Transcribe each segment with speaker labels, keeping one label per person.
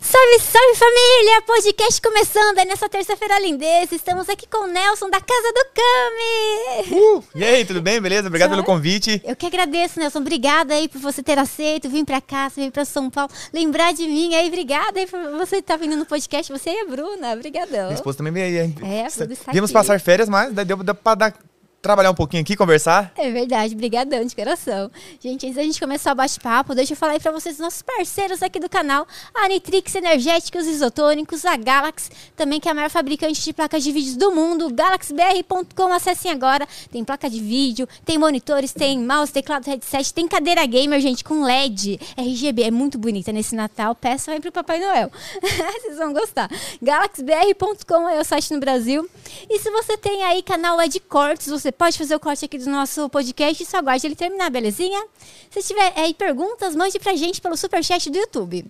Speaker 1: Salve, salve família! Podcast começando é nessa terça-feira lindeza. Estamos aqui com o Nelson da Casa do Cami.
Speaker 2: Uh, e aí, tudo bem? Beleza? Obrigado pelo convite.
Speaker 1: Eu que agradeço, Nelson. Obrigada aí por você ter aceito, vir pra cá, você vir pra São Paulo, lembrar de mim aí. Obrigada aí por você estar vindo no podcast. Você e a Bruna. Obrigadão.
Speaker 2: Minha esposa também veio aí, hein?
Speaker 1: É, tudo está
Speaker 2: Viemos
Speaker 1: aqui.
Speaker 2: passar férias, mas daí deu, deu pra dar- trabalhar um pouquinho aqui, conversar.
Speaker 1: É verdade, brigadão de coração. Gente, antes da gente começar o bate-papo, deixa eu falar aí pra vocês, nossos parceiros aqui do canal, a Nitrix Energéticos Isotônicos, a Galaxy, também que é a maior fabricante de placas de vídeos do mundo, galaxybr.com, acessem agora. Tem placa de vídeo, tem monitores, tem mouse, teclado, headset, tem cadeira gamer, gente, com LED, RGB, é muito bonita nesse Natal, peça aí pro Papai Noel. vocês vão gostar. galaxybr.com é o site no Brasil. E se você tem aí canal é de cortes, você pode fazer o corte aqui do nosso podcast e só aguarde ele terminar, belezinha? Se tiver aí perguntas, mande pra gente pelo superchat do YouTube.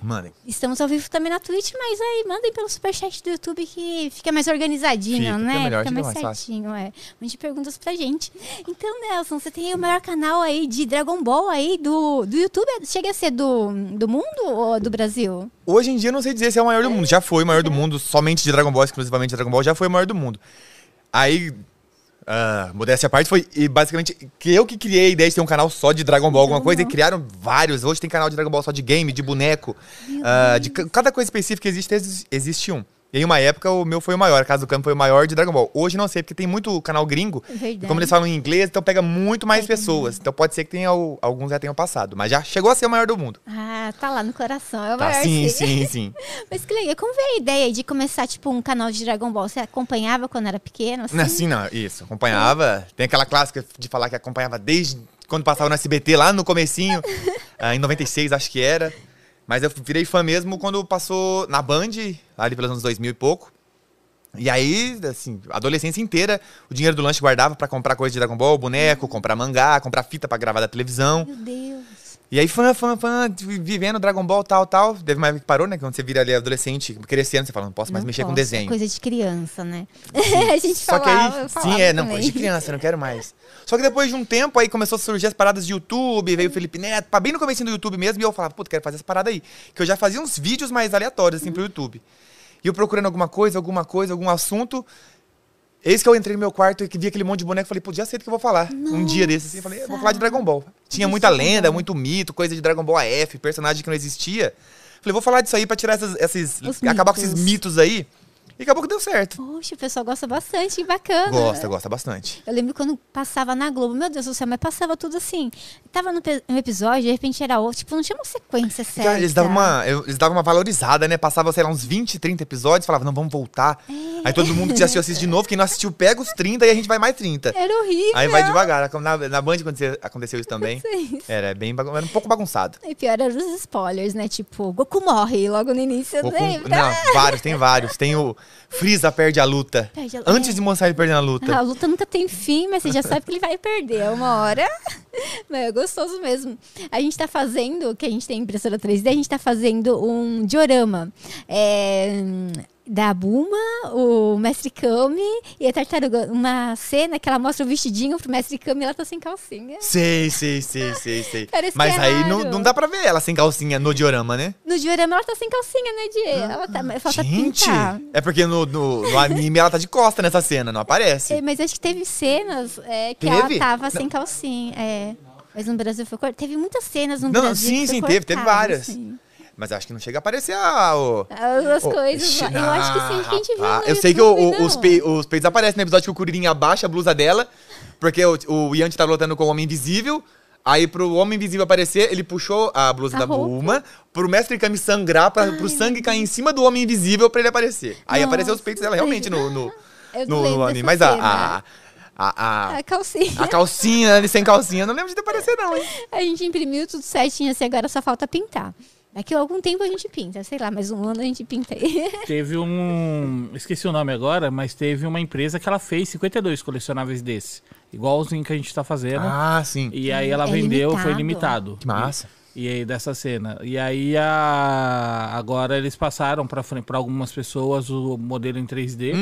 Speaker 2: Mano,
Speaker 1: Estamos ao vivo também na Twitch, mas aí mandem pelo superchat do YouTube que fica mais organizadinho,
Speaker 2: Fica,
Speaker 1: né?
Speaker 2: fica melhor,
Speaker 1: fica
Speaker 2: fica
Speaker 1: mais,
Speaker 2: mais fácil.
Speaker 1: certinho, é. Mande perguntas pra gente. Então, Nelson, você tem aí o maior canal aí de Dragon Ball aí do, do YouTube? Chega a ser do, do mundo ou do Brasil?
Speaker 2: hoje em dia eu não sei dizer se é o maior do mundo. Já foi o maior do mundo, somente de Dragon Ball, exclusivamente de Dragon Ball, já foi o maior do mundo. Aí, ah, modéstia à parte, foi e basicamente que eu que criei a ideia de ter um canal só de Dragon Ball, alguma coisa, e criaram vários. Hoje tem canal de Dragon Ball só de game, de boneco, ah, de ca- cada coisa específica que existe, exi- existe um. E em uma época o meu foi o maior, a Casa do Campo foi o maior de Dragon Ball. Hoje não sei, porque tem muito canal gringo.
Speaker 1: É Verdade.
Speaker 2: E Como eles falam em inglês, então pega muito mais pessoas. Então pode ser que tenha al- alguns já tenham passado, mas já chegou a ser o maior do mundo.
Speaker 1: Ah, tá lá no coração. É o
Speaker 2: Tá,
Speaker 1: maior,
Speaker 2: sim, sim, sim.
Speaker 1: Mas que legal, como veio a ideia de começar, tipo, um canal de Dragon Ball? Você acompanhava quando era pequeno, assim?
Speaker 2: Não, Assim não, isso. Acompanhava. Tem aquela clássica de falar que acompanhava desde quando passava no SBT, lá no comecinho, ah, em 96, acho que era. Mas eu virei fã mesmo quando passou na Band, ali pelos anos 2000 e pouco. E aí, assim, a adolescência inteira, o dinheiro do lanche guardava pra comprar coisa de Dragon Ball,
Speaker 1: Uhum.
Speaker 2: boneco, comprar mangá, comprar fita pra gravar da televisão.
Speaker 1: Meu Deus.
Speaker 2: E aí, fã, fã, fã, vi- vivendo Dragon Ball, tal, tal. Teve uma época que parou, né? Quando você vira ali adolescente, crescendo, você fala, não posso mais
Speaker 1: Não
Speaker 2: mexer com
Speaker 1: posso,
Speaker 2: desenho.
Speaker 1: É coisa de criança, né? a gente
Speaker 2: Só que
Speaker 1: falava,
Speaker 2: aí,
Speaker 1: eu falava
Speaker 2: sim, é, não,
Speaker 1: também.
Speaker 2: coisa de criança, eu não quero mais. Só que depois de um tempo, aí começou a surgir as paradas de YouTube, veio o Felipe Neto, pá, bem no comecinho do YouTube mesmo, e eu falava, puta, quero fazer essa parada aí. Que eu já fazia uns vídeos mais aleatórios, assim, pro
Speaker 1: Uhum.
Speaker 2: YouTube. E eu procurando alguma coisa, alguma coisa, algum assunto. Eis que eu entrei no meu quarto e que vi aquele monte de boneco, falei, pô, já sei do que eu vou falar. Um dia desses, assim, eu falei, eu vou falar de Dragon Ball. Tinha muita lenda, muito mito, coisa de Dragon Ball AF, personagem que não existia. Falei, vou falar disso aí pra tirar essas, esses
Speaker 1: Os
Speaker 2: acabar com esses mitos aí. E acabou que deu certo.
Speaker 1: Poxa, o pessoal gosta bastante, que bacana.
Speaker 2: Gosta, gosta bastante.
Speaker 1: Eu lembro quando passava na Globo, meu Deus do céu, mas passava tudo assim. Tava no pe- um episódio, de repente era outro. Tipo, não tinha uma sequência certa.
Speaker 2: Cara, eles davam, uma, eu- eles davam uma valorizada, né? Passava, sei lá, uns 20, 30 episódios, falava, não, vamos voltar.
Speaker 1: É.
Speaker 2: Aí todo mundo que já assistiu, assiste de novo. Quem não assistiu, pega os 30 e a gente vai mais 30.
Speaker 1: Era horrível.
Speaker 2: Aí vai devagar. Na, na Band aconteceu, aconteceu isso também.
Speaker 1: Sim.
Speaker 2: Era bem bagun- era um pouco bagunçado.
Speaker 1: E pior eram os spoilers, né? Tipo, Goku morre logo no início,
Speaker 2: Pouco-
Speaker 1: lembra?
Speaker 2: não, vários, tem vários. Tem o Freeza perde a luta.
Speaker 1: Perde a luta.
Speaker 2: Antes de mostrar ele perdendo a
Speaker 1: Ah, A
Speaker 2: luta.
Speaker 1: luta nunca tem fim, mas você já sabe que ele vai perder uma hora. Mas é gostoso mesmo. A gente tá fazendo, que a gente tem impressora 3D, a gente tá fazendo um diorama. É, hum, da Buma, o Mestre Kami e a tartaruga. Uma cena que ela mostra o vestidinho pro Mestre Kami e ela tá sem calcinha.
Speaker 2: Sei, sei, sei, sei, sei.
Speaker 1: Parece
Speaker 2: Mas
Speaker 1: que é
Speaker 2: aí não,
Speaker 1: raro.
Speaker 2: não dá pra ver ela sem calcinha no diorama, né?
Speaker 1: No diorama ela tá sem calcinha, né, Diego? Ela tá, mas falta
Speaker 2: Gente,
Speaker 1: pintar.
Speaker 2: é porque no, no, no anime ela tá de costa nessa cena, não aparece.
Speaker 1: É, mas acho que teve cenas é, que
Speaker 2: Teve?
Speaker 1: ela tava sem calcinha. é. Mas no Brasil foi cortado. Teve muitas cenas no
Speaker 2: Não,
Speaker 1: Brasil.
Speaker 2: sim,
Speaker 1: que foi
Speaker 2: sim, teve- teve
Speaker 1: cortado,
Speaker 2: várias.
Speaker 1: assim.
Speaker 2: Mas eu acho que não chega a aparecer a. o-
Speaker 1: As as
Speaker 2: o-
Speaker 1: coisas.
Speaker 2: Ixi,
Speaker 1: lá. eu acho que sim,
Speaker 2: ah,
Speaker 1: que a gente viu.
Speaker 2: rapaz.
Speaker 1: no
Speaker 2: Eu sei que o-
Speaker 1: YouTube,
Speaker 2: o- os,
Speaker 1: não.
Speaker 2: pe- os peitos aparecem no episódio que o Curirim abaixa a blusa dela, porque o, o Yanti tá lutando com o Homem Invisível. Aí, pro Homem Invisível aparecer, ele puxou a blusa
Speaker 1: A
Speaker 2: da
Speaker 1: roupa.
Speaker 2: Bulma, pro Mestre Kami sangrar, pra, pro sangue cair em cima do Homem Invisível pra ele aparecer. Aí
Speaker 1: Nossa.
Speaker 2: apareceu os peitos dela realmente no, no,
Speaker 1: Eu não
Speaker 2: no- no
Speaker 1: lembro
Speaker 2: anime.
Speaker 1: dessa
Speaker 2: Mas a-
Speaker 1: cena.
Speaker 2: a- a, a,
Speaker 1: A calcinha.
Speaker 2: a calcinha, né, ele sem calcinha, eu não lembro de aparecer, não, hein?
Speaker 1: A gente imprimiu tudo certinho, assim, agora só falta pintar. Daqui a algum tempo a gente pinta, sei lá, mais um ano a gente pinta aí.
Speaker 3: Teve um. Esqueci o nome agora, mas teve uma empresa que ela fez 52 colecionáveis desse. Igualzinho que a gente tá fazendo.
Speaker 2: Ah, sim.
Speaker 3: E aí ela
Speaker 1: É
Speaker 3: vendeu, foi
Speaker 1: limitado.
Speaker 3: limitado.
Speaker 2: Que massa.
Speaker 3: E aí, dessa cena. E aí, a... agora eles passaram pra, frente- pra algumas pessoas o modelo em 3D.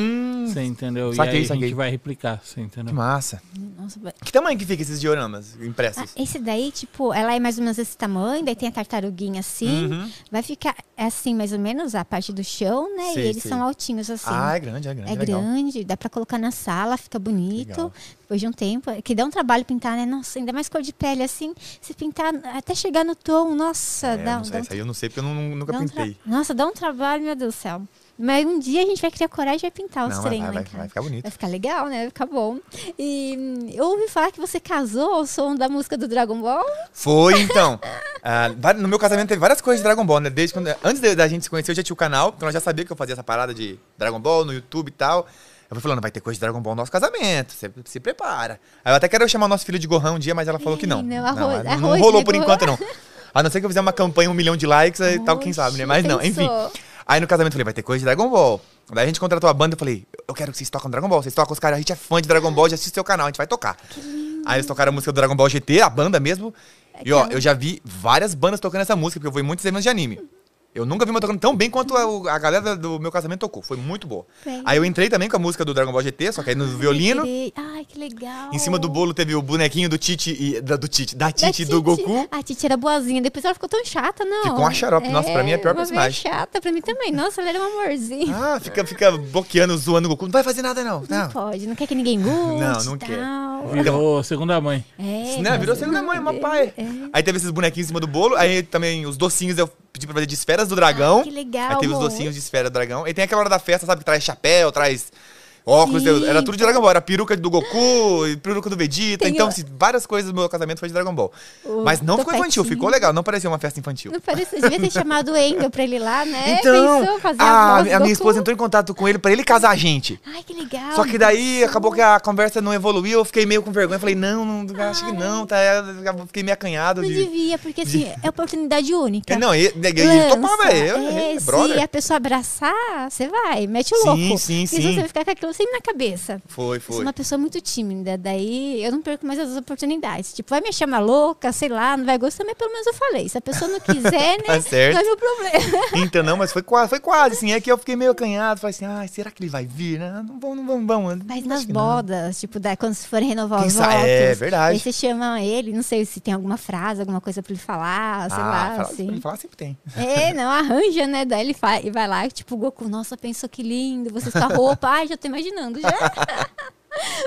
Speaker 3: Você entendeu?
Speaker 2: Hum. Saquei,
Speaker 3: e aí a
Speaker 2: saquei.
Speaker 3: gente vai replicar, você
Speaker 2: Que
Speaker 3: entendeu?
Speaker 2: massa.
Speaker 1: Nossa, ba-
Speaker 2: Que tamanho que fica esses dioramas
Speaker 1: Ah,
Speaker 2: impressos?
Speaker 1: esse daí, tipo, ela é mais ou menos desse tamanho, daí tem a tartaruguinha assim.
Speaker 2: Uhum.
Speaker 1: Vai ficar assim, mais ou menos, a parte do chão, né?
Speaker 2: Sei,
Speaker 1: e eles
Speaker 2: sei.
Speaker 1: são altinhos assim.
Speaker 2: Ah, é grande, é grande.
Speaker 1: é
Speaker 2: legal.
Speaker 1: grande, dá pra colocar na sala, fica bonito.
Speaker 2: Legal.
Speaker 1: Depois de um tempo, é que dá um trabalho pintar, né? Nossa, ainda mais cor de pele assim. Se pintar até chegar no tom, nossa,
Speaker 2: É,
Speaker 1: dá,
Speaker 2: não sei,
Speaker 1: dá um
Speaker 2: essa aí eu não sei porque eu nu- nunca
Speaker 1: Dá um tra-
Speaker 2: pintei.
Speaker 1: Nossa, dá um trabalho, meu Deus do céu. Mas um dia a gente vai criar coragem e vai pintar os
Speaker 2: Não, vai,
Speaker 1: um trem lá em
Speaker 2: vai, vai,
Speaker 1: casa.
Speaker 2: vai ficar bonito.
Speaker 1: Vai ficar legal, né? Vai ficar bom. E hum, eu ouvi falar que você casou ao som da música do Dragon Ball.
Speaker 2: Foi, então. Ah, va- no meu casamento teve várias coisas de Dragon Ball, né? Desde quando, antes de- da gente se conhecer, eu já tinha o canal, então ela já sabia que eu fazia essa parada de Dragon Ball no YouTube e tal. Eu fui falando, vai ter coisa de Dragon Ball no nosso casamento, você se prepara. Aí eu até quero chamar nosso filho de Gohan um dia, mas ela falou que não.
Speaker 1: Ei, não, arroz-
Speaker 2: não,
Speaker 1: arroz
Speaker 2: rolou
Speaker 1: de
Speaker 2: por
Speaker 1: Gohan.
Speaker 2: enquanto, não. A não ser que eu fizer uma campanha, um milhão de likes e tal, quem sabe, né? Mas não,
Speaker 1: Pensou.
Speaker 2: enfim. Aí no casamento eu falei, vai ter coisa de Dragon Ball. Daí a gente contratou a banda e falei, eu quero que vocês tocam Dragon Ball. Vocês tocam os caras, a gente é fã de Dragon Ball, já assiste seu canal, a gente vai tocar. Aí eles tocaram a música do Dragon Ball GT, a banda mesmo.
Speaker 1: É
Speaker 2: E ó, eu já vi várias bandas tocando essa música, porque eu fui em muitos eventos de anime. Eu nunca vi uma tocando tão bem quanto a, o- a galera do meu casamento tocou. Foi muito boa.
Speaker 1: Bem.
Speaker 2: Aí eu entrei também com a música do Dragon Ball GT, só que aí no violino.
Speaker 1: Ai, Ai, que legal.
Speaker 2: Em cima do bolo teve o bonequinho do Titi e. Da, do Titi, da
Speaker 1: Da
Speaker 2: Titi e do Goku.
Speaker 1: A Titi era boazinha, depois ela ficou tão chata, não.
Speaker 2: Ficou uma xarope. Nossa, pra mim é a pior
Speaker 1: uma meio
Speaker 2: personagem.
Speaker 1: chata, pra mim também. Nossa, ela era um amorzinho.
Speaker 2: Ah, fica, fica bloqueando, zoando o Goku. Não vai fazer nada, não.
Speaker 1: não
Speaker 2: Não.
Speaker 1: pode, não quer que ninguém mude
Speaker 2: Ah. Não, não
Speaker 1: tal.
Speaker 2: quer.
Speaker 3: Virou segunda mãe.
Speaker 1: É,
Speaker 2: né? Virou sendo minha
Speaker 1: não,
Speaker 2: mãe, uma pai. Aí teve esses bonequinhos em cima do bolo. Aí também os docinhos eu pedi pra fazer de esferas do dragão.
Speaker 1: Ah, que legal,
Speaker 2: Aí teve
Speaker 1: amor.
Speaker 2: os docinhos de esfera do dragão. E tem aquela hora da festa, sabe? Que traz chapéu, traz óculos.
Speaker 1: Sim.
Speaker 2: Era tudo de Dragon Ball. Era peruca do Goku, e peruca do Vegeta.
Speaker 1: Tem
Speaker 2: então,
Speaker 1: o-
Speaker 2: assim, várias coisas do meu casamento foi de Dragon Ball.
Speaker 1: O
Speaker 2: Mas não ficou infantil,
Speaker 1: topetinho.
Speaker 2: ficou legal. Não parecia uma festa infantil.
Speaker 1: Não parecia, devia ter chamado o Engel pra ele ir lá, né?
Speaker 2: Então,
Speaker 1: Pensou fazer
Speaker 2: a,
Speaker 1: a, voz
Speaker 2: a
Speaker 1: do
Speaker 2: minha esposa
Speaker 1: Goku.
Speaker 2: entrou em contato com ele pra ele casar a gente.
Speaker 1: Ai, que legal.
Speaker 2: Só que daí
Speaker 1: né?
Speaker 2: acabou que a conversa não evoluiu, eu fiquei meio com vergonha. Falei, não, não acho que não, tá? Eu Fiquei meio acanhado
Speaker 1: Não
Speaker 2: de.
Speaker 1: devia, porque assim, é oportunidade única.
Speaker 2: É, não, ele, ele, ele topava,
Speaker 1: Lança,
Speaker 2: eu,
Speaker 1: é,
Speaker 2: é,
Speaker 1: se
Speaker 2: brother.
Speaker 1: a pessoa abraçar, você vai, mete o
Speaker 2: Sim,
Speaker 1: louco.
Speaker 2: sim,
Speaker 1: e
Speaker 2: sim.
Speaker 1: você vai ficar com aquilo sempre na cabeça.
Speaker 2: Foi,
Speaker 1: Eu sou
Speaker 2: foi.
Speaker 1: uma pessoa muito tímida, daí eu não perco mais as oportunidades. Tipo, vai me chamar louca, sei lá, não vai gostar, mas pelo menos eu falei. Se a pessoa não quiser, né?
Speaker 2: Tá certo.
Speaker 1: Não é meu problema.
Speaker 2: Então, não, mas foi quase, foi quase, assim. É que eu fiquei meio acanhado, falei assim, ai, será que ele vai vir? né? Não, não vamos, não vamos, vamos.
Speaker 1: Mas
Speaker 2: Acho
Speaker 1: nas
Speaker 2: que não.
Speaker 1: bodas, tipo, da, quando se forem renovar
Speaker 2: Quem
Speaker 1: os
Speaker 2: sa-
Speaker 1: votos.
Speaker 2: é, verdade.
Speaker 1: Aí você chama ele, não sei se tem alguma frase, alguma coisa pra ele falar, sei
Speaker 2: ah,
Speaker 1: lá,
Speaker 2: fala,
Speaker 1: assim.
Speaker 2: Ele fala sempre tem.
Speaker 1: É, não, arranja, né? Daí ele fa- e vai lá, e, tipo, o Goku, nossa, pensou que lindo, você com a roupa, ai, já tô imaginando já.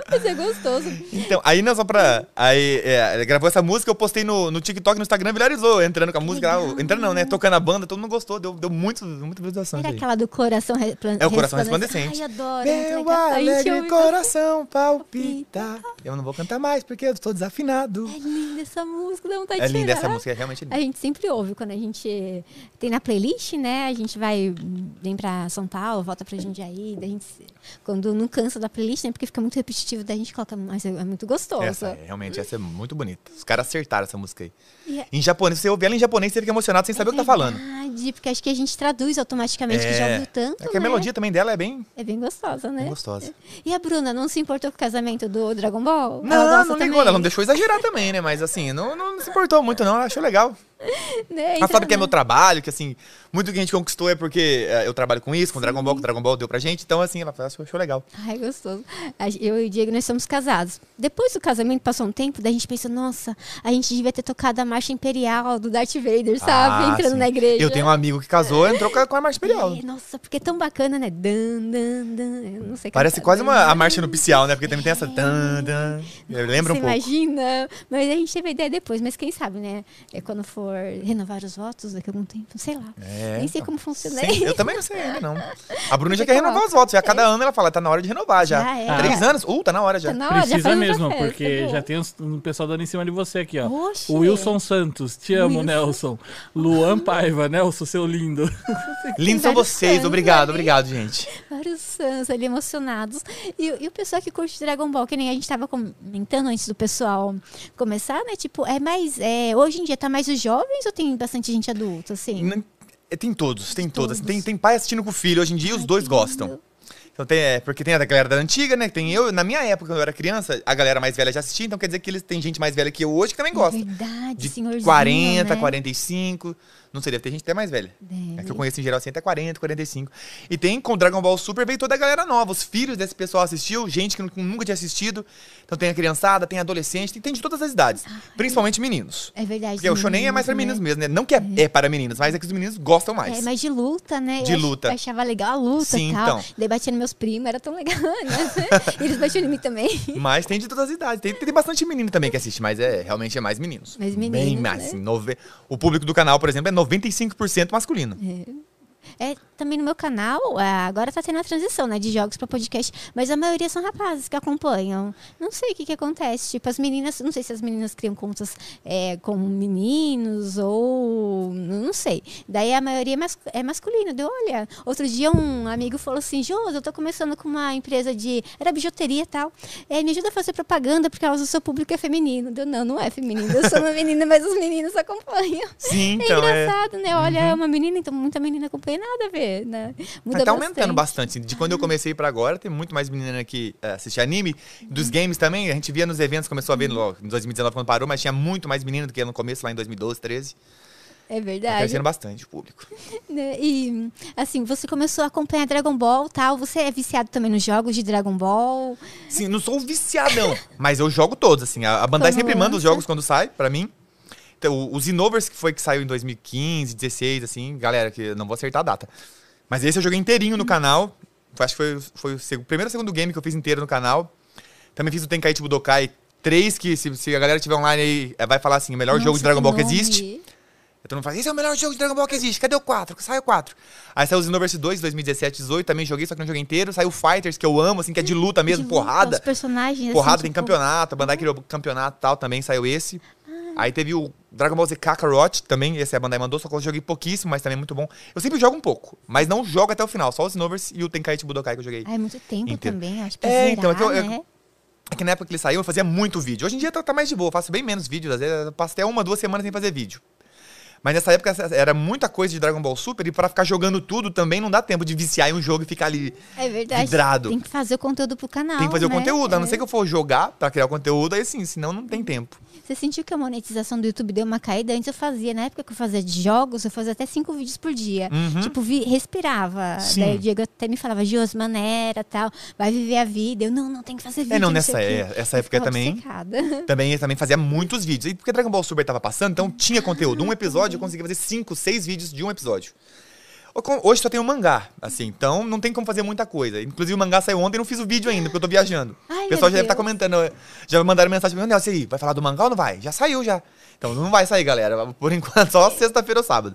Speaker 1: Vai ser gostoso.
Speaker 2: Então, aí não, só pra. Aí, é, ele gravou essa música, eu postei no, no TikTok, no Instagram, viralizou, entrando com a música lá. o- Entrando não, né? Tocando a banda, todo mundo gostou, deu, deu muito, muita visualização.
Speaker 1: Era
Speaker 2: isso aí.
Speaker 1: aquela do coração resplandecente.
Speaker 2: É o coração resplandecente.
Speaker 1: Ai, adoro. é muito
Speaker 2: Meu
Speaker 1: legal. A gente
Speaker 2: alegre
Speaker 1: ouve-
Speaker 2: coração palpita. Eu não vou cantar mais porque eu estou desafinado.
Speaker 1: É linda essa música, dá vontade
Speaker 2: É
Speaker 1: de
Speaker 2: linda essa
Speaker 1: chorar.
Speaker 2: música, é realmente linda.
Speaker 1: A gente sempre ouve quando a gente tem na playlist, né? A gente vai, vem pra São Paulo, volta pra Jundiaí. Daí a gente, se- quando não cansa da playlist, né? Porque fica muito repetitivo, daí a gente coloca, mas é muito gostoso.
Speaker 2: Essa, é, realmente, essa é muito bonita. Os caras acertaram essa música aí.
Speaker 1: E é-
Speaker 2: Em japonês, você ouve ela em japonês, você fica emocionado sem saber o que tá falando.
Speaker 1: Verdade, porque acho que a gente traduz automaticamente, que já ouviu tanto,
Speaker 2: é que a
Speaker 1: né?
Speaker 2: melodia também dela é bem,
Speaker 1: É bem gostosa, né?
Speaker 2: bem gostosa.
Speaker 1: E a Bruna não se importou com o casamento do Dragon Ball?
Speaker 2: Não, não ligou, ela não deixou exagerar também, né? Mas assim, não, não se importou muito, não. Ela achou legal.
Speaker 1: Né?
Speaker 2: Ela sabe que é
Speaker 1: Então,
Speaker 2: meu trabalho, que assim, muito que a gente conquistou é porque é, eu trabalho com isso, com Dragon Ball, que Dragon Ball deu pra gente. Então, assim, ela achou, achou legal.
Speaker 1: Ai, gostoso. A gen- Eu e o Diego, nós somos casados. Depois do casamento, passou um tempo, daí a gente pensou, nossa, a gente devia ter tocado a marcha imperial do Darth Vader, sabe?
Speaker 2: Ah,
Speaker 1: Entrando
Speaker 2: sim.
Speaker 1: na igreja.
Speaker 2: Eu tenho um amigo que casou, entrou com a, com a marcha imperial.
Speaker 1: É, nossa, porque é tão bacana, né? Dan, dan, dan. Eu não sei
Speaker 2: Parece
Speaker 1: cantar,
Speaker 2: quase
Speaker 1: dan,
Speaker 2: uma, a marcha nupcial, né? Porque também tem essa. Tan, tan. Eu lembro um
Speaker 1: Você
Speaker 2: pouco.
Speaker 1: imagina? Mas a gente teve a ideia depois, mas quem sabe, né? É quando for renovar os votos daqui a algum tempo, sei lá.
Speaker 2: É,
Speaker 1: Nem sei
Speaker 2: então.
Speaker 1: como funciona
Speaker 2: Sim,
Speaker 1: isso. né?
Speaker 2: eu também não sei ainda, não. A Bruna já
Speaker 1: Você
Speaker 2: quer renovar
Speaker 1: coloca.
Speaker 2: os votos. Já cada ano ela fala, tá na hora de renovar já.
Speaker 1: Já é.
Speaker 2: Três
Speaker 1: Ah.
Speaker 2: anos? Uh, tá na hora já.
Speaker 1: Tá na hora, já
Speaker 3: Precisa
Speaker 1: faz outra
Speaker 3: mesmo,
Speaker 1: festa,
Speaker 3: porque
Speaker 1: boa.
Speaker 3: já tem uns- um pessoal dando em cima de você aqui, ó.
Speaker 1: Oxe.
Speaker 3: O Wilson Santos, te amo,
Speaker 1: Wilson.
Speaker 3: Nelson. Luan Paiva, Nelson, seu lindo.
Speaker 2: Lindos são
Speaker 1: vários né?
Speaker 2: vocês.
Speaker 1: fãs
Speaker 2: Obrigado,
Speaker 1: ali.
Speaker 2: obrigado, gente.
Speaker 1: Vários fãs ali emocionados. E, e o pessoal que curte Dragon Ball, que nem a gente tava comentando antes do pessoal começar, né? Tipo, é mais. É, hoje em dia tá mais os jovens ou tem bastante gente adulta, assim?
Speaker 2: Não- é, Tem todos, tem todos.
Speaker 1: Todos.
Speaker 2: Tem, tem pai assistindo com o filho. Hoje em dia os dois
Speaker 1: que
Speaker 2: gostam.
Speaker 1: lindo.
Speaker 2: Então tem, é, porque tem a galera da antiga, né? Tem eu, na minha época, quando eu era criança, a galera mais velha já assistia, então quer dizer que eles tem gente mais velha que eu hoje que também Um gosta.
Speaker 1: É Verdade,
Speaker 2: De
Speaker 1: senhorzinho,
Speaker 2: 40,
Speaker 1: né? Uhum.
Speaker 2: 45. Não sei, deve ter gente até mais velha.
Speaker 1: Deve.
Speaker 2: É que eu conheço em geral assim até 40, 45. E tem com Dragon Ball Super veio toda a galera nova. Os filhos desse pessoal assistiu, gente que nu- nunca tinha assistido. Então tem a criançada, tem adolescente, tem, tem de todas as idades. Principalmente meninos.
Speaker 1: Ah, É verdade.
Speaker 2: Porque o shonen é mais pra meninos
Speaker 1: meninos, né?
Speaker 2: mesmo, né? Não que é, é para meninos, mas é que os meninos gostam mais.
Speaker 1: É, mas de luta, né?
Speaker 2: De
Speaker 1: Eu ach-
Speaker 2: luta.
Speaker 1: Eu achava legal a luta
Speaker 2: Sim,
Speaker 1: e tal.
Speaker 2: então.
Speaker 1: Daí batia nos meus primos, era tão legal, né? Eles batiam em mim também.
Speaker 2: Mas tem de todas as idades. Tem, tem bastante menino também que assiste, mas é realmente é mais meninos.
Speaker 1: Mais
Speaker 2: Bem
Speaker 1: meninos,
Speaker 2: mais.
Speaker 1: né?
Speaker 2: assim, nove- O público do canal, por exemplo, é 95% masculino.
Speaker 1: É, também no meu canal, ah, agora tá tendo a transição, né? De jogos pra podcast. Mas a maioria são rapazes que acompanham. Não sei o que que acontece. Tipo, as meninas... Não sei se as meninas criam contas é, com meninos ou... Não sei. Daí a maioria é, mas, é masculina. Deu, olha... Outro dia um amigo falou assim, Josi, eu tô começando com uma empresa de... Era bijuteria e tal. É, me ajuda a fazer propaganda porque o seu público é feminino. Deu, não, não é feminino. Eu sou uma menina, mas os meninos acompanham.
Speaker 2: Sim, então
Speaker 1: é engraçado, né? Olha,
Speaker 2: Uhum.
Speaker 1: é uma menina, então muita menina acompanha nada a ver, né? Muda
Speaker 2: tá aumentando bastante. assim, De quando eu comecei pra agora, tem muito mais menina que eh, assiste anime.
Speaker 1: Uhum.
Speaker 2: Dos games também, a gente via nos eventos, começou a ver logo em 2019 quando parou, mas tinha muito mais menina do que no começo, lá em 2012, 13.
Speaker 1: É
Speaker 2: Tá
Speaker 1: verdade.
Speaker 2: crescendo bastante o público.
Speaker 1: né? E, assim, você começou a acompanhar Dragon Ball tal. Você é viciado também nos jogos de Dragon Ball?
Speaker 2: Sim, não sou viciadão, mas eu jogo todos, assim. A a Bandai
Speaker 1: Como
Speaker 2: sempre manda os
Speaker 1: lança.
Speaker 2: jogos quando sai, pra mim. Então, o- os Inovers, que foi que saiu em 2015, 16, assim, galera, que eu não vou acertar a data. Mas esse eu joguei inteirinho no canal. Acho que foi, foi o seg- primeiro ou segundo game que eu fiz inteiro no canal. Também fiz o Tenkaichi Budokai 3, que se, se a galera tiver online aí, eh, vai falar assim, o melhor jogo
Speaker 1: Nossa,
Speaker 2: de Dragon Ball que
Speaker 1: nome.
Speaker 2: existe. Aí todo mundo fala, esse é o melhor jogo de Dragon Ball que existe, cadê o 4? Sai o 4. Aí saiu o Xenoverse 2, 2017, 18, também joguei, só que não joguei inteiro. Saiu o Fighters, que eu amo, assim, que é de luta mesmo,
Speaker 1: De luta,
Speaker 2: porrada.
Speaker 1: Os personagens,
Speaker 2: Porrada,
Speaker 1: assim,
Speaker 2: tem
Speaker 1: tipo,
Speaker 2: campeonato, a Bandai criou campeonato e tal, também saiu esse.
Speaker 1: Ah.
Speaker 2: Aí teve o Dragon Ball Z Kakarot, também, esse a Bandai mandou, só que eu joguei pouquíssimo, mas também é muito bom. Eu sempre jogo um pouco, mas não jogo até o final, só os Sinovers e o Tenkaichi Budokai que eu joguei.
Speaker 1: Ah, é muito tempo
Speaker 2: Inteiro.
Speaker 1: também, acho pra
Speaker 2: É,
Speaker 1: é,
Speaker 2: então, é que eu- eu-
Speaker 1: né?
Speaker 2: É que na época que ele saiu, eu fazia muito vídeo. Hoje em dia tá, tá mais de boa, eu faço bem menos vídeos. Às vezes eu passo até uma, duas semanas sem fazer vídeo. Mas nessa época essa- era muita coisa de Dragon Ball Super e pra ficar jogando tudo também não dá tempo de viciar em um jogo e ficar ali.
Speaker 1: É verdade.
Speaker 2: vidrado.
Speaker 1: Tem que fazer o conteúdo pro canal,
Speaker 2: tem que fazer
Speaker 1: né?
Speaker 2: o conteúdo, a não
Speaker 1: É.
Speaker 2: ser que eu for jogar pra criar o conteúdo, aí sim, senão não tem tempo.
Speaker 1: Você sentiu que a monetização do YouTube deu uma caída? Antes eu fazia, na época que eu fazia de jogos, eu fazia até cinco vídeos por dia. Tipo, vi- respirava.
Speaker 2: Uhum. Sim.
Speaker 1: Daí o Diego até me falava, Jos, maneira, tal, vai viver a vida. Eu, não, não, tem que fazer vídeo.
Speaker 2: É, não,
Speaker 1: sei
Speaker 2: nessa
Speaker 1: o quê.
Speaker 2: é- essa
Speaker 1: Eu
Speaker 2: época
Speaker 1: ficava
Speaker 2: também.
Speaker 1: obcecada.
Speaker 2: Também, eu também fazia muitos vídeos. E porque Dragon Ball Super tava passando, então tinha conteúdo. Um episódio, eu conseguia fazer cinco, seis vídeos de um episódio. Ho- com- Hoje só tem um mangá, assim, então não tem como fazer muita coisa. Inclusive o mangá saiu ontem e não fiz o vídeo ainda, porque eu tô viajando.
Speaker 1: Ai,
Speaker 2: o pessoal já
Speaker 1: meu
Speaker 2: deve estar
Speaker 1: Deus.
Speaker 2: comentando, já mandaram mensagem pra mim, Nelson, e aí, vai falar do mangá ou não vai? Já saiu já. Então não vai sair, galera. Por enquanto, só sexta-feira ou sábado.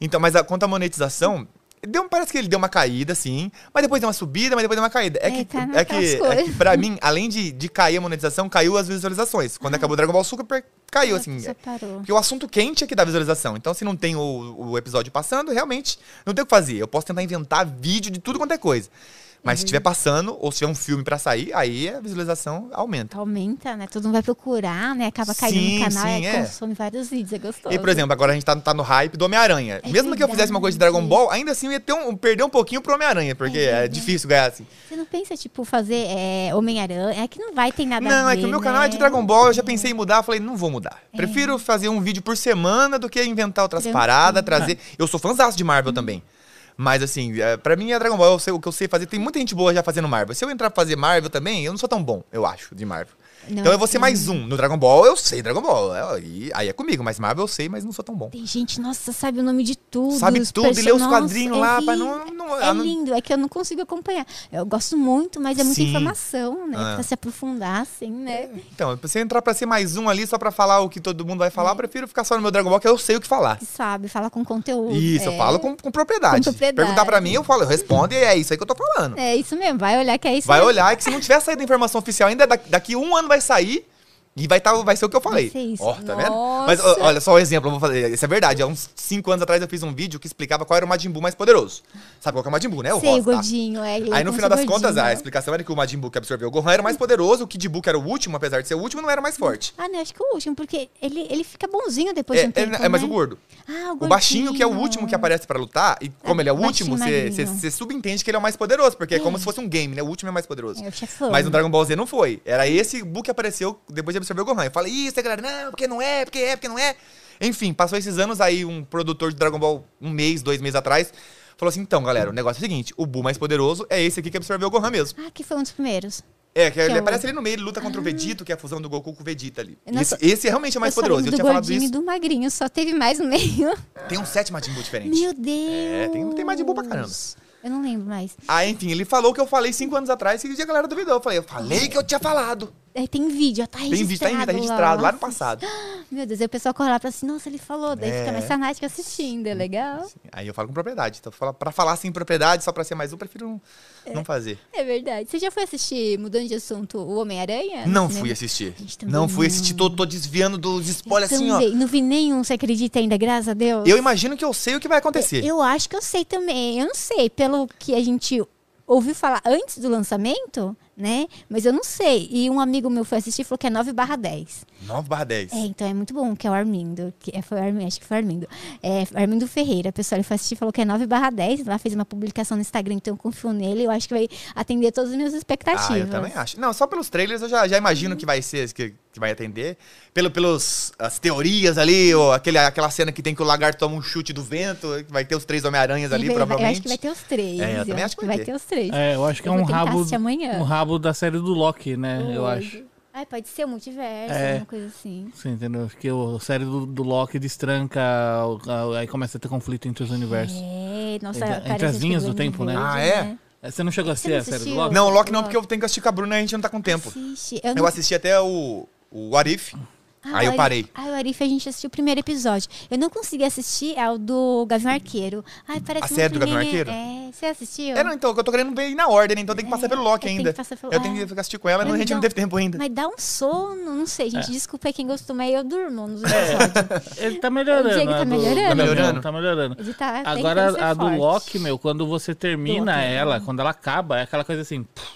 Speaker 2: Então, mas a, quanto à monetização, deu, parece que ele deu uma caída, sim. Mas depois deu uma subida, mas depois deu uma caída. É
Speaker 1: É,
Speaker 2: que,
Speaker 1: tá
Speaker 2: é
Speaker 1: naquelas
Speaker 2: que, é
Speaker 1: coisas.
Speaker 2: que pra mim, além de, de cair a monetização, caiu as visualizações. Quando acabou o Dragon Ball Super, caiu, assim.
Speaker 1: Só parou.
Speaker 2: Porque o assunto quente é que dá visualização. Então, se não tem o, o episódio passando, realmente não tem o que fazer. Eu posso tentar inventar vídeo de tudo quanto é coisa.
Speaker 1: Uhum.
Speaker 2: Mas se estiver passando, ou se tiver um filme pra sair, aí a visualização aumenta.
Speaker 1: Aumenta, né? Todo mundo vai procurar, né? Acaba caindo
Speaker 2: Sim,
Speaker 1: no canal
Speaker 2: sim,
Speaker 1: e
Speaker 2: é.
Speaker 1: consome vários vídeos, é gostoso.
Speaker 2: E, por exemplo, agora a gente tá, tá no hype do Homem-Aranha.
Speaker 1: É
Speaker 2: Mesmo que eu fizesse uma coisa de Dragon
Speaker 1: verdade.
Speaker 2: Ball, ainda assim eu ia ter um, perder um pouquinho pro Homem-Aranha, porque
Speaker 1: É
Speaker 2: é,
Speaker 1: verdade.
Speaker 2: difícil ganhar assim.
Speaker 1: Você não pensa, tipo, fazer é, Homem-Aranha? É que não vai ter nada a
Speaker 2: não, é
Speaker 1: ver,
Speaker 2: que o meu canal é de
Speaker 1: né?
Speaker 2: Dragon Ball, eu já pensei em mudar, eu falei, não vou mudar. Prefiro fazer um vídeo por semana do que inventar outras
Speaker 1: Tranquilo.
Speaker 2: paradas, trazer. Eu sou fãzaço de Marvel também. Mas assim, é, pra mim é Dragon Ball, eu sei, o que eu sei fazer. Tem muita gente boa já fazendo Marvel. Se eu entrar pra fazer Marvel também, eu não sou tão bom, eu acho, de Marvel.
Speaker 1: Não,
Speaker 2: então eu vou ser
Speaker 1: tem-
Speaker 2: mais um. No Dragon Ball eu sei Dragon Ball. é, Aí, aí é comigo, mas Marvel eu sei, mas não sou tão bom.
Speaker 1: Tem gente, nossa, sabe o nome de tudo.
Speaker 2: Sabe
Speaker 1: os
Speaker 2: tudo, e lê os
Speaker 1: perso-
Speaker 2: quadrinhos
Speaker 1: Nossa,
Speaker 2: lá,
Speaker 1: é
Speaker 2: pra
Speaker 1: lindo.
Speaker 2: não- não- ah,
Speaker 1: É
Speaker 2: não-
Speaker 1: lindo, é que eu não consigo acompanhar. Eu gosto muito, mas é muita
Speaker 2: Sim.
Speaker 1: informação, né?
Speaker 2: Ah.
Speaker 1: Pra se aprofundar, assim, né?
Speaker 2: Então, se eu entrar pra ser mais um ali, só pra falar o que todo mundo vai falar, eu prefiro ficar só no meu Dragon Ball, que eu sei o que falar.
Speaker 1: Que sabe, fala com conteúdo.
Speaker 2: Isso,
Speaker 1: é.
Speaker 2: eu falo com, com propriedade.
Speaker 1: Com propriedade.
Speaker 2: Perguntar pra mim, eu falo, eu respondo e é isso aí que eu tô falando.
Speaker 1: É isso mesmo, vai olhar que é isso
Speaker 2: Vai
Speaker 1: mesmo.
Speaker 2: olhar, é que se não tiver saído a informação oficial ainda, da- daqui um ano vai sair. E vai, tá, vai ser o que eu falei.
Speaker 1: Vai ser isso.
Speaker 2: Ó, tá vendo?
Speaker 1: Nossa.
Speaker 2: Mas ó, olha, só um exemplo, eu vou fazer. Isso é verdade. Há uns 5 anos atrás eu fiz um vídeo que explicava qual era o Majin Buu mais poderoso. Sabe qual que é o Majin Buu, né? O
Speaker 1: Sei,
Speaker 2: Ross, tá?
Speaker 1: gordinho, é. ele
Speaker 2: Aí
Speaker 1: começou
Speaker 2: no final das
Speaker 1: gordinho,
Speaker 2: contas, é a
Speaker 1: né?
Speaker 2: explicação era que o Majin Buu que absorveu o Gohan era o mais poderoso, o Kid Buu que era o último, apesar de ser o último, não era o mais forte.
Speaker 1: Ah, não, acho que o último, porque ele, ele fica bonzinho depois
Speaker 2: É,
Speaker 1: de um
Speaker 2: é,
Speaker 1: tempo,
Speaker 2: é mais
Speaker 1: né?
Speaker 2: o gordo.
Speaker 1: Ah, o,
Speaker 2: O baixinho, que é o
Speaker 1: gordinho.
Speaker 2: último que aparece pra lutar, e como ele é o
Speaker 1: baixinho,
Speaker 2: último,
Speaker 1: magrinho.
Speaker 2: você subentende que ele é o mais poderoso, porque é como se fosse um game, né? O último é o mais poderoso.
Speaker 1: É o chefão.
Speaker 2: Mas no Dragon Ball Z não foi. Era esse Buu que apareceu depois de absorver o Gohan. Eu falei, isso, aí, galera, não, porque não é, porque é, porque não é. Enfim, passou esses anos aí, um produtor de Dragon Ball, um mês, dois meses atrás, falou assim: então, galera, o negócio é o seguinte: o Buu mais poderoso é esse aqui que absorveu o Gohan mesmo.
Speaker 1: Ah, que foi um dos primeiros.
Speaker 2: É, que, ele
Speaker 1: é o-
Speaker 2: aparece ali no meio, ele luta contra o Vegito, que é a fusão do Goku com o Vegeta ali.
Speaker 1: Eu não
Speaker 2: Esse,
Speaker 1: sou-
Speaker 2: esse é realmente o mais
Speaker 1: só
Speaker 2: poderoso.
Speaker 1: lembro
Speaker 2: Eu
Speaker 1: do
Speaker 2: tinha falado
Speaker 1: gordinho
Speaker 2: isso.
Speaker 1: e do magrinho, só teve mais no meio.
Speaker 2: Tem um sétimo Majin Buu diferente.
Speaker 1: Meu Deus.
Speaker 2: é, tem- tem mais de boa pra caramba.
Speaker 1: Eu não lembro mais.
Speaker 2: Ah, enfim, ele falou o que eu falei cinco anos atrás e a galera duvidou. Eu falei, eu falei que eu tinha falado.
Speaker 1: É, tem vídeo, ó, tá registrado.
Speaker 2: Tem vídeo, tá em vídeo, tá registrado lá no passado.
Speaker 1: Meu Deus, aí o pessoal corre lá e fala assim, nossa, ele falou. Daí
Speaker 2: É.
Speaker 1: fica mais fanático assistindo, é legal.
Speaker 2: Aí eu falo com propriedade. Então, fala- pra falar sem propriedade, só pra ser mais um, prefiro não, não fazer.
Speaker 1: É verdade. Você já foi assistir, mudando de assunto, o Homem-Aranha?
Speaker 2: Não
Speaker 1: Né?
Speaker 2: fui assistir.
Speaker 1: gente também
Speaker 2: Não fui
Speaker 1: não.
Speaker 2: assistir, tô, tô desviando dos
Speaker 1: Eu
Speaker 2: spoilers assim, ó.
Speaker 1: também, Não vi nenhum, você acredita ainda, graças a Deus?
Speaker 2: Eu imagino que eu sei o que vai acontecer.
Speaker 1: É, Eu acho que eu sei também. Eu não sei, pelo que a gente ouviu falar antes do lançamento, né? Mas eu não sei. E um amigo meu foi assistir e falou que é 9 barra 10.
Speaker 2: 9 barra 10.
Speaker 1: É, então é muito bom, que é o Armindo. Que é, foi o Armindo, acho que foi o Armindo. É, Armindo Ferreira. Pessoal, ele foi assistir e falou que é 9 barra 10. Lá fez uma publicação no Instagram, então eu confio nele. Eu acho que vai atender todas as minhas expectativas.
Speaker 2: Ah, eu também acho. Não, só pelos trailers eu já, já
Speaker 1: Uhum.
Speaker 2: imagino que vai ser, que, que vai atender. Pelo, pelos as teorias ali, ou aquele, aquela cena que tem que o lagarto toma um chute do vento, que vai ter os três Homem-Aranhas
Speaker 1: Ele
Speaker 2: ali,
Speaker 1: vai- É Eu
Speaker 2: provavelmente.
Speaker 1: acho que vai ter os três.
Speaker 2: É, eu também acho que vai
Speaker 1: vai
Speaker 2: ter.
Speaker 1: ter os três.
Speaker 3: É, eu acho que
Speaker 1: Eu
Speaker 3: é um
Speaker 1: vou tentar
Speaker 3: rabo,
Speaker 1: assistir amanhã.
Speaker 3: um rabo da série do Loki, né? Eu
Speaker 1: Hoje.
Speaker 3: acho.
Speaker 1: Ai, Ah, pode ser o multiverso,
Speaker 3: É.
Speaker 1: alguma coisa assim.
Speaker 3: Você entendeu? Porque o- a série do, do Loki destranca, o- a- aí começa a ter conflito entre os universos.
Speaker 1: É, nossa,
Speaker 3: Entre-
Speaker 1: cara,
Speaker 3: entre as
Speaker 1: esse
Speaker 3: linhas do
Speaker 1: Duende
Speaker 3: tempo, né?
Speaker 1: Verde,
Speaker 2: Ah, é?
Speaker 3: É, Você não chegou a
Speaker 1: Você
Speaker 3: assistir
Speaker 1: não
Speaker 3: a série do
Speaker 1: assistiu?
Speaker 3: Loki?
Speaker 2: Não, o Loki não, porque eu tenho que assistir com a Bruna e a gente não tá com tempo.
Speaker 1: Assiste. Eu,
Speaker 2: Eu
Speaker 1: não...
Speaker 2: assisti até o, o Arif.
Speaker 1: Ah, o
Speaker 2: aí eu
Speaker 1: Ari-
Speaker 2: parei.
Speaker 1: Ah, o Arif, a gente assistiu o primeiro episódio. Eu não consegui assistir ao do Gavião Arqueiro. Ai, parece
Speaker 2: A
Speaker 1: um
Speaker 2: série do Gavião
Speaker 1: filminho-
Speaker 2: Arqueiro?
Speaker 1: É, você assistiu?
Speaker 2: É, não, então, eu tô querendo ver na ordem, né? então tem que passar pelo
Speaker 1: É,
Speaker 2: Loki
Speaker 1: eu tenho
Speaker 2: ainda.
Speaker 1: que passar pelo-
Speaker 2: Eu tenho
Speaker 1: é.
Speaker 2: que assistir com ela,
Speaker 1: Mas
Speaker 2: mas a gente
Speaker 1: então-
Speaker 2: não teve tempo ainda.
Speaker 1: Mas dá um sono, não sei,
Speaker 3: É.
Speaker 1: gente. Desculpa aí quem gostou, mas eu durmo nos episódios.
Speaker 3: Ele tá
Speaker 1: Eu
Speaker 3: melhorando.
Speaker 1: digo que tá
Speaker 3: a do-
Speaker 1: melhorando.
Speaker 3: Tá
Speaker 2: melhorando?
Speaker 3: melhorando. Tá melhorando.
Speaker 1: Ele tá tentando ser
Speaker 3: Agora, a do
Speaker 1: forte. né?
Speaker 3: Loki, meu, quando você termina ela, quando ela acaba, é aquela coisa assim. pff,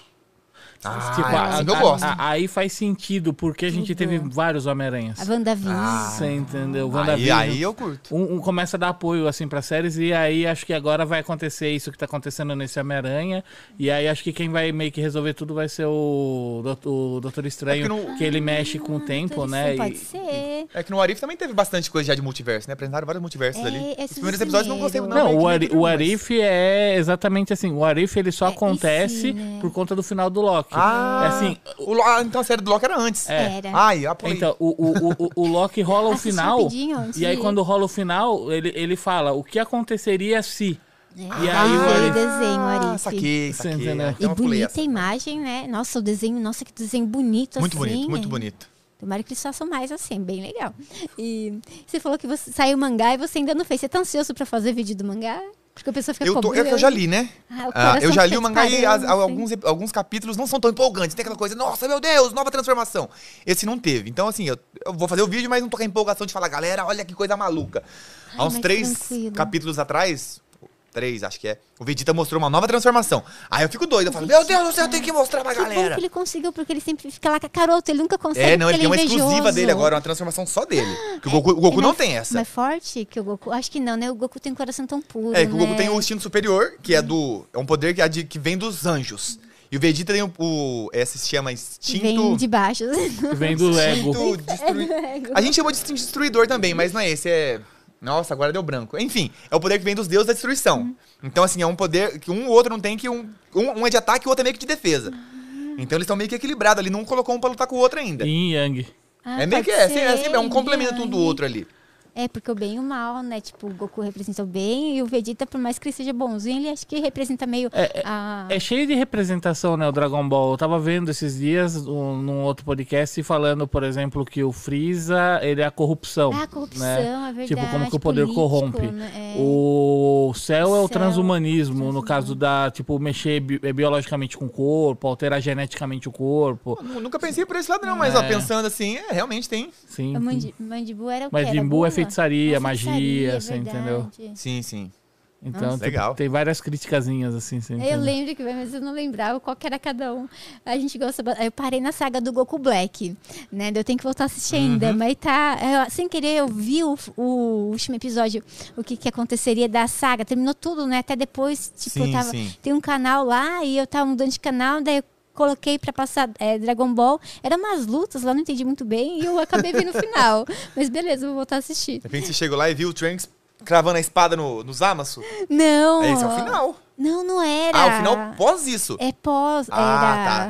Speaker 2: Ah,
Speaker 3: tipo, a-
Speaker 2: assim que eu
Speaker 3: a-
Speaker 2: gosto.
Speaker 3: a- aí faz sentido, porque a gente teve vários Homem-Aranhas.
Speaker 1: A
Speaker 2: Ah.
Speaker 1: WandaVision.
Speaker 3: Você entendeu?
Speaker 2: aí,
Speaker 3: WandaVision.
Speaker 2: aí eu curto.
Speaker 3: Um, um começa a dar apoio, assim, pra séries, e aí acho que agora vai acontecer isso que tá acontecendo nesse Homem-Aranha, e aí acho que quem vai meio que resolver tudo vai ser o, Dot- o Doutor Estranho,
Speaker 2: É porque não-
Speaker 3: que ele mexe
Speaker 1: Ah,
Speaker 3: com o tempo, né?
Speaker 1: então Pode
Speaker 3: e-
Speaker 1: ser.
Speaker 2: É que no Arif também teve bastante coisa já de multiverso, né? Apresentaram vários multiversos
Speaker 1: É,
Speaker 2: ali.
Speaker 1: esses
Speaker 2: Os primeiros episódios não gostei muito,
Speaker 1: primeiros.
Speaker 2: mas
Speaker 3: Não, o,
Speaker 2: nem
Speaker 3: Ari-
Speaker 2: tudo
Speaker 3: o
Speaker 2: mais.
Speaker 3: Arif é exatamente assim. O Arif ele só
Speaker 1: É, e
Speaker 3: acontece
Speaker 1: sim, né?
Speaker 3: por conta do final do Loki.
Speaker 2: Ah,
Speaker 3: É assim,
Speaker 2: o Lo- ah, então a série do Loki era antes.
Speaker 1: É. Era.
Speaker 2: Ai, eu apoiei.
Speaker 3: Então, o, o, o- o, o Loki rola o
Speaker 1: Assiste
Speaker 3: final.
Speaker 1: rapidinho antes
Speaker 3: E aí,
Speaker 1: de-
Speaker 3: quando rola o final, ele, ele fala o que aconteceria se. E
Speaker 1: Ah,
Speaker 3: aí o
Speaker 1: aquele
Speaker 3: Arif.
Speaker 1: desenho,
Speaker 2: Ah,
Speaker 1: Arif.
Speaker 2: Saquei,
Speaker 3: Você
Speaker 2: saquei.
Speaker 3: entendeu?
Speaker 2: Ah,
Speaker 1: E
Speaker 2: então eu pulei
Speaker 1: bonita
Speaker 2: essa.
Speaker 1: a imagem, né? Nossa, o desenho, nossa, que desenho bonito
Speaker 2: Muito
Speaker 1: assim.
Speaker 2: bonito, muito
Speaker 1: né?
Speaker 2: bonito.
Speaker 1: Tomara que eles façam mais assim, bem legal. E você falou que você saiu o mangá e você ainda não fez. Você tá ansioso pra fazer vídeo do mangá? Porque a pessoa fica
Speaker 2: Eu, tô, eu,
Speaker 1: cobrando.
Speaker 2: eu já li, né?
Speaker 1: Ah, o
Speaker 2: Ah, eu
Speaker 1: coração
Speaker 2: já
Speaker 1: fica
Speaker 2: li o mangá e as-
Speaker 1: disparando, assim.
Speaker 2: alguns, ep- alguns capítulos não são tão empolgantes. Tem aquela coisa, nossa, meu Deus, nova transformação. Esse não teve. Então, assim, eu, eu vou fazer o vídeo, mas não tô com a empolgação de falar, galera, olha que coisa maluca. Há uns
Speaker 1: mas
Speaker 2: três
Speaker 1: tranquilo.
Speaker 2: capítulos atrás, três, acho que é, o Vegeta mostrou uma nova transformação. Aí eu fico doido, eu falo, meu Deus do céu, eu tenho que mostrar pra
Speaker 1: Que bom
Speaker 2: galera.
Speaker 1: que ele conseguiu, porque ele sempre fica lá com a caroto, ele nunca consegue.
Speaker 2: É, não,
Speaker 1: porque
Speaker 2: ele tem uma
Speaker 1: é
Speaker 2: exclusiva
Speaker 1: invejoso.
Speaker 2: dele agora, uma transformação só dele. Que o Goku, o Goku
Speaker 1: É
Speaker 2: não
Speaker 1: mais-
Speaker 2: tem essa.
Speaker 1: Mais forte que o Goku? Acho que não, né? O Goku tem um coração tão puro.
Speaker 2: É, que o Goku
Speaker 1: né?
Speaker 2: tem o instinto superior, que é do. É um poder que, ad- que vem dos anjos. E o Vegeta tem o. o essa se chama
Speaker 1: Que
Speaker 2: instinto.
Speaker 1: Vem de baixo. É,
Speaker 3: Que vem do Lego.
Speaker 2: instinto destrui- A gente chamou de instinto destruidor também, mas não é esse, é. Nossa, agora deu branco. Enfim, é o poder que vem dos deuses da destruição.
Speaker 1: Uhum.
Speaker 2: Então, assim, é um poder que um ou outro não tem, que um, um, um é de ataque e o outro é meio que de defesa.
Speaker 1: Uhum.
Speaker 2: Então eles estão meio que equilibrados ali, não colocou um pra lutar com o outro ainda.
Speaker 3: Yin e Yang.
Speaker 1: Ah,
Speaker 2: É meio
Speaker 1: pode
Speaker 2: que é,
Speaker 1: ser,
Speaker 2: assim, é, assim, é um complemento um
Speaker 1: Yang.
Speaker 2: do outro ali.
Speaker 1: É, porque o bem e o mal, né? Tipo, o Goku representa o bem e o Vegeta, por mais que ele seja bonzinho, ele acho que representa meio
Speaker 3: É,
Speaker 1: a.
Speaker 3: É cheio de representação, né, o Dragon Ball. Eu tava vendo esses dias um, num outro podcast falando, por exemplo, que o Freeza, ele é a corrupção.
Speaker 1: Ah, a corrupção,
Speaker 3: né?
Speaker 1: é verdade.
Speaker 3: Tipo, como que o poder
Speaker 1: político,
Speaker 3: corrompe.
Speaker 1: né? É.
Speaker 3: O céu é
Speaker 1: Céu,
Speaker 3: o transhumanismo, no caso da, tipo, mexer bi- eh, biologicamente com o corpo, alterar geneticamente o corpo.
Speaker 2: Nu- Nunca pensei por esse lado, não, mas ó, pensando assim, é, realmente tem.
Speaker 3: Sim.
Speaker 1: O Mandi- Mandibu era um o quê?
Speaker 3: Mas
Speaker 1: Era
Speaker 3: Jimbu é
Speaker 1: Bulma?
Speaker 3: feitiçaria,
Speaker 1: Ah,
Speaker 3: magia,
Speaker 1: feitiçaria,
Speaker 3: você entendeu?
Speaker 1: verdade.
Speaker 2: Sim, sim.
Speaker 3: Então, tipo,
Speaker 2: Legal.
Speaker 3: tem várias criticazinhas, assim, você
Speaker 1: Eu
Speaker 3: entendeu?
Speaker 1: lembro que, mas eu não lembrava qual que era cada um. A gente gosta. ba- Eu parei na saga do Goku Black, né? Eu tenho que voltar a assistir
Speaker 3: Uhum.
Speaker 1: ainda. Mas tá. eu- sem querer, eu vi o, o último episódio, o que, que aconteceria da saga. Terminou tudo, né? Até depois, tipo,
Speaker 2: Sim,
Speaker 1: eu tava.
Speaker 2: sim.
Speaker 1: Tem um canal lá e eu tava mudando de canal, daí eu coloquei pra passar é, Dragon Ball. Era umas lutas lá, não entendi muito bem, e eu acabei vendo o final. Mas beleza, eu vou voltar a assistir.
Speaker 2: De repente você chegou lá e viu o Trunks cravando a espada no, nos Amasu.
Speaker 1: Não!
Speaker 2: Esse é o
Speaker 1: ó.
Speaker 2: final.
Speaker 1: Não, não era.
Speaker 2: Ah, o final pós isso.
Speaker 1: É pós.
Speaker 2: Ah,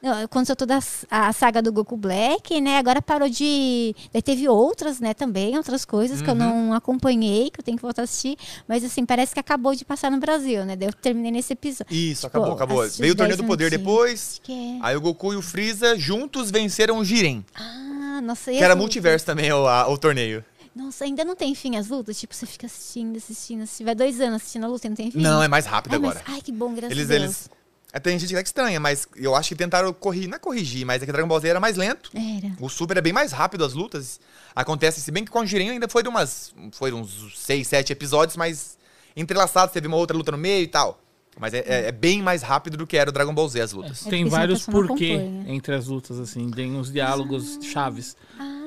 Speaker 1: era... Não, aconteceu toda a s- a saga do Goku Black, né? Agora parou de. Daí teve outras, né, também, outras coisas que eu
Speaker 2: Uhum.
Speaker 1: não acompanhei, que eu tenho que voltar a assistir. Mas assim, parece que acabou de passar no Brasil, né? Daí eu terminei nesse episódio.
Speaker 2: Isso, acabou,
Speaker 1: Pô,
Speaker 2: acabou.
Speaker 1: assisti
Speaker 2: Veio o
Speaker 1: os
Speaker 2: Torneio
Speaker 1: Tipo, dez
Speaker 2: do Poder
Speaker 1: minutinhos.
Speaker 2: depois.
Speaker 1: Que é-
Speaker 2: Aí o Goku e o Freeza juntos venceram o Jiren.
Speaker 1: Ah, nossa, e
Speaker 2: Que era
Speaker 1: as
Speaker 2: multiverso também o, a- o torneio.
Speaker 1: lutas? Nossa, ainda não tem fim as lutas? Tipo, você fica assistindo, assistindo, assistindo. Vai dois anos assistindo a luta e não tem fim?
Speaker 2: Não, é mais rápido
Speaker 1: Ai, mas-
Speaker 2: agora.
Speaker 1: Ai, que bom, graças
Speaker 2: Eles,
Speaker 1: a Deus.
Speaker 2: eles. é, Tem gente que é estranha, mas eu acho que tentaram corrigir. Não é corrigir, mas é que Dragon Ball Z era mais lento.
Speaker 1: Era.
Speaker 2: O Super é bem mais rápido as lutas. Acontece, se bem que com o Jiren ainda foi de umas. Foram uns 6, 7 episódios, mas entrelaçados, teve uma outra luta no meio e tal. Mas é, é- é bem mais rápido do que era o Dragon Ball Z as lutas.
Speaker 1: É
Speaker 3: Tem
Speaker 1: porque senão a
Speaker 3: vários
Speaker 1: pessoa não né? Ah.
Speaker 3: porquê
Speaker 1: acompanha.
Speaker 3: entre as lutas, assim. Tem uns diálogos chaves.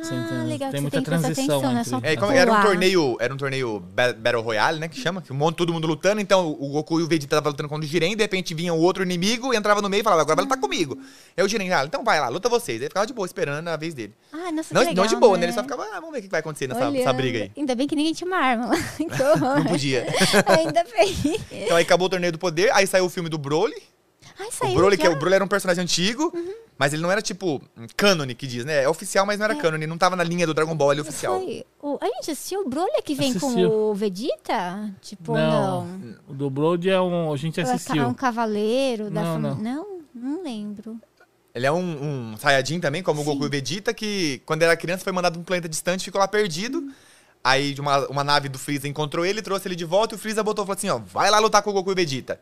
Speaker 3: Você
Speaker 1: Ah,
Speaker 3: entendeu?
Speaker 1: legal. que
Speaker 3: Tem
Speaker 1: você
Speaker 3: muita
Speaker 1: tem que prestar
Speaker 3: transição
Speaker 1: atenção, né?
Speaker 3: entre-
Speaker 1: Só
Speaker 2: É, e como- era um
Speaker 1: pular.
Speaker 2: torneio, era um torneio ba- Battle Royale, né, que chama, que um monte todo mundo lutando, então o Goku e o Vegeta estavam lutando contra o Jiren, de repente vinha o outro inimigo, entrava no meio e falava, agora vai lutar comigo. Aí o Jiren, ah, então vai lá, luta vocês. Aí ficava de boa, esperando a vez dele.
Speaker 1: Ah, nossa,
Speaker 2: Não,
Speaker 1: que
Speaker 2: não
Speaker 1: legal,
Speaker 2: de boa,
Speaker 1: né?
Speaker 2: né, ele só ficava, ah, vamos ver o que vai acontecer nessa
Speaker 1: Olhando.
Speaker 2: essa briga aí.
Speaker 1: Ainda bem que ninguém tinha uma arma lá. Então,
Speaker 2: Não podia.
Speaker 1: ainda bem.
Speaker 2: Então aí acabou o Torneio do Poder, aí saiu o filme do Broly.
Speaker 1: Ai,
Speaker 2: O
Speaker 1: saiu
Speaker 2: Broly,
Speaker 1: já? Uhum.
Speaker 2: que é- o Broly era um personagem antigo, mas ele não era tipo um cânone que diz, né? É oficial, mas não era cânone, não tava na linha do Dragon Ball, ele é oficial.
Speaker 1: Foi o... A gente assistiu o Broly que vem
Speaker 3: Assistiu.
Speaker 1: com o Vegeta? Tipo,
Speaker 3: Não.
Speaker 1: não.
Speaker 3: O do Blood é um. A gente
Speaker 1: Ou é ca-
Speaker 3: assistiu.
Speaker 1: um cavaleiro da
Speaker 3: Não,
Speaker 1: família. Não. não, lembro.
Speaker 2: Ele é um, um Saiyajin também, como o Goku e o Vegeta, que quando era criança foi mandado pra um planeta distante, ficou lá perdido. Aí de uma, uma nave do Freeza encontrou ele, trouxe ele de volta e o Freeza botou e falou assim, ó, vai lá lutar com o Goku e o Vegeta.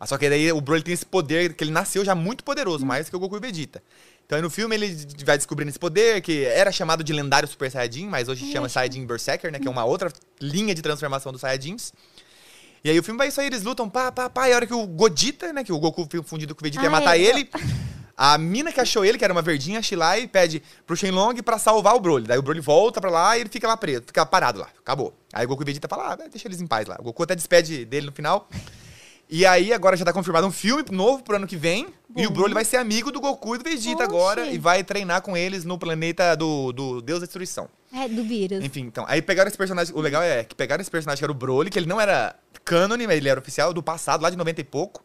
Speaker 2: Ah, só que daí o Broly tem esse poder, que ele nasceu já muito poderoso, mais que o Goku e o Vegeta. Então aí no filme ele d- vai descobrindo esse poder, que era chamado de lendário Super Saiyajin, mas hoje chama Saiyajin Berserker, né? Que é uma outra linha de transformação dos Saiyajins. E aí o filme vai sair, eles lutam, pá, pá, pá. E a hora que o Godita, né? Que o Goku fica fundido com o Vegeta ia
Speaker 1: Ah,
Speaker 2: matar
Speaker 1: é.
Speaker 2: ele. A mina que achou ele, que era uma verdinha, a Shilai, pede pro Shenlong pra salvar o Broly. Daí o Broly volta pra lá e ele fica lá preso, fica parado lá. Acabou. Aí o Goku e o Vegeta falam, ah, deixa eles em paz lá. O Goku até despede dele no final. E aí, agora já tá confirmado um filme novo pro ano que vem. E o Broly vai ser amigo do Goku e do
Speaker 1: Oxi.
Speaker 2: Vegeta agora. E vai treinar com eles no planeta do, do Deus da Destruição.
Speaker 1: É, do Beerus.
Speaker 2: Enfim, então. Aí pegaram esse personagem. O legal é que pegaram esse personagem que era o Broly, que ele não era cânone, mas ele era oficial do passado, lá de 90 e pouco.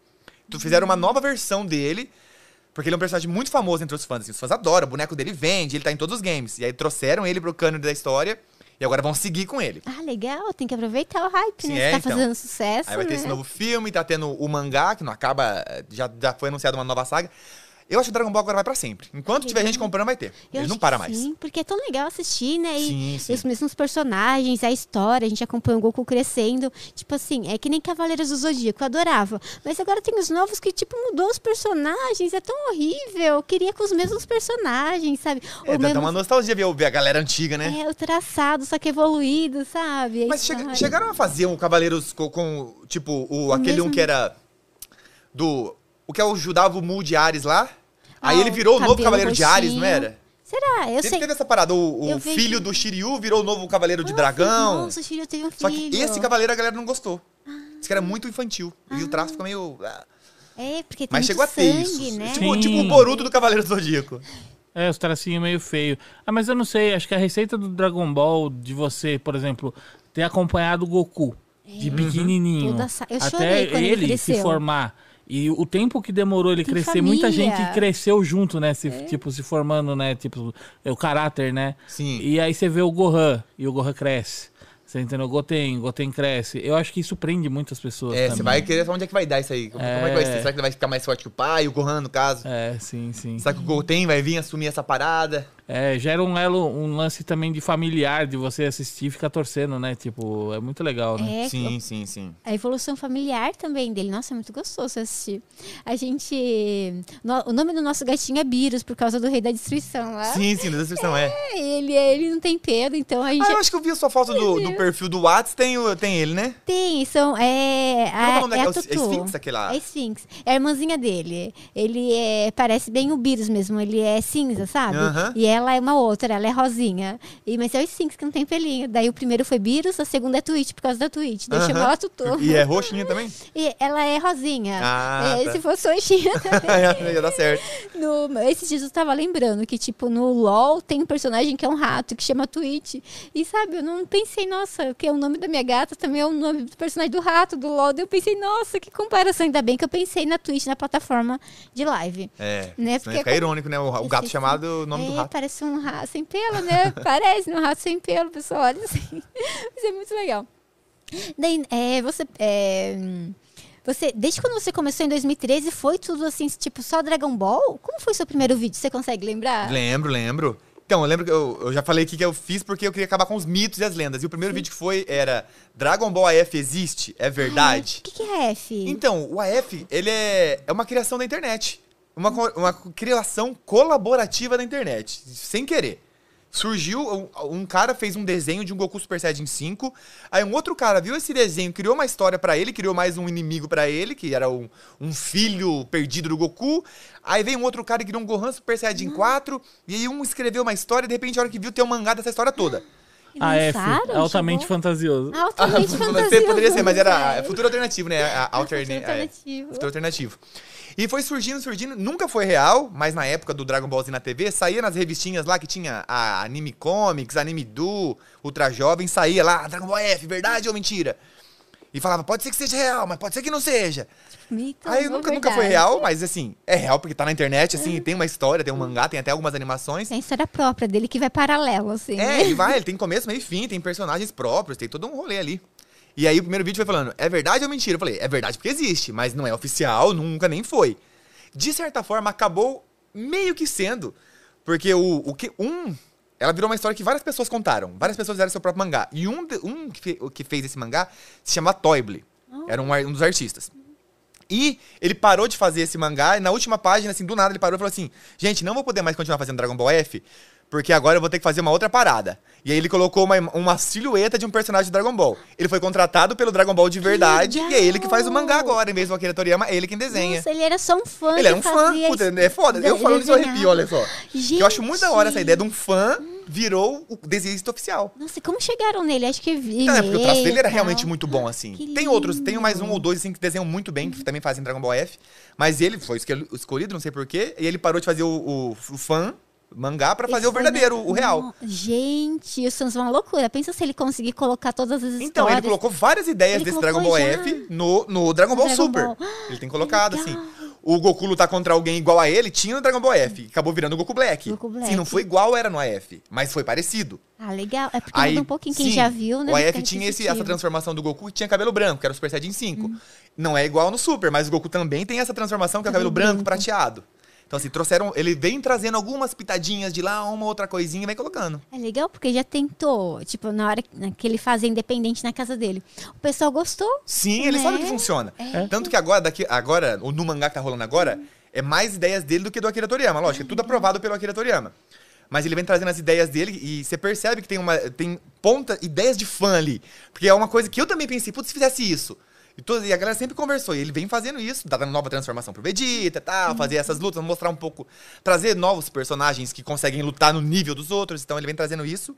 Speaker 2: Tu fizeram uma nova versão dele. Porque ele é um personagem muito famoso entre os fãs. assim, os fãs adoram, o boneco dele vende, ele tá em todos os games. E aí trouxeram ele pro cânone da história. E agora vão seguir com ele.
Speaker 1: Ah, legal. Tem que aproveitar o hype,
Speaker 2: Sim,
Speaker 1: né?
Speaker 2: é,
Speaker 1: Se tá
Speaker 2: então.
Speaker 1: fazendo sucesso,
Speaker 2: Aí vai ter
Speaker 1: né?
Speaker 2: esse novo filme, tá tendo o mangá, que não acaba, já, já foi anunciada uma nova saga. Eu acho que Dragon Ball agora vai pra sempre. Enquanto tiver gente comprando, vai ter.
Speaker 1: Uhum. Eu
Speaker 2: Ele
Speaker 1: acho
Speaker 2: não
Speaker 1: que
Speaker 2: para mais.
Speaker 1: Sim, porque é tão legal assistir, né? E
Speaker 2: Sim, sim.
Speaker 1: os mesmos personagens, a história, a gente acompanha o Goku crescendo. Tipo assim, é que nem Cavaleiros do Zodíaco, eu adorava. Mas agora tem os novos que, tipo, mudou os personagens, é tão horrível. Eu queria com os mesmos personagens, sabe?
Speaker 2: É,
Speaker 1: Ou
Speaker 2: dá- dá
Speaker 1: mesmo-
Speaker 2: uma nostalgia ver, ver a galera antiga, né?
Speaker 1: é, o traçado, só que evoluído, sabe? A
Speaker 2: Mas chega-
Speaker 1: história.
Speaker 2: chegaram a fazer um Cavaleiros co- com, tipo, o, aquele um
Speaker 1: mesmo-
Speaker 2: que era do... O que ajudava o Mu de Ares lá?
Speaker 1: Ah,
Speaker 2: Aí ele
Speaker 1: o
Speaker 2: virou o novo
Speaker 1: cabelo
Speaker 2: Cavaleiro de Ares, não
Speaker 1: roxinho.
Speaker 2: era?
Speaker 1: Será? Eu
Speaker 2: Sempre
Speaker 1: sei.
Speaker 2: teve essa parada. O, o
Speaker 1: Eu vejo-
Speaker 2: filho do Shiryu virou o novo Cavaleiro de
Speaker 1: Ah,
Speaker 2: Dragão.
Speaker 1: Nossa, o Shiryu teve um filho.
Speaker 2: Só que esse Cavaleiro a galera não gostou. Diz que era muito infantil. E o traço fica meio... ah.
Speaker 1: É, porque tem
Speaker 2: Mas
Speaker 1: muito
Speaker 2: chegou a ter
Speaker 1: sangue,
Speaker 2: isso.
Speaker 1: né?
Speaker 2: Tipo,
Speaker 3: Sim.
Speaker 2: tipo o Boruto do Cavaleiro do Zodíaco.
Speaker 3: É, os tracinhos meio feio. Ah, mas eu não sei, acho que a receita do Dragon Ball, de você, por exemplo, ter acompanhado o Goku de
Speaker 1: Uhum.
Speaker 3: pequenininho,
Speaker 1: Toda sa- eu
Speaker 3: até
Speaker 1: chorei quando ele
Speaker 3: ele se
Speaker 1: cresceu.
Speaker 3: formar E o tempo que demorou ele
Speaker 1: Tem
Speaker 3: crescer,
Speaker 1: família. É.
Speaker 3: muita gente cresceu junto, né? Se, Tipo, se formando, né? Tipo, o caráter, né?
Speaker 2: Sim.
Speaker 3: E aí você vê o Gohan, e o Gohan cresce. Você entendeu? Goten, Goten cresce. Eu acho que isso prende muitas pessoas
Speaker 2: É,
Speaker 3: também.
Speaker 2: você vai querer saber onde é que vai dar isso aí. Como como é, que vai ser? Será que ele vai ficar mais forte que o pai, o Gohan, no caso?
Speaker 3: É, sim, sim.
Speaker 2: Será que o Goten vai vir assumir essa parada?
Speaker 3: É, gera um elo, um lance também de familiar, de você assistir e ficar torcendo, né? Tipo, é muito legal, né?
Speaker 1: É,
Speaker 2: sim, sim.
Speaker 1: a evolução familiar também dele. Nossa, é muito gostoso assistir. A gente. no- o nome do nosso gatinho é Beerus, por causa do Rei da Destruição lá.
Speaker 2: Sim, sim, da descrição é.
Speaker 1: É, Ele, ele não tem pena, então a gente
Speaker 2: Ah, eu acho que eu vi a sua foto do, do perfil do Whats, tem, o- tem ele, né?
Speaker 1: tem. São, é,
Speaker 2: Qual é o
Speaker 1: a,
Speaker 2: nome
Speaker 1: é a
Speaker 2: daquela?
Speaker 1: Tutu.
Speaker 2: É Sphinx, aquela?
Speaker 1: É Sphinx. É a irmãzinha dele. Ele é, parece bem o Beerus mesmo. Ele é cinza, sabe?
Speaker 2: Aham.
Speaker 1: E ela é uma outra, ela é rosinha. E, mas é o Sphinx que não tem pelinho. Daí o primeiro foi Beerus, a segunda é Twitch, por causa da Twitch. Daí chamou
Speaker 2: Aham.
Speaker 1: ela Tutu.
Speaker 2: E é roxinha também?
Speaker 1: E ela é rosinha.
Speaker 2: Ah,
Speaker 1: É,
Speaker 2: tá.
Speaker 1: Se fosse anjinha também.
Speaker 2: Ia dar certo.
Speaker 1: No, esses dias eu tava lembrando que, tipo, no LOL tem um personagem que é um rato, que chama Twitch. E, sabe, eu não pensei, nossa, que é o nome da minha gata também é o nome do personagem do rato, do LOL. Daí eu pensei, nossa, que comparação. Ainda bem que eu pensei na Twitch, na plataforma de live.
Speaker 2: É.
Speaker 1: Né,
Speaker 2: Senão ia
Speaker 1: porque
Speaker 2: ficar irônico, né? O, o gato
Speaker 1: Esse-
Speaker 2: chamado o nome do
Speaker 1: é,
Speaker 2: rato.
Speaker 1: parece um rato sem pelo, né? parece um rato sem pelo, pessoal. Olha assim. Isso é muito legal. Daí, é, você... é, hum, você, desde quando você começou em 2013, foi tudo assim, tipo, só Dragon Ball? Como foi seu primeiro vídeo? Você consegue lembrar?
Speaker 2: Lembro, lembro. Então, eu lembro que eu, eu já falei aqui que eu fiz porque eu queria acabar com os mitos e as lendas. E o primeiro vídeo que foi era Dragon Ball AF existe? É verdade?
Speaker 1: O que, que é F?
Speaker 2: Então, o AF, ele é, é uma criação da internet. Uma, co- uma criação colaborativa da internet, sem querer. Surgiu, um, um cara fez um desenho de um Goku Super Saiyajin 5, aí um outro cara viu esse desenho, criou uma história pra ele, criou mais um inimigo pra ele, que era um, um filho perdido do Goku, aí veio um outro cara e criou um Gohan Super
Speaker 1: Hum.
Speaker 2: Saiyajin 4, e aí um escreveu uma história, e de repente a hora que viu tem um mangá dessa história toda.
Speaker 1: E
Speaker 3: A F,
Speaker 1: lançaram,
Speaker 3: Ah, é, altamente
Speaker 1: chegou?
Speaker 3: fantasioso.
Speaker 1: Altamente fantasioso.
Speaker 2: Poderia ser, mas era
Speaker 1: É.
Speaker 2: futuro alternativo, né? A- a alterne-
Speaker 1: Futuro
Speaker 2: é.
Speaker 1: alternativo.
Speaker 2: Futuro alternativo. E foi surgindo, surgindo. Nunca foi real, mas na época do Dragon Ball Z na TV, saía nas revistinhas lá que tinha a Anime Comics, Anime Du, Ultra Jovem, saía lá, Dragon Ball F, verdade ou mentira? E falava, pode ser que seja real, mas pode ser que não seja.
Speaker 1: Mito,
Speaker 2: Aí
Speaker 1: não,
Speaker 2: Ah, nunca, nunca foi
Speaker 1: Tá, é verdade.
Speaker 2: real, mas assim, é real porque tá na internet, assim, e tem uma história, tem um mangá, tem até algumas animações.
Speaker 1: Tem a história própria dele que vai paralelo, assim.
Speaker 2: É, ele vai, ele tem começo, meio e fim, tem personagens próprios, tem todo um rolê ali. E aí o primeiro vídeo foi falando, é verdade ou mentira? Eu falei, é verdade porque existe, mas não é oficial, nunca nem foi. De certa forma, acabou meio que sendo, porque o, o que um, ela virou uma história que várias pessoas contaram, várias pessoas fizeram seu próprio mangá. E um, de- um que, fe- o que fez esse mangá se chama Toible, era um, ar- um dos artistas. E ele parou de fazer esse mangá, e na última página, assim, do nada, ele parou e falou assim: Gente, não vou poder mais continuar fazendo Dragon Ball F, porque agora eu vou ter que fazer uma outra parada. E aí ele colocou uma, im- uma silhueta de um personagem de Dragon Ball. Ele foi contratado pelo Dragon Ball de verdade, e é ele que faz o mangá
Speaker 1: legal!
Speaker 2: agora, em vez do Akira Toriyama, é ele quem desenha.
Speaker 1: Nossa, ele era só um fã.
Speaker 2: Ele
Speaker 1: que
Speaker 2: era um fã,
Speaker 1: fazia
Speaker 2: puta,
Speaker 1: isso-
Speaker 2: é foda. Eu
Speaker 1: de-
Speaker 2: falando isso eu arrepio,
Speaker 1: desenhava.
Speaker 2: olha só. Que
Speaker 1: Gente.
Speaker 2: Eu acho muito da hora essa ideia de um fã virou o desenhista oficial.
Speaker 1: Nossa, como chegaram nele? Acho que vi. tá?
Speaker 2: Não, é porque o traço dele era
Speaker 1: e tal.
Speaker 2: realmente muito bom, assim.
Speaker 1: Que
Speaker 2: Tem outros, tem mais um ou dois, assim, que desenham muito bem, que também fazem Dragon Ball F. Mas ele foi escolhi- escolhido, não sei porquê, e ele parou de fazer o, o, o fã mangá pra
Speaker 1: Esse
Speaker 2: fazer o verdadeiro,
Speaker 1: foi na-
Speaker 2: o real.
Speaker 1: Não, Gente, o Sans é uma loucura. Pensa se ele conseguir colocar todas as histórias.
Speaker 2: Então, ele colocou várias ideias
Speaker 1: Ele
Speaker 2: desse Dragon
Speaker 1: colocou
Speaker 2: Ball
Speaker 1: já.
Speaker 2: F no, no Dragon Ball
Speaker 1: Dragon
Speaker 2: Super.
Speaker 1: Ball.
Speaker 2: Ele tem colocado,
Speaker 1: legal.
Speaker 2: assim. O Goku lutar contra alguém igual a ele tinha no Dragon Ball F. Acabou virando o Goku Black.
Speaker 1: Goku Black.
Speaker 2: Sim, não foi igual era no AF, mas foi parecido.
Speaker 1: Ah, legal. É porque
Speaker 2: Aí,
Speaker 1: muda um pouquinho quem
Speaker 2: sim,
Speaker 1: já viu, né?
Speaker 2: O
Speaker 1: Não
Speaker 2: AF
Speaker 1: fica
Speaker 2: tinha esse-
Speaker 1: repetitivo. Uhum.
Speaker 2: essa transformação do Goku e tinha cabelo branco, que era o Super Saiyajin 5. Não é igual no Super, mas o Goku também tem essa transformação que é o cabelo
Speaker 1: Cabelo
Speaker 2: branco,
Speaker 1: branco.
Speaker 2: prateado. Então, assim, trouxeram. Ele vem trazendo algumas pitadinhas de lá, uma outra coisinha e vai colocando.
Speaker 1: É legal porque já tentou, tipo, na hora que ele fazia independente na casa dele. O pessoal gostou.
Speaker 2: Sim, ele
Speaker 1: Né?
Speaker 2: sabe que funciona.
Speaker 1: É.
Speaker 2: Tanto que agora, daqui, agora, o no mangá que tá rolando agora, é mais ideias dele do que do Akira Toriyama. Lógico, é
Speaker 1: Uhum.
Speaker 2: tudo aprovado pelo Akira Toriyama. Mas ele vem trazendo as ideias dele e você percebe que tem uma. Tem ponta, ideias de fã ali. Porque é uma coisa que eu também pensei, putz, se fizesse isso. E, toda- e a galera sempre conversou. E ele vem fazendo isso, dando nova transformação pro Vegeta e tal, fazer
Speaker 1: Uhum.
Speaker 2: essas lutas, mostrar um pouco. Trazer novos personagens que conseguem lutar no nível dos outros. Então ele vem trazendo isso.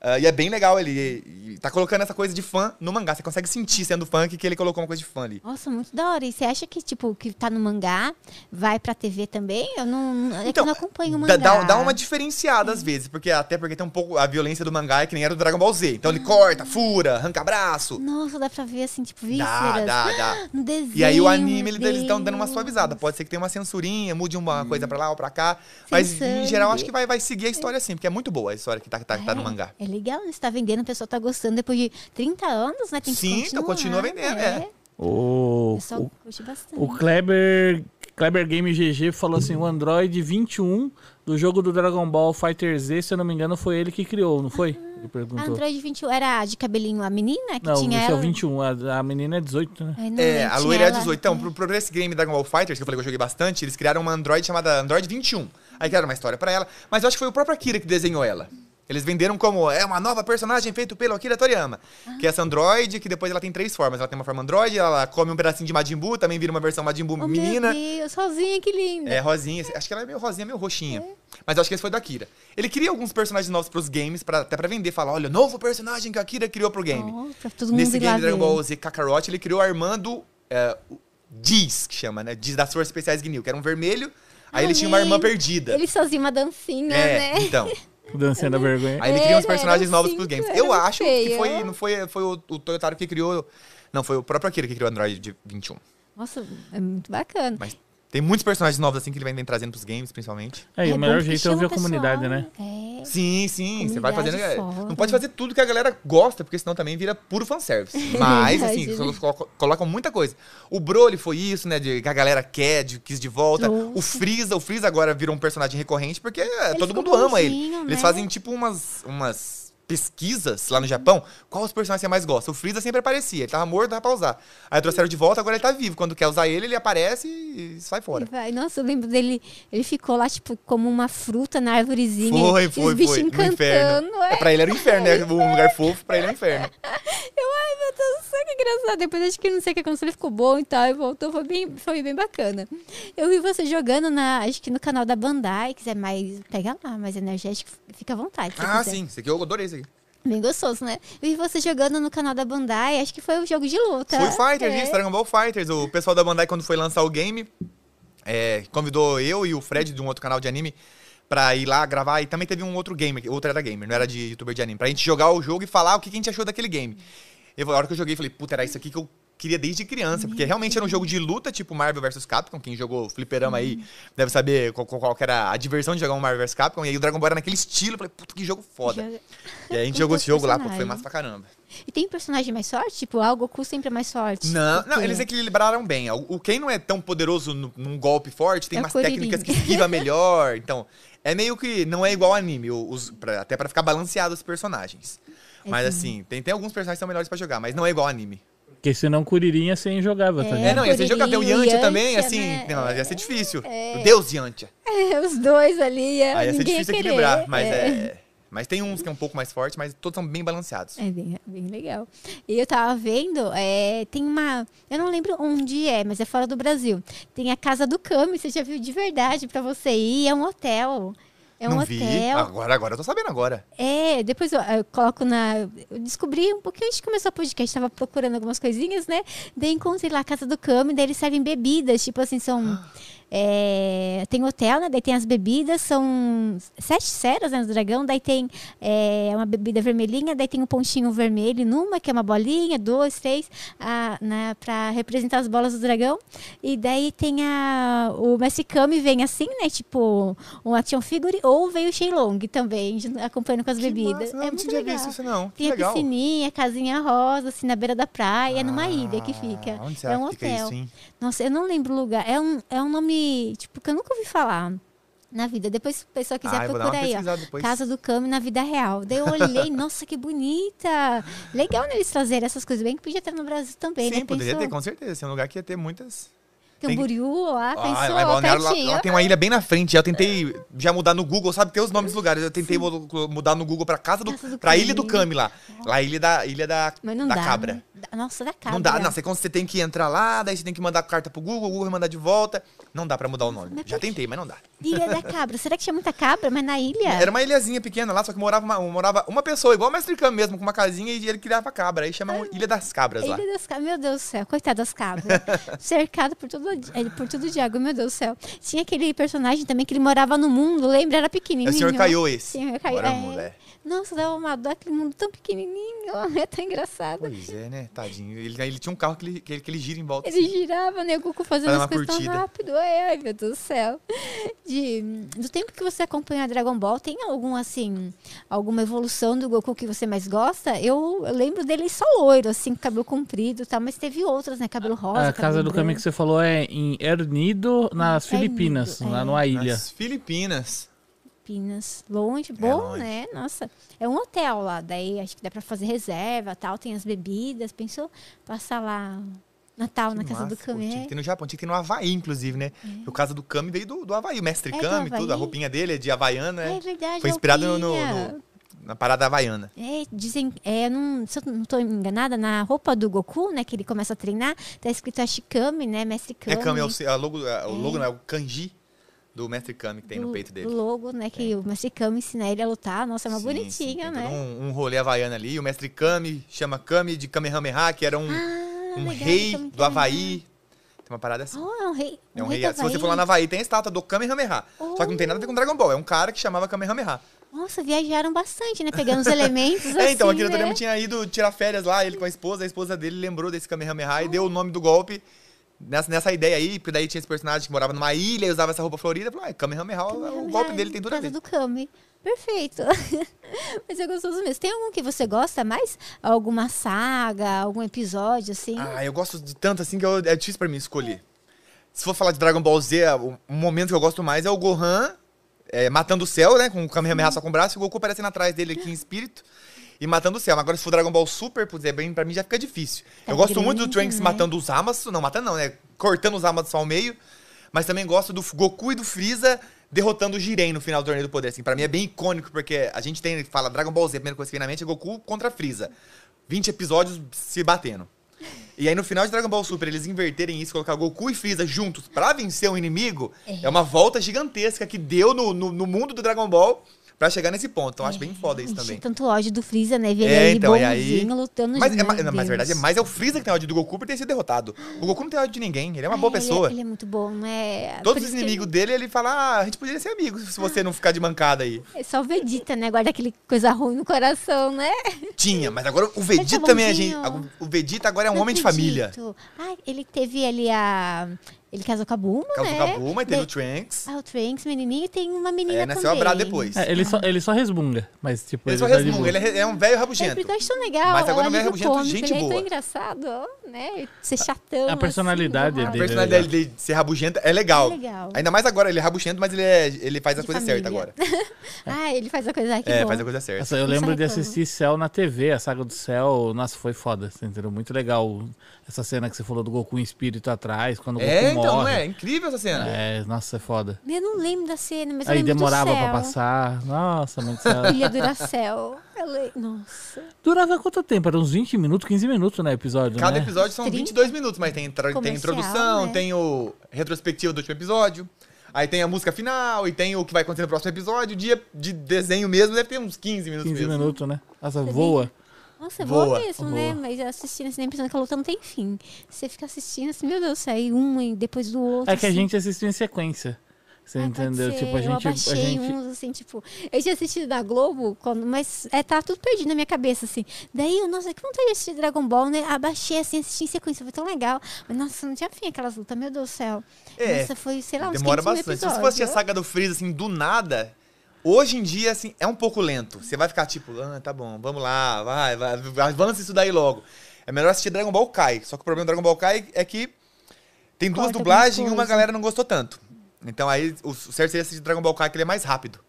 Speaker 2: Ah, e é bem legal ele. e tá colocando essa coisa de fã no mangá. Você consegue sentir sendo funk que ele colocou uma coisa de fã ali.
Speaker 1: Nossa, muito da hora. E você acha que, tipo, que tá no mangá, vai pra TV também? Eu não. É que eu não acompanho o
Speaker 2: Então, dá-
Speaker 1: mangá.
Speaker 2: Dá, um- dá uma diferenciada às vezes, porque até porque tem um pouco a violência do mangá é que nem era do Dragon Ball Z. Então ele corta, fura, arranca braço.
Speaker 1: Nossa, dá pra ver assim, tipo,
Speaker 2: Dá,
Speaker 1: vísceras. Ah,
Speaker 2: dá, dá.
Speaker 1: No desenho.
Speaker 2: E aí o anime, ele-
Speaker 1: meu
Speaker 2: eles estão dando uma
Speaker 1: Deus.
Speaker 2: suavizada. Pode ser que tenha uma censurinha, mude uma coisa pra lá ou pra cá. Mas em geral acho que vai, vai seguir a história assim, porque é muito boa a história que tá, tá, tá no
Speaker 1: É,
Speaker 2: mangá.
Speaker 1: É legal, né? Você tá vendendo, o pessoal tá gostando depois de 30 anos, né? Tem que
Speaker 2: Sim, então
Speaker 1: continuar, né?
Speaker 2: continua vendendo, é.
Speaker 1: O
Speaker 3: O,
Speaker 1: pessoal
Speaker 3: o-
Speaker 1: curte Ah, é bastante.
Speaker 3: o Kleber, Kleber Game GG falou assim: o Android 21 do jogo do Dragon Ball Fighter Z, se eu não me engano, foi ele que criou, não foi? Ele
Speaker 1: A
Speaker 3: perguntou.
Speaker 1: Ah, Android 21 era a de cabelinho a menina que
Speaker 3: Não,
Speaker 1: tinha
Speaker 3: esse é
Speaker 1: ela?
Speaker 3: o 21, a, a menina é 18, né?
Speaker 1: Ai, não
Speaker 2: É,
Speaker 1: lembro,
Speaker 2: a
Speaker 1: tinha
Speaker 2: loira é a
Speaker 1: ela.
Speaker 2: 18. Então, pro Progress Game Dragon Ball Fighters, que eu falei que eu joguei bastante, eles criaram uma Android chamada Android 21. Aí criaram uma história pra ela, mas eu acho que foi o próprio Akira que desenhou ela. Eles venderam como é uma nova personagem feito pelo Akira Toriyama.
Speaker 1: Ah.
Speaker 2: Que é essa Android, que depois ela tem três formas. Ela tem uma forma Android, ela come um pedacinho de Majin Buu, também vira uma versão Majin Buu
Speaker 1: Oh,
Speaker 2: menina.
Speaker 1: Meu Deus, sozinha, que linda.
Speaker 2: É, rosinha. Acho que ela é meio rosinha, meio roxinha. Mas eu acho que esse foi do Akira. Ele cria alguns personagens novos pros games, pra, até pra vender. Fala, olha, novo personagem que o Akira criou pro game.
Speaker 1: Ó, pra todo mundo
Speaker 2: É, Nesse
Speaker 1: ir lá
Speaker 2: game Dragon
Speaker 1: ver.
Speaker 2: Ball Z Kakarot, ele criou a irmã do é, o Diz, que chama, né? Diz das Forças Especiais Ginyu, que era um vermelho. Aí ele tinha uma irmã
Speaker 1: Amei.
Speaker 2: perdida.
Speaker 1: Eles faziam uma dancinha,
Speaker 2: é,
Speaker 1: né?
Speaker 2: então.
Speaker 3: Dançando a vergonha.
Speaker 2: Aí ele cria
Speaker 1: Era,
Speaker 2: uns personagens
Speaker 1: eram
Speaker 2: novos
Speaker 1: cinco,
Speaker 2: pros games.
Speaker 1: era
Speaker 2: Eu
Speaker 1: muito
Speaker 2: acho que
Speaker 1: feio.
Speaker 2: foi, não foi, foi o, o Toyotaro que criou. Não, foi o próprio Akira que criou o Android de 21.
Speaker 1: Nossa, é muito bacana.
Speaker 2: Mas tem muitos personagens novos assim que ele vem trazendo pros games, principalmente.
Speaker 3: Aí, o
Speaker 1: bom
Speaker 3: melhor
Speaker 1: porque
Speaker 3: jeito é
Speaker 1: chama
Speaker 3: ouvir a
Speaker 1: o pessoal,
Speaker 3: comunidade, né?
Speaker 1: É.
Speaker 2: Sim, sim. Você vai fazendo.
Speaker 1: Comunidade foda.
Speaker 2: Não pode fazer tudo que a galera gosta, porque senão também vira puro fanservice. Mas, assim,
Speaker 1: Verdade, né?
Speaker 2: eles colocam- colocam muita coisa. O Broly foi isso, né? De, que a galera quer, de, quis de volta.
Speaker 1: Nossa.
Speaker 2: O Freeza, o Freeza agora virou um personagem recorrente, porque é, todo
Speaker 1: ficou
Speaker 2: mundo ama ele.
Speaker 1: bonzinho, né?
Speaker 2: Eles fazem, tipo, umas. umas pesquisas lá no Japão, qual os personagens você mais gosta? O Freeza sempre aparecia, ele tava morto, dava pra usar. Aí trouxeram de volta, agora ele tá vivo. Quando quer usar ele, ele aparece e sai
Speaker 1: E
Speaker 2: fora.
Speaker 1: Vai. Nossa, eu lembro dele. Ele ficou lá, tipo, como uma fruta na arvorezinha.
Speaker 2: Foi,
Speaker 1: e
Speaker 2: foi,
Speaker 1: os
Speaker 2: foi.
Speaker 1: bichinhos
Speaker 2: No inferno.
Speaker 1: cantando. É.
Speaker 2: Pra ele era o inferno, né? Um lugar fofo, pra ele é o inferno.
Speaker 1: Eu, ai, meu Deus do céu, que engraçado. Depois acho que não sei o que aconteceu, ele ficou bom e tal, e voltou, foi bem, foi bem bacana. Eu vi você jogando na, acho que no canal da Bandai, quiser mais, pega lá, mais energético, fica à vontade. se
Speaker 2: Ah,
Speaker 1: quiser.
Speaker 2: sim. Esse aqui eu adorei esse aqui.
Speaker 1: Bem gostoso, né? Eu vi você jogando no canal da Bandai, acho que foi o jogo de luta.
Speaker 2: Foi tá o Fighters,
Speaker 1: É.
Speaker 2: isso, Dragon Ball Fighters. O pessoal da Bandai, quando foi lançar o game, é, convidou eu e o Fred de um outro canal de anime pra ir lá gravar. E também teve um outro gamer, outro era gamer, não era de youtuber de anime, pra gente jogar o jogo e falar o que que a gente achou daquele game. Eu, a hora que eu joguei, eu falei, puta, era isso aqui que eu queria desde criança, porque realmente era um jogo de luta, tipo Marvel vs Capcom, quem jogou Fliperama aí deve saber qual, qual- qual que era a diversão de jogar um Marvel vs Capcom, e aí o Dragon Ball era naquele estilo, eu falei, puta, que jogo foda.
Speaker 1: Joga-
Speaker 2: E aí a gente
Speaker 1: Com
Speaker 2: jogou
Speaker 1: todos
Speaker 2: esse jogo lá, pô, foi
Speaker 1: personagens.
Speaker 2: massa pra caramba.
Speaker 1: E tem personagem mais forte? Tipo, ah, o Goku sempre é mais forte. Tipo,
Speaker 2: Não,
Speaker 1: Por
Speaker 2: não,
Speaker 1: quê?
Speaker 2: eles equilibraram bem. O, o quem não é tão poderoso no- num golpe forte tem
Speaker 1: É o
Speaker 2: umas
Speaker 1: Kuririn.
Speaker 2: técnicas que esquiva melhor. Então, é meio que não é igual ao anime, o- os- pra- até pra ficar balanceado os personagens.
Speaker 1: É
Speaker 2: Mas assim, tem, tem alguns personagens que são melhores pra jogar, mas não é igual ao anime.
Speaker 3: Porque senão Curirinha é sem jogável, tá
Speaker 2: É,
Speaker 3: ligado?
Speaker 2: não, ia ser jogar tem o
Speaker 1: Kuririn, o
Speaker 2: Yantia também,
Speaker 1: Yantia,
Speaker 2: assim,
Speaker 1: né?
Speaker 2: não, ia ser difícil.
Speaker 1: É.
Speaker 2: O Deus Yantia.
Speaker 1: É, os dois ali, é,
Speaker 2: Aí ia ser
Speaker 1: ninguém ia
Speaker 2: difícil
Speaker 1: querer.
Speaker 2: equilibrar, mas é. Mas tem uns que é um pouco mais forte, mas todos são bem balanceados.
Speaker 1: É bem, bem legal. E eu tava vendo, é, tem uma. Eu não lembro onde é, mas é fora do Brasil. Tem a Casa do Kami, você já viu de verdade pra você ir? É um hotel. É um
Speaker 2: não vi. Ah.
Speaker 1: hotel.
Speaker 2: Agora, agora eu tô sabendo agora.
Speaker 1: É, depois eu, eu coloco na. Eu descobri um pouquinho antes de começar o podcast, tava procurando algumas coisinhas, né? Daí encontrei lá a Casa do Kami, daí eles servem bebidas, tipo assim, são.
Speaker 2: Ah.
Speaker 1: é, tem hotel, né? Daí tem as bebidas, são sete ceras né, no dragão, daí tem é, uma bebida vermelhinha, daí tem um pontinho vermelho numa, que é uma bolinha, dois, três, a, né, pra representar as bolas do dragão. E daí tem a. O Messi Kami vem assim, né? Tipo, um action figure, ou veio o Shenlong também, junto- acompanhando com as
Speaker 2: Que
Speaker 1: bebidas.
Speaker 2: massa, Não,
Speaker 1: é
Speaker 2: não
Speaker 1: muito
Speaker 2: tinha
Speaker 1: legal.
Speaker 2: visto isso, não. Que
Speaker 1: Tem a
Speaker 2: legal.
Speaker 1: piscininha, a casinha rosa, assim, na beira da praia, é numa
Speaker 2: Ah,
Speaker 1: ilha que fica.
Speaker 2: Onde será
Speaker 1: é um
Speaker 2: que fica
Speaker 1: hotel.
Speaker 2: isso, hein?
Speaker 1: Nossa, eu não lembro o lugar. É um, é um nome, tipo, que eu nunca ouvi falar na vida. Depois, se o pessoal quiser,
Speaker 2: Ah, eu vou dar uma
Speaker 1: procura aí, ó.
Speaker 2: pesquisada depois.
Speaker 1: Casa do Kami na vida real. Daí eu olhei, nossa, que bonita. Legal né, eles trazerem essas coisas. Bem que podia ter no Brasil também,
Speaker 2: Sim,
Speaker 1: né?
Speaker 2: poderia
Speaker 1: Pensou?
Speaker 2: ter, com certeza. Esse é um lugar que ia ter muitas. Tem que-
Speaker 1: Camboriú, lá,
Speaker 2: Ah,
Speaker 1: pensou,
Speaker 2: lá em Balneário, lá-
Speaker 1: pertinho.
Speaker 2: lá tem uma ilha bem na frente. Já tentei já mudar no Google, sabe? Tem os nomes dos lugares. Eu tentei mo- mudar no Google pra casa do.
Speaker 1: Casa do
Speaker 2: pra Ilha do
Speaker 1: Cami.
Speaker 2: Cami lá. Lá, Ilha da, ilha da,
Speaker 1: Mas não
Speaker 2: da
Speaker 1: dá.
Speaker 2: Cabra.
Speaker 1: né? Da- Nossa, da cabra.
Speaker 2: Não dá, não. Você, quando você tem que entrar lá, daí você tem que mandar carta pro Google, o Google vai mandar de volta. Não dá pra mudar o nome.
Speaker 1: é
Speaker 2: Já tentei, mas não dá.
Speaker 1: Ilha da cabra. Será que tinha muita cabra, mas na ilha?
Speaker 2: Era uma ilhazinha pequena lá, só que morava uma, morava uma pessoa, igual o Mestre Cam mesmo, com uma casinha e ele criava cabra. Aí
Speaker 1: Ah.
Speaker 2: chamam Ilha das Cabras lá.
Speaker 1: Ilha das cabras, meu Deus do céu, coitado das cabras. Cercado por tudo, eh, por tudo de água, meu Deus do céu. Tinha aquele personagem também que ele morava no mundo, lembra? Era
Speaker 2: É
Speaker 1: pequenininho.
Speaker 2: o Senhor Caiô esse.
Speaker 1: Senhor Caio,
Speaker 2: Agora é
Speaker 1: é.
Speaker 2: o mundo, é.
Speaker 1: Nossa, dava uma dó aquele mundo tão pequenininho, é tão engraçado.
Speaker 2: Pois é, né? Tadinho. Ele, ele tinha um carro que ele, que ele, que ele gira em volta.
Speaker 1: Ele girava, né? O Goku fazendo
Speaker 2: Fazendo
Speaker 1: as
Speaker 2: uma
Speaker 1: coisas tão
Speaker 2: curtida.
Speaker 1: rápido. Ai, ai, meu Deus do céu. De, do tempo que você acompanha Dragon Ball, tem algum, assim, alguma evolução do Goku que você mais gosta? Eu, eu lembro dele só loiro, assim, com cabelo comprido e tal, mas teve outras, né? Cabelo rosa,
Speaker 3: A casa do caminho que você falou é em Ernido, nas
Speaker 1: Ernido,
Speaker 3: Filipinas,
Speaker 1: é.
Speaker 3: lá numa ilha.
Speaker 2: Nas Filipinas.
Speaker 1: Campinas, longe. Bom,
Speaker 2: É longe.
Speaker 1: né? Nossa, é um hotel lá. Daí acho que dá pra fazer reserva tal, tem as bebidas. Pensou passar lá Natal na
Speaker 2: Que
Speaker 1: casa do é.
Speaker 2: massa, pô, Tinha
Speaker 1: Camé?
Speaker 2: que ter no Japão, tinha que ter no Havaí, inclusive, né? O caso do Kami veio do, do Havaí. O Mestre
Speaker 1: É do
Speaker 2: Kami, tudo. A
Speaker 1: Havaí?
Speaker 2: roupinha dele é de Havaiana.
Speaker 1: É
Speaker 2: né?
Speaker 1: verdade,
Speaker 2: Foi inspirado no-
Speaker 1: roupinha.
Speaker 2: no- na parada Havaiana.
Speaker 1: É, dizem, é, não, se eu não tô enganada, na roupa do Goku, né, que ele começa a treinar, tá escrito Ashikami, né, Mestre Kami.
Speaker 2: É Kami, é o, é o logo, é o logo, não, é o kanji do mestre Kami que tem no
Speaker 1: do-
Speaker 2: peito dele. É.
Speaker 1: Do logo, né, que o Mestre Kami ensina ele a lutar, nossa, é uma
Speaker 2: Sim, sim,
Speaker 1: bonitinha,
Speaker 2: tem todo
Speaker 1: né.
Speaker 2: Um, um rolê havaiano ali. O mestre Kami chama Kami de Kamehameha, que era um,
Speaker 1: Ah,
Speaker 2: um
Speaker 1: legal,
Speaker 2: rei
Speaker 1: Kami
Speaker 2: do
Speaker 1: Kami.
Speaker 2: Havaí. Tem uma parada assim.
Speaker 1: Oh, é um rei,
Speaker 2: é um rei.
Speaker 1: do
Speaker 2: Se você
Speaker 1: Havaí.
Speaker 2: for lá na Havaí, tem a estátua do Kamehameha. Só que não tem nada a ver com Dragon Ball. É um cara que chamava Kamehameha.
Speaker 1: Nossa, viajaram bastante, né, pegando os elementos assim,
Speaker 2: É, então, aqui no
Speaker 1: né?
Speaker 2: Toriyama tinha ido tirar férias lá, ele com a esposa, a esposa dele lembrou desse Kamehameha e deu o nome do golpe nessa, nessa ideia aí, porque daí tinha esse personagem que morava numa ilha e usava essa roupa florida, falou, ah, Kamehameha, o golpe dele tem tudo a
Speaker 1: Casa
Speaker 2: ver.
Speaker 1: do Kami. Perfeito. Mas é gostoso mesmo. Tem algum que você gosta mais? Alguma saga, algum episódio, assim?
Speaker 2: Ah, eu gosto de tanto assim que eu- é difícil pra mim escolher. Se for falar de Dragon Ball Z, o um momento que eu gosto mais é o Gohan é, matando o céu, né? Com o Kamehameha só com o braço e o Goku aparecendo atrás dele aqui em espírito e matando o céu. Agora, se for Dragon Ball Super, putz, é bem, pra mim já fica difícil.
Speaker 1: Tá
Speaker 2: eu gosto muito do
Speaker 1: grande,
Speaker 2: Trunks
Speaker 1: né?
Speaker 2: matando os Amas. Não, matando não, né? Cortando os Amatsu ao meio. Mas também gosto do Goku e do Freeza derrotando o Jiren no final do Torneio do Poder. Assim, pra mim é bem icônico, porque a gente tem, fala Dragon Ball Z, a primeira coisa que vem na mente é Goku contra Freeza. 20 episódios se batendo. E aí no final de Dragon Ball Super, eles inverterem isso, colocar Goku e Freeza juntos pra vencer um inimigo, é, uma volta gigantesca que deu no, no, no mundo do Dragon Ball pra chegar nesse ponto. Então eu
Speaker 1: É.
Speaker 2: acho bem foda isso
Speaker 1: Ixi,
Speaker 2: também.
Speaker 1: Tanto ódio do Freeza, né? Ver ele
Speaker 2: É,
Speaker 1: ali
Speaker 2: então, e
Speaker 1: bonzinho,
Speaker 2: aí-
Speaker 1: lutando
Speaker 2: Mas, é,
Speaker 1: junto.
Speaker 2: ma-
Speaker 1: Meu
Speaker 2: na
Speaker 1: Deus.
Speaker 2: verdade, é mais é o Freeza que tem ódio do Goku por ter sido derrotado. O Goku não tem ódio de ninguém, ele é uma boa
Speaker 1: Ah, ele é-
Speaker 2: pessoa.
Speaker 1: Ele, é muito bom, né?
Speaker 2: Todos
Speaker 1: Por
Speaker 2: os
Speaker 1: isso que
Speaker 2: inimigos dele, ele fala, ah, a gente poderia ser amigo se você não ficar de mancada aí.
Speaker 1: ele- É só o Vegeta, né? Guarda aquele coisa ruim no coração, né?
Speaker 2: Tinha, mas agora o Vegeta
Speaker 1: tá
Speaker 2: também, a gente,
Speaker 1: bonzinho.
Speaker 2: o Vegeta agora é um
Speaker 1: Não
Speaker 2: homem de família.
Speaker 1: acredito. Ah, ele teve ali a... Ele casou com a Bulma,
Speaker 2: Casou
Speaker 1: né?
Speaker 2: com a Bulma, e teve o
Speaker 1: De-
Speaker 2: Trunks.
Speaker 1: Ah, o Trunks, menininho, e tem uma menina
Speaker 2: É, nasceu a
Speaker 1: também.
Speaker 2: Bra depois.
Speaker 3: É, ele, só, ele só resmunga, mas tipo.
Speaker 2: Ele só
Speaker 3: tá de
Speaker 2: resmunga,
Speaker 3: boa.
Speaker 2: ele é é um velho
Speaker 1: É
Speaker 2: rabugento.
Speaker 1: porque eu acho tão legal.
Speaker 2: Mas agora
Speaker 1: ela
Speaker 2: não é
Speaker 1: alívio
Speaker 2: rabugento,
Speaker 1: cômico,
Speaker 2: gente
Speaker 1: ele é
Speaker 2: boa.
Speaker 1: tão engraçado, ó, né? Ser chatão.
Speaker 3: A
Speaker 1: assim,
Speaker 3: personalidade
Speaker 2: A
Speaker 1: borrado.
Speaker 3: dele.
Speaker 2: personalidade dele é de ser rabugento é legal.
Speaker 1: É legal.
Speaker 2: Ainda mais agora, ele é rabugento, mas ele, é- ele faz a
Speaker 1: De
Speaker 2: coisa certa
Speaker 1: família.
Speaker 2: agora.
Speaker 1: Ah, ele faz a coisa aqui.
Speaker 2: é,
Speaker 1: bom.
Speaker 2: faz a coisa certa.
Speaker 3: Essa, eu
Speaker 1: Não
Speaker 3: lembro
Speaker 1: sai
Speaker 3: de
Speaker 1: como.
Speaker 3: assistir Cell na TV, a saga do Cell. Nossa, foi foda, você entendeu? Muito legal essa cena que você falou do Goku em espírito atrás, quando o Goku
Speaker 2: É,
Speaker 3: morre.
Speaker 2: então, não é? Incrível essa cena.
Speaker 3: É, nossa, é foda.
Speaker 1: Eu não lembro da cena, mas eu
Speaker 3: Aí
Speaker 1: lembro
Speaker 3: demorava
Speaker 1: do céu.
Speaker 3: pra passar. Nossa, muito céu.
Speaker 1: Ilha Duracel. Eu le- Nossa.
Speaker 3: Durava quanto tempo? Era uns 20 minutos, 15 minutos, né? Episódio,
Speaker 2: Cada
Speaker 3: né?
Speaker 2: episódio são
Speaker 1: 30.
Speaker 2: 22 minutos, mas tem, tra- tem a
Speaker 1: Comercial,
Speaker 2: introdução,
Speaker 1: né?
Speaker 2: tem o retrospectiva do último episódio, aí tem a música final, e tem o que vai acontecer no próximo episódio. O dia de desenho mesmo deve ter uns 15 minutos
Speaker 3: 15
Speaker 2: mesmo.
Speaker 3: minutos, né? Nossa, voa.
Speaker 1: Nossa, é boa
Speaker 2: Voa,
Speaker 1: mesmo,
Speaker 3: voa.
Speaker 1: né? Mas assistindo assim, a impressão que a luta não tem fim. Você fica assistindo assim, meu Deus, sai um e depois do outro.
Speaker 3: É que a
Speaker 1: assim.
Speaker 3: gente assistiu em sequência. Você
Speaker 1: Ah, pode
Speaker 3: entendeu?
Speaker 1: ser.
Speaker 3: Tipo, a gente.
Speaker 1: Eu
Speaker 3: A
Speaker 1: abaixei
Speaker 3: gente...
Speaker 1: uns, assim, tipo... Eu tinha assistido da Globo, quando, mas é, tá tudo perdido na minha cabeça, assim. Daí eu, nossa, que vontade de assistir Dragon Ball, né? Abaixei, assim, assisti em sequência, foi tão legal. Mas, nossa, não tinha fim aquelas lutas, meu Deus do céu.
Speaker 2: É,
Speaker 1: Nossa, foi, sei lá, uns
Speaker 2: Demora
Speaker 1: 500 mil
Speaker 2: bastante. Então, Se você for assistir a
Speaker 1: episódios.
Speaker 2: saga do Freeza, assim, do nada, hoje em dia, assim, é um pouco lento. Você vai ficar tipo, ah, tá bom, vamos lá, vai, vai, avança isso daí logo. É melhor assistir Dragon Ball Kai. Só que o problema do Dragon Ball Kai é que tem duas
Speaker 1: Corta né?
Speaker 2: dublagens e
Speaker 1: algumas
Speaker 2: uma
Speaker 1: coisas.
Speaker 2: galera não gostou tanto. Então aí o certo seria assistir Dragon Ball Kai, que ele é mais rápido.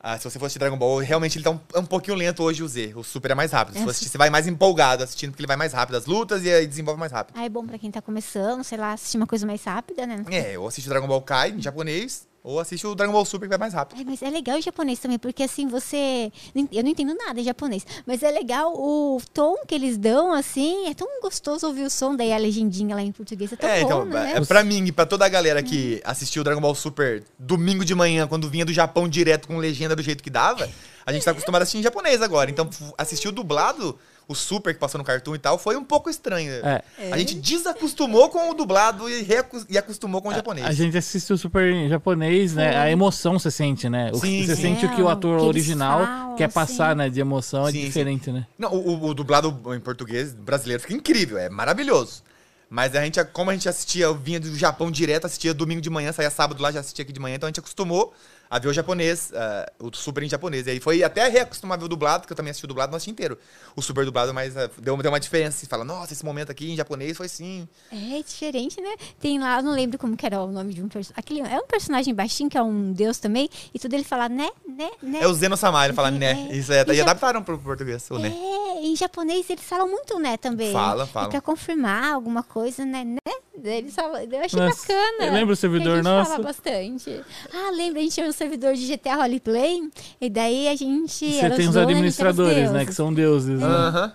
Speaker 2: Ah, se você for assistir Dragon Ball, realmente ele tá um, é um pouquinho lento hoje o Z. O Super é mais rápido. Se você assistir, você vai mais empolgado assistindo, porque ele vai mais rápido as lutas e aí desenvolve mais rápido.
Speaker 1: Ah, é bom pra quem tá começando, sei lá, assistir uma coisa mais rápida, né?
Speaker 2: É, ou assiste o Dragon Ball Kai em japonês, ou assiste o Dragon Ball Super que vai mais rápido.
Speaker 1: Ai, mas é legal o japonês também, porque assim, você. Eu não entendo nada em japonês, mas é legal o tom que eles dão, assim. É tão gostoso ouvir o som, daí a legendinha lá em português. É tão
Speaker 2: É,
Speaker 1: bom,
Speaker 2: então,
Speaker 1: né?
Speaker 2: é pra mim e pra toda a galera que assistiu o Dragon Ball Super domingo de manhã, quando vinha do Japão direto com legenda do jeito que dava, a gente tá acostumado a assistir em japonês agora. Então, f- assistir o dublado, o Super que passou no cartoon e tal, foi um pouco estranho.
Speaker 3: É.
Speaker 2: A gente desacostumou com o dublado e, reacu- e acostumou com o japonês.
Speaker 3: A gente assiste o super em japonês, né? A emoção você sente, né? O,
Speaker 2: Sim,
Speaker 3: você
Speaker 2: sim.
Speaker 3: sente o que o
Speaker 1: É,
Speaker 3: ator
Speaker 1: o que eles
Speaker 3: original
Speaker 1: falam,
Speaker 3: quer passar,
Speaker 1: assim.
Speaker 3: né? De emoção é
Speaker 2: Sim, sim.
Speaker 3: diferente, né?
Speaker 2: Não, o, o- o dublado em português brasileiro fica incrível, é maravilhoso. Mas a gente, como a gente assistia, eu vinha do Japão direto, assistia domingo de manhã, saía sábado lá, já assistia aqui de manhã, então a gente acostumou a ver o japonês, ah, o super em japonês. E aí foi até reacostumar a ver o dublado, que eu também assisti o dublado, não assisti inteiro. O super dublado, mas ah, deu, deu uma diferença. Você fala, nossa, esse momento aqui em japonês foi sim.
Speaker 1: É diferente, né? Tem lá, eu não lembro como que era o nome de um personagem. Aquele é um personagem baixinho, que é um deus também, e tudo ele fala né, né, né.
Speaker 2: É, o Zeno Samar, ele fala,
Speaker 1: É,
Speaker 2: né?
Speaker 1: é.
Speaker 2: Isso é,
Speaker 1: E
Speaker 2: e
Speaker 1: já-
Speaker 2: adaptaram pro português, o né.
Speaker 1: É, em japonês eles falam muito né também.
Speaker 2: Fala,
Speaker 1: É
Speaker 2: fala.
Speaker 1: pra confirmar alguma coisa, né, né. Eles falam, eu achei
Speaker 3: Nossa,
Speaker 1: bacana.
Speaker 3: eu lembro eh, o servidor
Speaker 1: que a gente
Speaker 3: nosso.
Speaker 1: fala bastante. Ah, lembra, a gente tinha um servidor de GTA Roleplay, e daí a gente...
Speaker 3: Você
Speaker 1: era
Speaker 3: tem os
Speaker 1: zones, era
Speaker 3: administradores,
Speaker 1: os
Speaker 3: né?
Speaker 1: deuses. Ah.
Speaker 3: Que são deuses, né?
Speaker 2: Aham.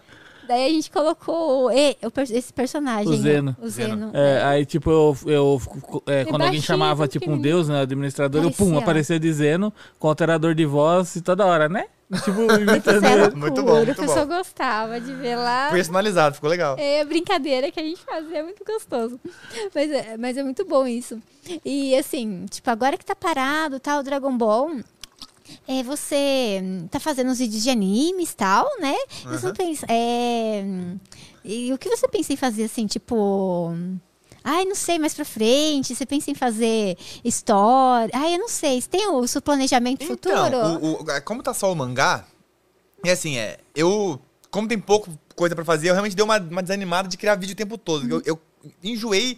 Speaker 1: Daí a gente colocou o- e- o per- esse personagem.
Speaker 3: O Zeno.
Speaker 1: O Zeno.
Speaker 3: É, aí, tipo, eu, eu- é, quando alguém
Speaker 1: baixinho,
Speaker 3: chamava, tipo, um
Speaker 1: pequenininho.
Speaker 3: deus, né? Administrador, eu, pum,
Speaker 1: Parecia.
Speaker 3: aparecia dizendo, com alterador de voz e toda hora, né? Tipo, imitando
Speaker 1: Isso é
Speaker 3: ele.
Speaker 1: loucura,
Speaker 2: Muito bom, muito
Speaker 1: O pessoal
Speaker 2: bom.
Speaker 1: gostava de ver lá.
Speaker 2: Personalizado, ficou legal.
Speaker 1: É a brincadeira que a gente fazia, é muito gostoso. Mas é, mas é muito bom isso. E assim, tipo, agora que tá parado, tá, o Dragon Ball... É, você hum, tá fazendo os vídeos de animes e tal, né? E Você não
Speaker 2: Aham.
Speaker 1: pensa, é, hum, e o que você pensa em fazer, assim, tipo... hum, Ai, não sei, mais pra frente, você pensa em fazer história... Ai, eu não sei, você tem o seu planejamento futuro?
Speaker 2: Então, o- o- como tá só o mangá, é assim, é. Eu. Como tem pouco coisa pra fazer, eu realmente dei uma, uma desanimada de criar vídeo o tempo todo. Eu, eu enjoei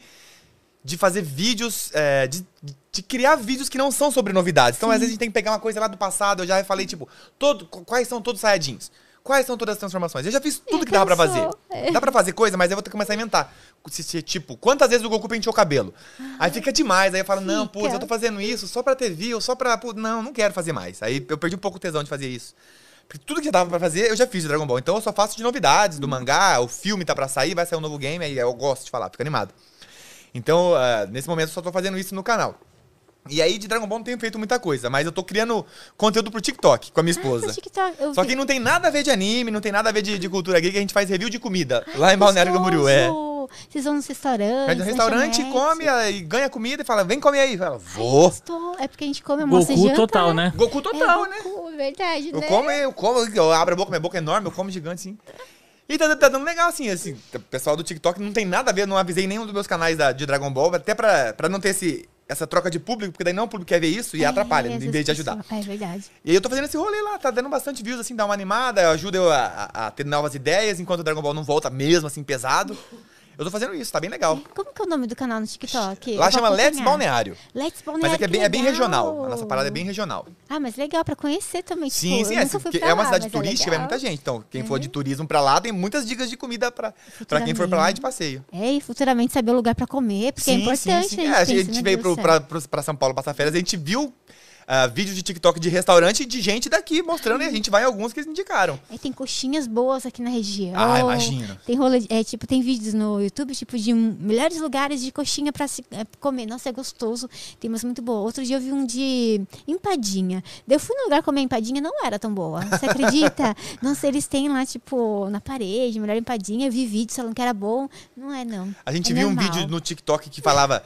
Speaker 2: de fazer vídeos. é, de, de criar vídeos que não são sobre novidades. Então, às vezes, a gente tem que pegar uma coisa lá do passado. Eu já falei, tipo, todo, qu- quais são todos os saiyajins? Quais são todas as transformações? Eu já fiz tudo que dava pra fazer.
Speaker 1: cansou, é.
Speaker 2: Dá pra fazer coisa, mas eu vou ter que começar a inventar. Se- se, Tipo, quantas vezes o Goku penteou o cabelo? Aí fica demais. Aí eu falo, não, putz, eu tô
Speaker 1: Fica.
Speaker 2: tô fazendo isso só pra ter view, só pra. pô, Não, não quero fazer mais. Aí eu perdi um pouco o tesão de fazer isso. Porque tudo que já dava pra fazer, eu já fiz de Dragon Ball. Então eu só faço de novidades,
Speaker 1: Hum.
Speaker 2: do mangá, o filme tá pra sair, vai sair um novo game, aí eu gosto de falar, fico animado. Então, ah, nesse momento, eu só tô fazendo isso no canal. E aí, de Dragon Ball não tenho feito muita coisa, mas eu tô criando conteúdo pro TikTok com a minha esposa.
Speaker 1: Ah, TikTok, eu
Speaker 2: Só
Speaker 1: vi.
Speaker 2: que não tem nada a ver de anime, não tem nada a ver de, de cultura geek, a gente faz review de comida lá em Balneário Camboriú, é.
Speaker 1: Gostoso! Vocês vão nos restaurantes.
Speaker 2: Vai no restaurante,
Speaker 1: lanchonetes.
Speaker 2: come aí ganha comida e fala, vem comer aí. Fala, vou.
Speaker 1: Gostoso. É porque a gente come almoço e
Speaker 3: Goku
Speaker 1: janta.
Speaker 3: total, né?
Speaker 2: Goku
Speaker 1: É,
Speaker 2: total, né?
Speaker 1: Goku, verdade,
Speaker 2: Eu
Speaker 1: né?
Speaker 2: como, eu como, eu abro a boca, minha boca é enorme, eu como gigante, sim. E tá, tá dando legal, assim, assim, o pessoal do TikTok não tem nada a ver, não avisei nenhum dos meus canais da- de Dragon Ball, até pra, pra não ter esse, essa troca de público, porque daí não o público quer ver isso e
Speaker 1: É,
Speaker 2: atrapalha,
Speaker 1: às
Speaker 2: em vez
Speaker 1: vezes
Speaker 2: de ajudar.
Speaker 1: pessoa- É verdade.
Speaker 2: E aí eu tô fazendo esse rolê lá, tá dando bastante views, assim, dá uma animada, ajuda eu a, a- a ter novas ideias, enquanto o Dragon Ball não volta mesmo, assim, pesado. Eu tô fazendo isso, tá bem legal.
Speaker 1: Como que é o nome do canal no TikTok?
Speaker 2: Lá
Speaker 1: Eu vou
Speaker 2: chama Let's
Speaker 1: acompanhar.
Speaker 2: Balneário.
Speaker 1: Let's Balneário.
Speaker 2: Mas é que é bem, é bem
Speaker 1: legal.
Speaker 2: regional. A nossa parada é bem regional.
Speaker 1: Ah, mas legal, pra conhecer também.
Speaker 2: Sim,
Speaker 1: tipo,
Speaker 2: sim,
Speaker 1: eu
Speaker 2: é,
Speaker 1: nunca fui
Speaker 2: porque
Speaker 1: pra
Speaker 2: é uma
Speaker 1: lá,
Speaker 2: cidade
Speaker 1: mas
Speaker 2: turística,
Speaker 1: é
Speaker 2: vai
Speaker 1: legal. Uhum.
Speaker 2: muita gente. Então, quem for de turismo pra lá, tem muitas dicas de comida pra, pra quem for pra lá e de passeio.
Speaker 1: É, e futuramente saber o lugar pra comer, porque é importante. né?
Speaker 2: É, a gente,
Speaker 1: pensa, meu
Speaker 2: veio
Speaker 1: Deus
Speaker 2: pro,
Speaker 1: do
Speaker 2: pra,
Speaker 1: céu.
Speaker 2: pros- pra São Paulo passar férias, a gente viu ah, vídeos de TikTok de restaurante de gente daqui mostrando
Speaker 1: Uhum.
Speaker 2: e a gente vai em alguns que eles indicaram.
Speaker 1: Aí tem coxinhas boas aqui na região.
Speaker 2: Ah, imagino.
Speaker 1: Tem rola de- é, tipo, tem vídeos no YouTube, tipo, de um- melhores lugares de coxinha pra se é, comer. Nossa, é gostoso. Tem umas muito boas. Outro dia eu vi um de empadinha. Daí eu fui num lugar comer empadinha, não era tão boa. Você acredita? Nossa, eles têm lá, tipo, na parede, melhor empadinha. Eu vi vídeos falando que era bom. Não é, não.
Speaker 2: A gente
Speaker 1: É
Speaker 2: viu
Speaker 1: normal.
Speaker 2: um vídeo no TikTok que falava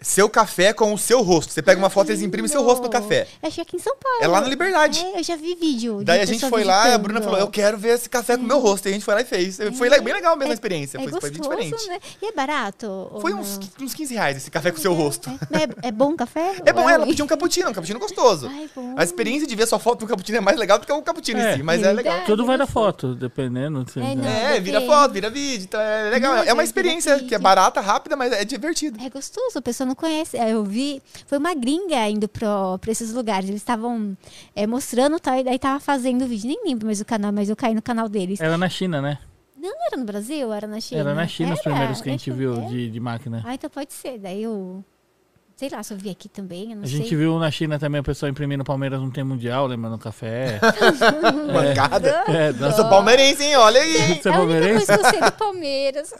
Speaker 2: seu café com o seu rosto. Você pega uma foto, eles imprimem seu rosto no café.
Speaker 1: Eu acho que é aqui em São Paulo.
Speaker 2: É lá na Liberdade.
Speaker 1: É, eu já vi vídeo. de
Speaker 2: Daí a gente
Speaker 1: pessoa
Speaker 2: foi lá, a
Speaker 1: visitando.
Speaker 2: Bruna falou: Eu quero ver esse café com o meu rosto. E a gente foi lá e fez. Foi le- bem legal mesmo a experiência.
Speaker 1: É
Speaker 2: Foi, foi
Speaker 1: gostoso,
Speaker 2: bem diferente.
Speaker 1: né? E é barato? ou
Speaker 2: Foi
Speaker 1: não?
Speaker 2: uns, uns 15 reais esse café com seu rosto.
Speaker 1: Mas É, é bom o café?
Speaker 2: É bom,
Speaker 1: Ou
Speaker 2: ela
Speaker 1: ruim?
Speaker 2: pediu um cappuccino, um cappuccino gostoso.
Speaker 1: Ai, bom.
Speaker 2: A experiência de ver sua foto no cappuccino é mais legal do que o cappuccino
Speaker 3: É.
Speaker 2: em si, mas é legal.
Speaker 1: Verdade.
Speaker 3: Tudo vai da foto, dependendo. assim, né? se-
Speaker 1: É, não.
Speaker 2: É, vira foto, vira vídeo, então é legal.
Speaker 1: Não,
Speaker 2: É uma
Speaker 1: gente,
Speaker 2: experiência
Speaker 1: vira
Speaker 2: que é
Speaker 1: vídeo.
Speaker 2: barata, rápida, mas é divertido.
Speaker 1: É gostoso, a pessoa não conhece. Aí Eu vi, foi uma gringa indo pro, pra esses lugares. Eles estavam é, mostrando tal, e daí tava fazendo o vídeo. Nem lembro mais o canal, mas eu caí no canal deles.
Speaker 3: Era na China, né?
Speaker 1: Não, não era no Brasil, era na China. É,
Speaker 3: Era na China os
Speaker 1: Era,
Speaker 3: primeiros que a gente
Speaker 1: deixa eu
Speaker 3: viu
Speaker 1: ver.
Speaker 3: de, de máquina.
Speaker 1: Ah, então pode ser. Daí eu. Sei lá, se eu vi aqui também, eu não
Speaker 3: A gente
Speaker 1: sei.
Speaker 3: viu na China também o pessoal imprimindo Palmeiras não tem mundial, lembra no café.
Speaker 2: Bancada.
Speaker 3: É,
Speaker 2: Eu
Speaker 3: nossa,
Speaker 2: sou palmeirense, hein? Olha aí.
Speaker 3: você é
Speaker 1: a única
Speaker 3: palmeirense?
Speaker 1: coisa que eu sei do Palmeiras.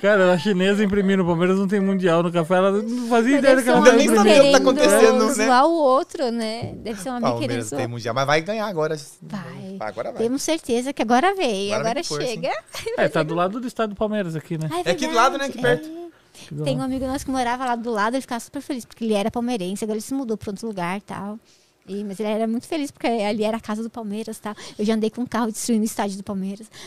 Speaker 3: Cara, a chinesa imprimindo Palmeiras não tem mundial no café, ela não fazia ideia do que ela
Speaker 2: Ainda
Speaker 3: tava
Speaker 2: nem sabia o que
Speaker 3: imprimindo.
Speaker 2: tá acontecendo, né?
Speaker 1: um zoar o outro, né? Deve ser uma amiga querendo
Speaker 2: Palmeiras
Speaker 1: zoar.
Speaker 2: tem mundial, mas vai ganhar agora.
Speaker 1: Vai.
Speaker 2: Agora vai.
Speaker 1: Temos certeza que agora veio,
Speaker 2: Agora
Speaker 1: agora,
Speaker 2: vem com força, hein?
Speaker 1: chega.
Speaker 3: É, tá do lado do estado do Palmeiras aqui, né?
Speaker 1: Ah,
Speaker 2: É aqui do lado, né? Aqui
Speaker 1: verdade.
Speaker 2: perto.
Speaker 1: É. Tem um amigo nosso que morava lá do lado, ele ficava super feliz, porque ele era palmeirense, agora ele se mudou para outro lugar tal. e Mas ele era muito feliz, porque ali era a casa do Palmeiras tal. Eu já andei com um carro destruindo o estádio do Palmeiras.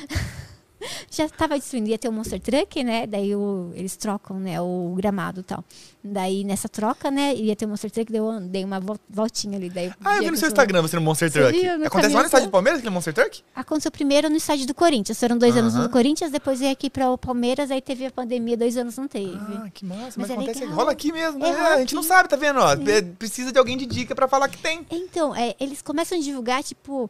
Speaker 1: já tava destruindo, ia ter o Monster Truck, né? Daí o- eles trocam, né? O gramado e tal. Daí nessa troca, né? Ia ter o Monster Truck, daí eu an- dei uma vol- voltinha ali. Daí,
Speaker 2: Ah, eu vi no seu Instagram você no Monster
Speaker 1: Você
Speaker 2: Truck.
Speaker 1: viu? No
Speaker 2: Acontece lá
Speaker 1: caminho
Speaker 2: no estádio
Speaker 1: tá-
Speaker 2: do Palmeiras, aquele Monster Truck?
Speaker 1: Aconteceu primeiro no estádio do Corinthians. Foram dois anos no
Speaker 2: Aham.
Speaker 1: Corinthians, depois veio aqui para o Palmeiras, aí teve a pandemia, dois anos não teve.
Speaker 2: Ah, que massa,
Speaker 1: Mas
Speaker 2: mas,
Speaker 1: é
Speaker 2: acontece
Speaker 1: legal.
Speaker 2: aqui. Rola aqui mesmo, né?
Speaker 1: É, rola
Speaker 2: a gente não
Speaker 1: aqui.
Speaker 2: sabe, tá vendo? Ó, É, precisa de alguém de dica pra falar que tem.
Speaker 1: Então, é, eles começam a divulgar, tipo.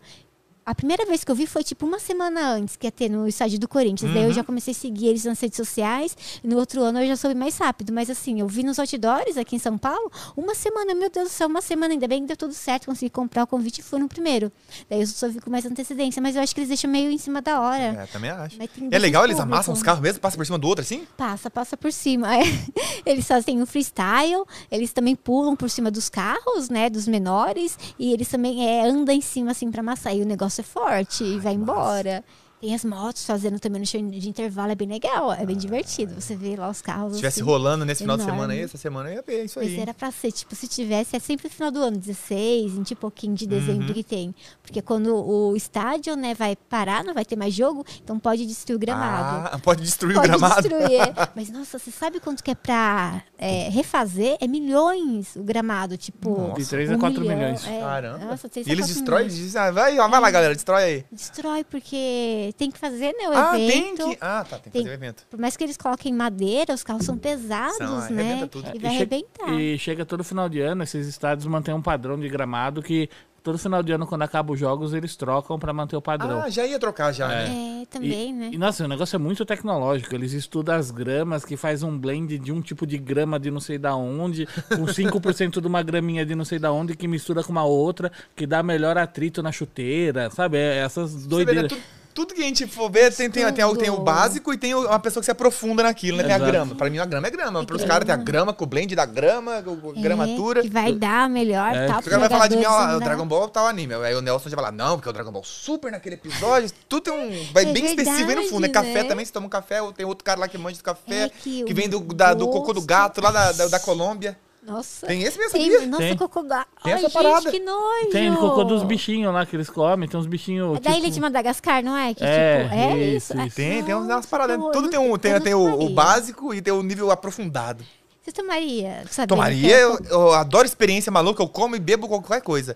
Speaker 1: A primeira vez que eu vi foi tipo uma semana antes que ia ter no estádio do Corinthians. Daí eu
Speaker 2: Uhum.
Speaker 1: já comecei a seguir eles nas redes sociais. E no outro ano eu já soube mais rápido. Mas assim, eu vi nos outdoors aqui em São Paulo, uma semana, meu Deus do céu, uma semana, ainda bem que deu tudo certo, consegui comprar o convite e fui no primeiro. Daí eu soube com mais antecedência, mas eu acho que eles deixam meio em cima da hora.
Speaker 2: É, também acho.
Speaker 1: Mas tem
Speaker 2: É
Speaker 1: bastante
Speaker 2: legal, eles
Speaker 1: público.
Speaker 2: amassam os carros mesmo, passam por cima do outro assim?
Speaker 1: Passa, passa por cima. É. Eles fazem o freestyle, eles também pulam por cima dos carros, né? Dos menores. E eles também é, andam em cima, assim, pra amassar. E o negócio é forte e vai embora. Tem as motos fazendo também no show de intervalo, é bem legal, é bem divertido. Você vê lá os carros.
Speaker 2: Ah, Se estivesse
Speaker 1: assim.
Speaker 2: rolando nesse final de semana aí,
Speaker 1: enorme.
Speaker 2: essa semana eu ia ver isso aí.
Speaker 1: Mas
Speaker 2: hein?
Speaker 1: era pra ser, tipo, se tivesse, é sempre final do ano, 16, 20 e pouquinho de
Speaker 2: Uhum.
Speaker 1: dezembro que tem. Porque quando o estádio, né, vai parar, não vai ter mais jogo, então pode destruir o gramado.
Speaker 2: Ah, pode destruir
Speaker 1: Pode
Speaker 2: o gramado.
Speaker 1: destruir. é. Mas, nossa, você sabe quanto que é pra é, refazer? É milhões o gramado, tipo...
Speaker 2: Nossa.
Speaker 3: De 3 a 4
Speaker 1: milhão,
Speaker 3: milhões.
Speaker 1: é.
Speaker 2: Caramba.
Speaker 1: Nossa, três
Speaker 2: e
Speaker 1: a
Speaker 2: eles
Speaker 1: quatro
Speaker 2: destroem,
Speaker 1: milhões.
Speaker 2: dizem, ah, vai, vai
Speaker 1: É.
Speaker 2: lá, galera, destrói aí.
Speaker 1: Destrói, porque tem que fazer, né, o
Speaker 2: Ah, tem
Speaker 1: evento.
Speaker 2: que. Ah, tá, tem que
Speaker 1: Tem-
Speaker 2: fazer o evento.
Speaker 1: Por mais que eles coloquem madeira, os carros são pesados,
Speaker 2: São, arrebenta
Speaker 1: né?
Speaker 2: tudo.
Speaker 1: E vai
Speaker 3: che-
Speaker 1: arrebentar.
Speaker 3: e chega todo final de ano, esses estádios mantêm um padrão de gramado que todo final de ano, quando acabam os jogos, eles trocam pra manter o padrão.
Speaker 2: Ah, já ia trocar já, né?
Speaker 1: É, também,
Speaker 3: e,
Speaker 1: né?
Speaker 3: E, nossa, o negócio é muito tecnológico. Eles estudam as gramas, que faz um blend de um tipo de grama de não sei da onde, com 5% de uma graminha de não sei da onde, que mistura com uma outra, que dá melhor atrito na chuteira, sabe? É, Essas
Speaker 2: Você vê, né,
Speaker 3: doideiras.
Speaker 2: tudo, tudo que a gente for ver, tem, tem, tem, o- tem o
Speaker 1: Tudo.
Speaker 2: básico e tem o- uma pessoa que se aprofunda naquilo, né? Tem
Speaker 3: Exato.
Speaker 2: a grama. Pra mim, a grama é grama. Para os caras, tem a grama com o blend da grama, com- com
Speaker 1: É,
Speaker 2: gramatura.
Speaker 1: que vai dar melhor,
Speaker 3: É,
Speaker 1: tal.
Speaker 2: O cara vai falar de mim, ó, o
Speaker 1: Dragon Ball.
Speaker 2: Dragon Ball tá o anime. Aí o Nelson já vai lá, não, porque o Dragon Ball Super naquele episódio, tudo tem um. Vai
Speaker 1: É
Speaker 2: bem específico aí no fundo, né?
Speaker 1: verdade,
Speaker 2: Café
Speaker 1: né?
Speaker 2: também, se toma um café, ou tem outro cara lá que manja do café,
Speaker 1: É que
Speaker 2: que,
Speaker 1: o
Speaker 2: vem do, da- do cocô do
Speaker 1: gosto-
Speaker 2: gato lá da, da, da Colômbia.
Speaker 1: Nossa.
Speaker 2: Tem esse mesmo,
Speaker 1: Tem-
Speaker 2: sabia?
Speaker 1: nossa,
Speaker 3: Tem.
Speaker 1: cocô. Ai,
Speaker 2: Tem essa
Speaker 1: gente,
Speaker 2: parada.
Speaker 1: que nojo.
Speaker 3: Tem o cocô dos bichinhos lá que eles comem, tem uns bichinhos.
Speaker 1: É da
Speaker 3: tipo-
Speaker 1: ilha de Madagascar, não é? Que,
Speaker 3: É,
Speaker 1: tipo, é
Speaker 3: isso,
Speaker 1: isso.
Speaker 3: isso.
Speaker 1: Ai,
Speaker 2: Tem, tem umas
Speaker 1: nossa,
Speaker 2: paradas.
Speaker 1: que horror.
Speaker 2: Tudo
Speaker 1: Eu
Speaker 2: tem, um,
Speaker 1: não-
Speaker 2: tem,
Speaker 1: eu
Speaker 2: tem
Speaker 1: não
Speaker 2: o, o
Speaker 1: tomaria.
Speaker 2: básico e tem o nível aprofundado.
Speaker 1: Você tomaria? sabendo que
Speaker 2: Tomaria,
Speaker 1: é
Speaker 2: eu, eu adoro experiência maluca, eu como e bebo qualquer coisa.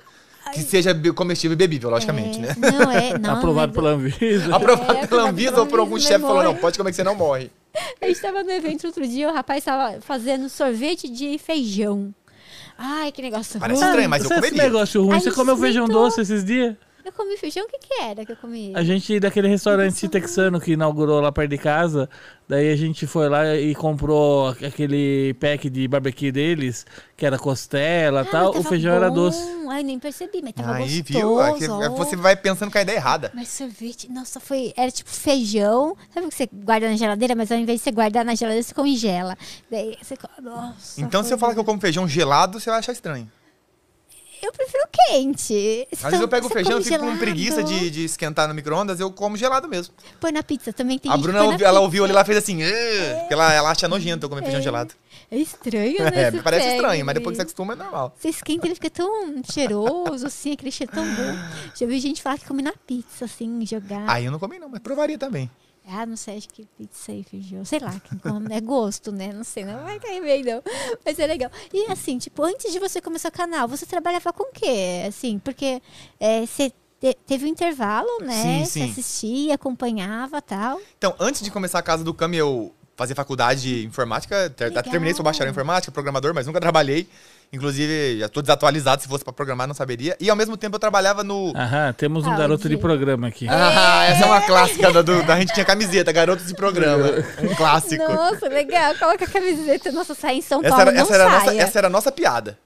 Speaker 2: Que seja be- comestível e bebível, logicamente, né?
Speaker 1: Não, é. Não,
Speaker 3: Aprovado
Speaker 1: mas-
Speaker 3: pela Anvisa.
Speaker 2: Aprovado pela
Speaker 1: aprovado
Speaker 2: Anvisa
Speaker 1: pela
Speaker 2: ou por algum
Speaker 1: Anvisa,
Speaker 2: chefe falou, não,
Speaker 1: memória.
Speaker 2: pode comer que você não morre.
Speaker 1: A gente tava no evento outro dia, o rapaz tava fazendo sorvete de feijão. Ai, que negócio
Speaker 2: Parece
Speaker 1: ruim.
Speaker 2: estranho, mas eu
Speaker 3: Sabe esse
Speaker 2: comeria.
Speaker 3: negócio ruim?
Speaker 1: Ai,
Speaker 3: Você comeu feijão
Speaker 1: experimentou.
Speaker 3: doce esses dias?
Speaker 1: Eu comi feijão, o que que era que eu comi?
Speaker 3: A gente, daquele
Speaker 1: é
Speaker 3: restaurante texano que inaugurou lá perto de casa, daí a gente foi lá e comprou aquele pack de barbecue deles, que era costela e
Speaker 1: Ah,
Speaker 3: tal.
Speaker 1: mas
Speaker 3: O
Speaker 1: tava
Speaker 3: feijão era
Speaker 1: bom.
Speaker 3: doce.
Speaker 1: Ai, nem percebi, mas tava
Speaker 2: Aí,
Speaker 1: gostoso.
Speaker 2: viu? É que
Speaker 1: ó.
Speaker 2: você vai pensando com a ideia errada.
Speaker 1: Mas sorvete, nossa, foi. Era tipo feijão. Sabe o que você guarda na geladeira? Mas ao invés de você guardar na geladeira, você congela. Daí você. co- Nossa.
Speaker 2: Então,
Speaker 1: foi-
Speaker 2: se eu falar que eu como feijão gelado, você vai achar estranho.
Speaker 1: Eu prefiro quente.
Speaker 2: Às vezes eu pego o feijão e fico com preguiça de, de esquentar no micro-ondas, eu como gelado mesmo.
Speaker 1: Põe na pizza também tem
Speaker 2: a
Speaker 1: gente que
Speaker 2: Bruna,
Speaker 1: põe na
Speaker 2: ouviu- ela
Speaker 1: pizza.
Speaker 2: ouviu ali, ela fez assim, "Ugh", porque ela, ela acha nojento eu comer feijão gelado.
Speaker 1: É estranho, né?
Speaker 2: É,
Speaker 1: Você
Speaker 2: parece
Speaker 1: pega
Speaker 2: estranho, mas depois que você
Speaker 1: ele.
Speaker 2: acostuma é normal.
Speaker 1: Você esquenta, ele fica tão cheiroso, assim, aquele cheiro tão bom. Já vi gente falar que come na pizza, assim, jogar.
Speaker 2: Aí eu não comi não, mas provaria também.
Speaker 1: Ah, não sei, acho que pizza e feijão. Sei lá, quem come é gosto, né? Não sei, não vai
Speaker 2: Ah.
Speaker 1: cair bem, não. Mas é legal. E assim, tipo, antes de você começar o canal, você trabalhava com o quê? Assim, porque é, você te- teve um intervalo, né?
Speaker 2: Sim,
Speaker 1: Você
Speaker 2: sim.
Speaker 1: assistia, acompanhava tal.
Speaker 2: Então, antes de começar a Casa do Cami, eu fa- fazer faculdade de informática. ter-
Speaker 1: Legal.
Speaker 2: Terminei sou bacharel em informática, programador, mas nunca trabalhei. Inclusive, já tô desatualizado. Se fosse pra programar, não saberia. E ao mesmo tempo, eu trabalhava no.
Speaker 3: Aham, temos um
Speaker 1: Ah, o
Speaker 3: garoto de
Speaker 1: Diego.
Speaker 3: programa aqui.
Speaker 2: Ah, essa é uma clássica da, do- da gente tinha camiseta, garotos de programa. Um clássico.
Speaker 1: Nossa, legal. Coloca a camiseta. Nossa, sai em São
Speaker 2: Essa
Speaker 1: Paulo,
Speaker 2: era,
Speaker 1: não
Speaker 2: essa, era a nossa,
Speaker 1: saia.
Speaker 2: essa era a nossa piada.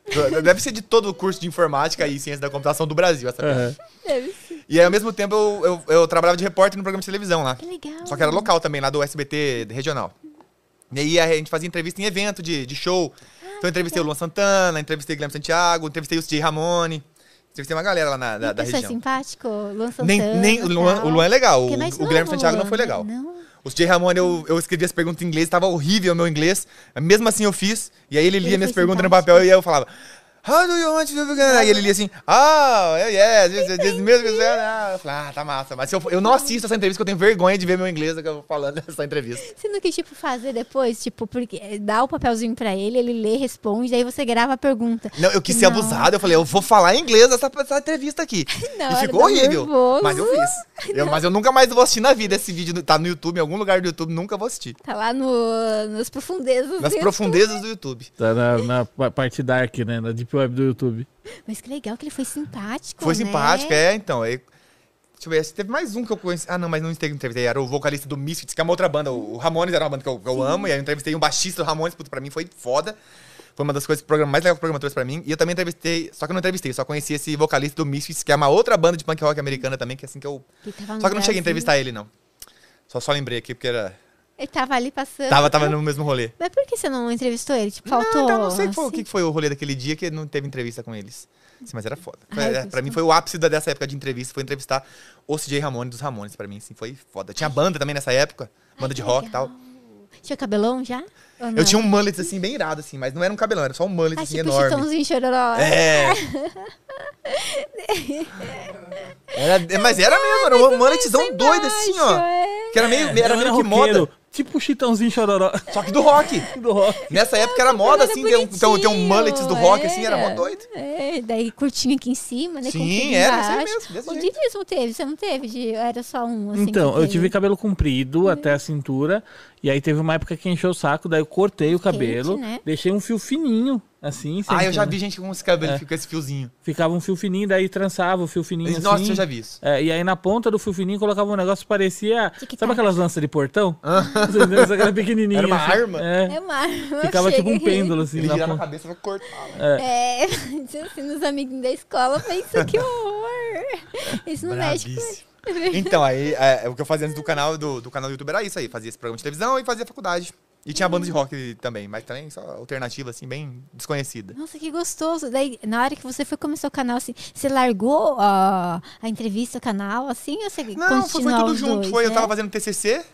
Speaker 2: Deve ser de todo o curso de informática e ciência da computação do Brasil. Essa piada.
Speaker 3: Aham.
Speaker 1: Deve ser.
Speaker 2: E aí, ao mesmo tempo, eu, eu, eu trabalhava de repórter no programa de televisão lá.
Speaker 1: Que legal.
Speaker 2: Só que era local também, lá do SBT regional. E aí a gente fazia entrevista em evento de, de show.
Speaker 1: Ah,
Speaker 2: Então eu entrevistei o Luan Santana, entrevistei o Guilherme Santiago, entrevistei o Steve Ramone. Entrevistei uma galera lá na, da, da
Speaker 1: Pessoa
Speaker 2: região.
Speaker 1: simpático, Luan assim, Santana.
Speaker 2: Nem, nem o, Luan,
Speaker 1: tal.
Speaker 2: o Luan é legal. O,
Speaker 1: Porque nós
Speaker 2: o Guilherme
Speaker 1: amamos
Speaker 2: Santiago não
Speaker 1: Luan,
Speaker 2: foi
Speaker 1: né?
Speaker 2: legal.
Speaker 1: Não.
Speaker 2: Os Jay Ramone, eu, eu escrevi as perguntas em inglês, tava horrível o meu inglês. Mesmo assim eu fiz. E aí ele lia
Speaker 1: Ele
Speaker 2: minhas
Speaker 1: foi
Speaker 2: perguntas no
Speaker 1: simpático.
Speaker 2: papel e aí eu falava. How do you want to begin? Aí ele lia assim, ah, oh, yes, yes, yes, yes, mesmo. Eu falei, ah, tá massa. Mas se eu, eu não assisto essa entrevista, porque eu tenho vergonha de ver meu inglês que eu vou falando nessa entrevista.
Speaker 1: Você não quis, tipo, fazer depois? Tipo, porque eh, dá o papelzinho pra ele, ele lê, responde, daí você grava a pergunta.
Speaker 2: Não, eu quis ser
Speaker 1: Não.
Speaker 2: abusado, eu falei, eu vou falar em inglês essa, essa entrevista aqui.
Speaker 1: Na
Speaker 2: e
Speaker 1: hora
Speaker 2: ficou
Speaker 1: dá
Speaker 2: horrível.
Speaker 1: tá nervoso.
Speaker 2: Mas eu fiz. Eu- mas eu nunca mais vou assistir na vida esse vídeo. Tá no YouTube, em algum lugar do YouTube, nunca vou assistir.
Speaker 1: Tá lá no, nas profundezas.
Speaker 2: Nas
Speaker 1: do-
Speaker 2: profundezas do YouTube.
Speaker 3: Tá na, na pa- parte dark, né? Na Deep Web do YouTube.
Speaker 1: Mas que legal que ele foi simpático,
Speaker 2: Foi
Speaker 1: né?
Speaker 2: simpático, é, então. Aí, deixa eu ver, teve mais um que eu conheci. Ah, não, mas não entrevistei. Era o vocalista do Misfits, que é uma outra banda. O Ramones era uma banda que eu, que eu amo. E aí eu entrevistei um baixista do Ramones, puta, pra mim foi foda. Foi uma das coisas que o programa mais legal que o programa trouxe pra mim. E eu também entrevistei, só que eu não entrevistei, eu só conheci esse vocalista do Misfits, que é uma outra banda de punk rock americana também, que é assim que eu.
Speaker 1: Ele tava assim. no
Speaker 2: Só que eu não cheguei
Speaker 1: Brasil.
Speaker 2: a entrevistar ele, não. Só só lembrei aqui, porque era.
Speaker 1: Ele tava ali passando.
Speaker 2: Tava, tava no mesmo rolê.
Speaker 1: Mas por que você não entrevistou ele? Tipo,
Speaker 2: Ah,
Speaker 1: faltou...
Speaker 2: então não sei foi- o
Speaker 1: assim?
Speaker 2: que que foi o rolê daquele dia que não teve entrevista com eles. Sim, mas era foda. Foi,
Speaker 1: Ai,
Speaker 2: é, pra
Speaker 1: Gustavo.
Speaker 2: mim foi o ápice da- dessa época de entrevista. Foi entrevistar o CJ Ramone dos Ramones. Pra mim, assim, foi foda. Tinha banda também nessa época, banda de
Speaker 1: que
Speaker 2: rock e
Speaker 1: legal.
Speaker 2: tal.
Speaker 1: Tinha cabelão já? Ou não?
Speaker 2: Eu tinha um mullet assim, bem irado, assim, mas não era um cabelão, era só um mullet
Speaker 1: ah,
Speaker 2: assim,
Speaker 1: tipo
Speaker 2: enorme.
Speaker 1: Chitãozinho Chororó.
Speaker 2: É. Era- é, mas era mesmo, era um mulletzão doido assim,
Speaker 1: Acho,
Speaker 2: ó.
Speaker 1: é.
Speaker 2: Que era meio, era
Speaker 3: Eu
Speaker 2: meio que
Speaker 3: roqueiro,
Speaker 2: moda.
Speaker 3: Tipo o Chitãozinho Chororó
Speaker 2: Só que do rock.
Speaker 3: do rock.
Speaker 2: Nessa época era moda, assim, ter um, então ter um mullet do rock, assim, era mó doido.
Speaker 1: É, daí curtinho aqui em cima, né?
Speaker 2: Sim,
Speaker 1: comprido
Speaker 2: era, isso aí
Speaker 1: embaixo.
Speaker 2: mesmo, desse
Speaker 1: O
Speaker 2: jeito.
Speaker 1: Didismo teve, você não teve? De, era só um, assim.
Speaker 3: Então,
Speaker 1: que Uhum.
Speaker 3: eu
Speaker 1: teve.
Speaker 3: tive cabelo comprido até a cintura. E aí teve uma época que encheu o saco, daí eu cortei o cabelo,
Speaker 1: né?
Speaker 3: deixei um fio fininho, assim.
Speaker 2: Ah, eu
Speaker 3: sempre,
Speaker 2: já
Speaker 3: né?
Speaker 2: vi gente com esse cabelo,
Speaker 3: É.
Speaker 2: com esse fiozinho.
Speaker 3: Ficava um fio fininho, daí trançava o fio fininho.
Speaker 2: Nossa,
Speaker 3: assim.
Speaker 2: eu já vi isso.
Speaker 3: É, e aí na ponta do fio fininho colocava um negócio que parecia.
Speaker 1: Tic-tac.
Speaker 3: Sabe aquelas lanças de portão? Você entendeu? Só que Era pequenininha.
Speaker 2: Era uma
Speaker 3: assim.
Speaker 2: arma?
Speaker 3: É.
Speaker 1: É uma arma,
Speaker 3: Ficava
Speaker 1: chega
Speaker 3: tipo um
Speaker 1: aqui.
Speaker 3: pêndulo assim.
Speaker 2: Ele
Speaker 3: na
Speaker 2: girava a
Speaker 3: ponta.
Speaker 2: cabeça e vai cortar. né?
Speaker 1: É, disse assim, nos amiguinhos da escola, pensa que horror. Isso no México.
Speaker 2: Bravíssimo. Então, aí, é, o que eu fazia antes do canal do, do canal do YouTube era isso aí. Fazia esse programa de televisão e fazia faculdade. E tinha banda de rock também, mas também só alternativa, assim, bem desconhecida.
Speaker 1: Nossa, que gostoso. Daí, na hora que você foi começar o canal, assim, você largou ó, a entrevista, o canal, assim, ou você
Speaker 2: Não, foi, foi
Speaker 1: continuou
Speaker 2: tudo
Speaker 1: os
Speaker 2: junto.
Speaker 1: dois,
Speaker 2: foi, eu
Speaker 1: né?
Speaker 2: tava fazendo TCC.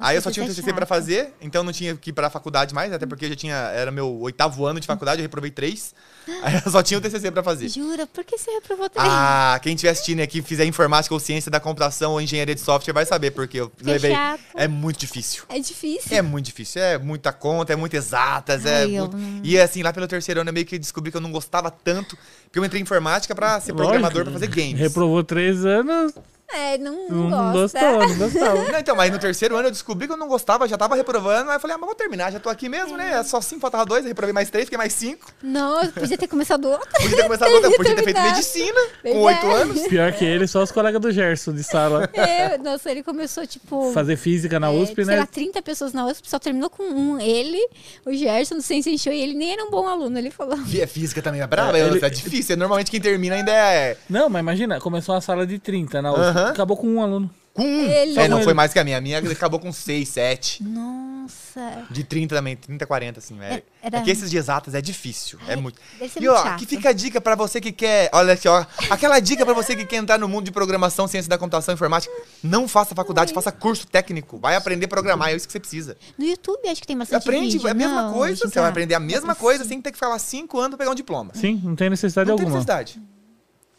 Speaker 2: Aí eu só
Speaker 1: TCC
Speaker 2: tinha o
Speaker 1: é
Speaker 2: TCC pra
Speaker 1: chato.
Speaker 2: fazer, então não tinha que ir pra faculdade mais, até porque eu já tinha. Era meu oitavo ano de faculdade, eu reprovei três. Aí eu só tinha o TCC pra fazer.
Speaker 1: Jura? Por que você reprovou três?
Speaker 2: Ah, quem estiver assistindo aqui, fizer informática ou ciência da computação ou engenharia de software, vai saber, porque eu
Speaker 1: Que
Speaker 2: levei.
Speaker 1: chato.
Speaker 2: É muito difícil.
Speaker 1: É difícil.
Speaker 2: É muito difícil, é muita conta, é muito exatas, é
Speaker 1: Ai, eu
Speaker 2: muito- E assim, lá pelo terceiro ano eu meio que descobri que eu não gostava tanto, porque eu entrei em informática pra ser programador, pra fazer
Speaker 3: Lógico.
Speaker 2: games.
Speaker 3: Reprovou três anos,
Speaker 1: É, não,
Speaker 3: não,
Speaker 1: não
Speaker 3: não
Speaker 1: gosta.
Speaker 3: gostou, não gostava.
Speaker 2: Não, então, mas no terceiro ano eu descobri que eu não gostava, já tava reprovando, aí eu falei, ah, mas vou terminar, já tô aqui mesmo, né? É Só cinco, faltava dois, eu reprovei mais três, fiquei mais cinco.
Speaker 1: Não, podia ter começado outra.
Speaker 2: Podia ter começado outra, podia ter feito
Speaker 1: Terminar.
Speaker 2: medicina com oito
Speaker 1: Verdade.
Speaker 2: anos.
Speaker 3: Pior que ele, só os colegas do Gerson de sala.
Speaker 1: É, nossa, ele começou, tipo...
Speaker 3: Fazer física na
Speaker 1: é, Sei
Speaker 3: USP, né?
Speaker 1: lá, 30 pessoas na USP, só terminou com um. Ele, o Gerson, do Sensei Show, e ele nem era um bom aluno, ele falou.
Speaker 2: Fí- Física também é brava, é,
Speaker 3: Ele-
Speaker 2: é difícil. Normalmente quem termina ainda é
Speaker 3: Não, mas imagina, começou uma sala de 30 na USP,
Speaker 2: Aham.
Speaker 3: acabou com um aluno.
Speaker 2: com um.
Speaker 1: Ele-
Speaker 2: É, não foi mais que a minha. A minha acabou com seis, sete.
Speaker 1: Nossa,
Speaker 2: De 30 também, 30, 40, assim. É,
Speaker 1: É- era-
Speaker 2: é que esses de exatas é difícil. É muito.
Speaker 1: deve ser
Speaker 2: E ó,
Speaker 1: muito chato.
Speaker 2: que fica a dica pra você que quer. Olha aqui, ó. Aquela dica pra você que quer entrar no mundo de programação, ciência da computação, informática. Não faça faculdade, faça curso técnico. Vai aprender a programar, é isso que você precisa.
Speaker 1: no YouTube acho que tem bastante
Speaker 2: Aprende
Speaker 1: vídeo,
Speaker 2: é a mesma
Speaker 1: não,
Speaker 2: coisa,
Speaker 1: gente,
Speaker 2: você vai
Speaker 1: ah,
Speaker 2: aprender a
Speaker 1: não é
Speaker 2: mesma coisa sem ter que falar cinco anos pra pegar um diploma.
Speaker 3: Sim, não tem necessidade
Speaker 2: Não tem
Speaker 3: alguma.
Speaker 2: necessidade.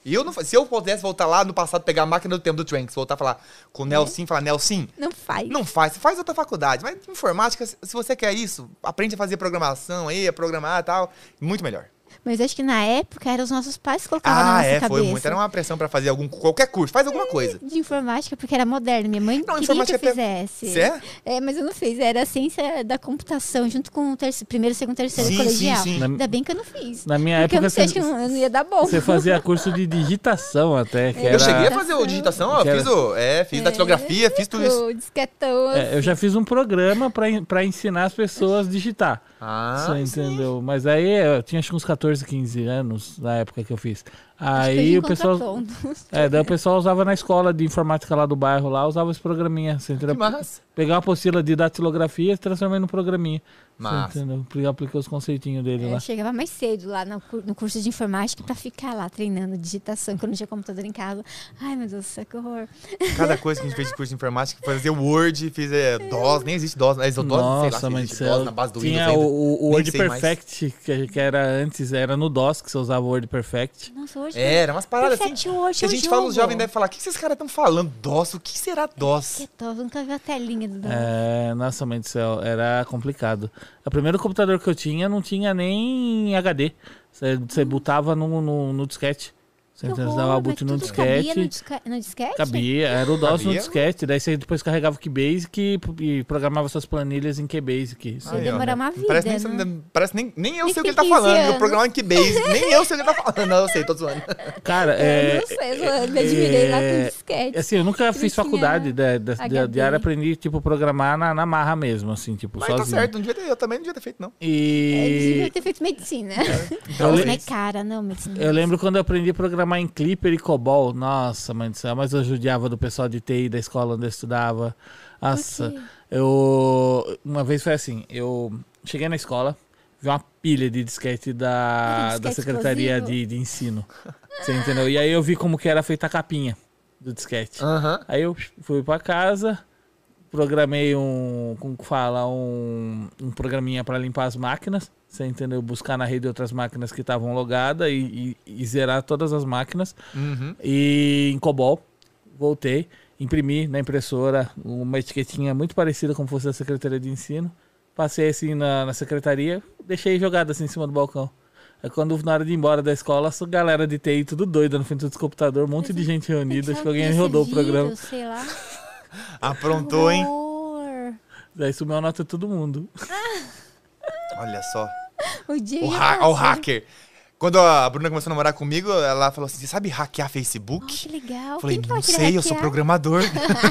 Speaker 2: E eu não, fa- se eu pudesse voltar lá no passado, pegar a máquina do tempo do Tranks, voltar a falar
Speaker 1: É.
Speaker 2: com o Nelson, falar Nelson,
Speaker 1: Não faz.
Speaker 2: não faz, você faz outra faculdade. Mas informática, se se você quer isso, aprende a fazer programação aí, a programar e tal. Muito melhor.
Speaker 1: Mas acho que na época eram os nossos pais que colocavam na
Speaker 2: Ah,
Speaker 1: nossa
Speaker 2: é,
Speaker 1: cabeça.
Speaker 2: foi muito. Era uma pressão pra fazer algum, qualquer curso. Faz alguma coisa.
Speaker 1: De informática, porque era moderno. Minha mãe
Speaker 2: Não,
Speaker 1: queria que
Speaker 2: informática é
Speaker 1: eu
Speaker 2: até-
Speaker 1: fizesse.
Speaker 2: Certo?
Speaker 1: É, mas eu não fiz. Era a ciência da computação, junto com o terceiro, primeiro, segundo, terceiro
Speaker 2: Sim,
Speaker 1: colegial.
Speaker 2: sim, sim.
Speaker 3: Na-
Speaker 1: Ainda bem que eu não fiz.
Speaker 3: Na minha
Speaker 1: porque eu
Speaker 3: época,
Speaker 1: não sei, acho
Speaker 3: você,
Speaker 1: que não, É. eu não ia dar bom.
Speaker 3: você fazia curso de digitação até. Que era...
Speaker 2: Eu cheguei a fazer o digitação, ó,
Speaker 3: Que era-
Speaker 2: fiz o. É, fiz datilografia, fiz tudo isso.
Speaker 1: O disquetão.
Speaker 3: É, eu já fiz um programa pra en- pra ensinar as pessoas a digitar.
Speaker 2: Ah,
Speaker 3: Você entendeu? Mas aí é, eu tinha acho que uns 14, 15 anos na época que eu fiz.
Speaker 1: acho que
Speaker 3: Aí
Speaker 1: eu
Speaker 3: o pessoal.
Speaker 1: contratou.
Speaker 3: É, daí o pessoal usava na escola de informática lá do bairro, lá usava esse programinha. Você
Speaker 2: que
Speaker 3: entendeu?
Speaker 2: massa.
Speaker 3: Pegar uma apostila de datilografia e transformar num programinha. Você
Speaker 2: Massa. É,
Speaker 3: entendeu? Porque eu apliquei os conceitinhos dele
Speaker 1: Eu
Speaker 3: lá.
Speaker 1: É, chegava mais cedo lá no, cur- no curso de informática pra ficar lá treinando digitação, que eu não tinha computador em casa. Ai, meu Deus, do céu, que horror.
Speaker 2: Cada coisa que a gente fez de curso de informática, fazia Word, fiz é, DOS, nem existe DOS, né? Existe DOS, sei lá,
Speaker 3: Nossa,
Speaker 2: se
Speaker 3: mas
Speaker 2: existe
Speaker 3: você
Speaker 2: DOS na base do
Speaker 3: tinha
Speaker 2: Windows
Speaker 3: o,
Speaker 2: ainda.
Speaker 3: o
Speaker 2: Nem
Speaker 3: Word
Speaker 2: sei mais.
Speaker 3: Perfect, que, que era antes, era no DOS que você usava o Word Perfect.
Speaker 1: Nossa, hoje.
Speaker 2: É, Era umas paradas assim.
Speaker 1: Perfect Word
Speaker 2: Que
Speaker 1: é
Speaker 2: a
Speaker 1: um
Speaker 2: gente
Speaker 1: jogo.
Speaker 2: fala, os jovens devem falar, o que que esses caras estão falando? DOS, o que será DOS?
Speaker 1: Disquetão, nunca vi a telinha do
Speaker 3: É, nossa, mãe do céu, era complicado. O primeiro computador que eu tinha não tinha nem HD. Você você botava no, no, no disquete. Você
Speaker 1: Hum. Que
Speaker 3: entendeu? Você
Speaker 1: horror,
Speaker 3: dava
Speaker 1: mas
Speaker 3: boot no
Speaker 1: tudo cabia no
Speaker 3: disquete.
Speaker 1: disca- no disquete?
Speaker 3: Cabia, era o DOS no
Speaker 2: Cabia?
Speaker 3: disquete. Daí você depois carregava o Keybasic e, e programava suas planilhas em Keybasic. Isso.
Speaker 2: Aí, ó.
Speaker 1: Demorar uma vida,
Speaker 2: Parece, nem,
Speaker 1: né?
Speaker 2: parece nem, nem eu
Speaker 1: Nem
Speaker 2: sei o que ele tá
Speaker 1: tem 15
Speaker 2: falando. Eu
Speaker 1: anos.
Speaker 2: programava em Keybase. nem eu sei o que ele tá falando. Não, eu sei, tô zoando.
Speaker 3: Cara,
Speaker 1: Eu
Speaker 3: é,
Speaker 1: não sei, eu me admirei lá com o disquete.
Speaker 3: assim, eu nunca
Speaker 1: Que
Speaker 3: fiz
Speaker 1: não tinha
Speaker 3: faculdade da, da, da-
Speaker 1: HD.
Speaker 3: de área, aprendi, tipo, programar na, na marra mesmo, assim, tipo,
Speaker 2: Mas tá
Speaker 3: sozinho.
Speaker 2: certo, não devia ter- eu também não devia ter feito, não.
Speaker 1: É, Eles deviam
Speaker 3: E
Speaker 1: ter feito medicina.
Speaker 2: Então,
Speaker 1: Mas
Speaker 2: assim,
Speaker 1: não é cara, não, medicina.
Speaker 3: eu lembro quando eu aprendi a programar em Clipper e Cobol. Nossa, mãe do céu, mas eu judiava do pessoal de TI da escola onde eu estudava. Nossa,
Speaker 1: quê?
Speaker 3: eu... Uma vez foi assim, eu cheguei na escola, vi uma pilha de disquete da,
Speaker 1: Era um
Speaker 3: da
Speaker 1: disquete
Speaker 3: Secretaria
Speaker 1: explosivo?
Speaker 3: de, de Ensino. Você entendeu? E aí eu vi como que era feita a capinha do disquete.
Speaker 2: Aham.
Speaker 3: Aí eu fui pra casa, programei um, como que fala, um, um programinha pra limpar as máquinas, você entendeu? Buscar na rede outras máquinas que estavam logadas e, e- e zerar todas as máquinas.
Speaker 2: Uhum.
Speaker 3: E em COBOL, voltei, imprimi na impressora uma etiquetinha muito parecida como fosse da Secretaria de Ensino. Passei assim na, na secretaria, deixei jogada assim em cima do balcão. Aí quando na hora de ir embora da escola, a galera de TI tudo doida no frente dos computadores, um monte de gente reunida, acho que alguém rodou o programa.
Speaker 1: Sei lá.
Speaker 2: Aprontou, hein?
Speaker 1: Horror.
Speaker 3: Daí subiu a nota todo mundo.
Speaker 2: Olha só.
Speaker 1: O dia
Speaker 2: O,
Speaker 1: ia
Speaker 2: ha- ó o
Speaker 1: passar.
Speaker 2: hacker. Quando a Bruna começou a namorar comigo, ela falou assim: Você sabe hackear Facebook?
Speaker 1: Ó, que legal.
Speaker 2: Falei,
Speaker 1: Oh, Quem que
Speaker 2: não
Speaker 1: ela queria
Speaker 2: sei, eu sou
Speaker 1: hackear?
Speaker 2: programador.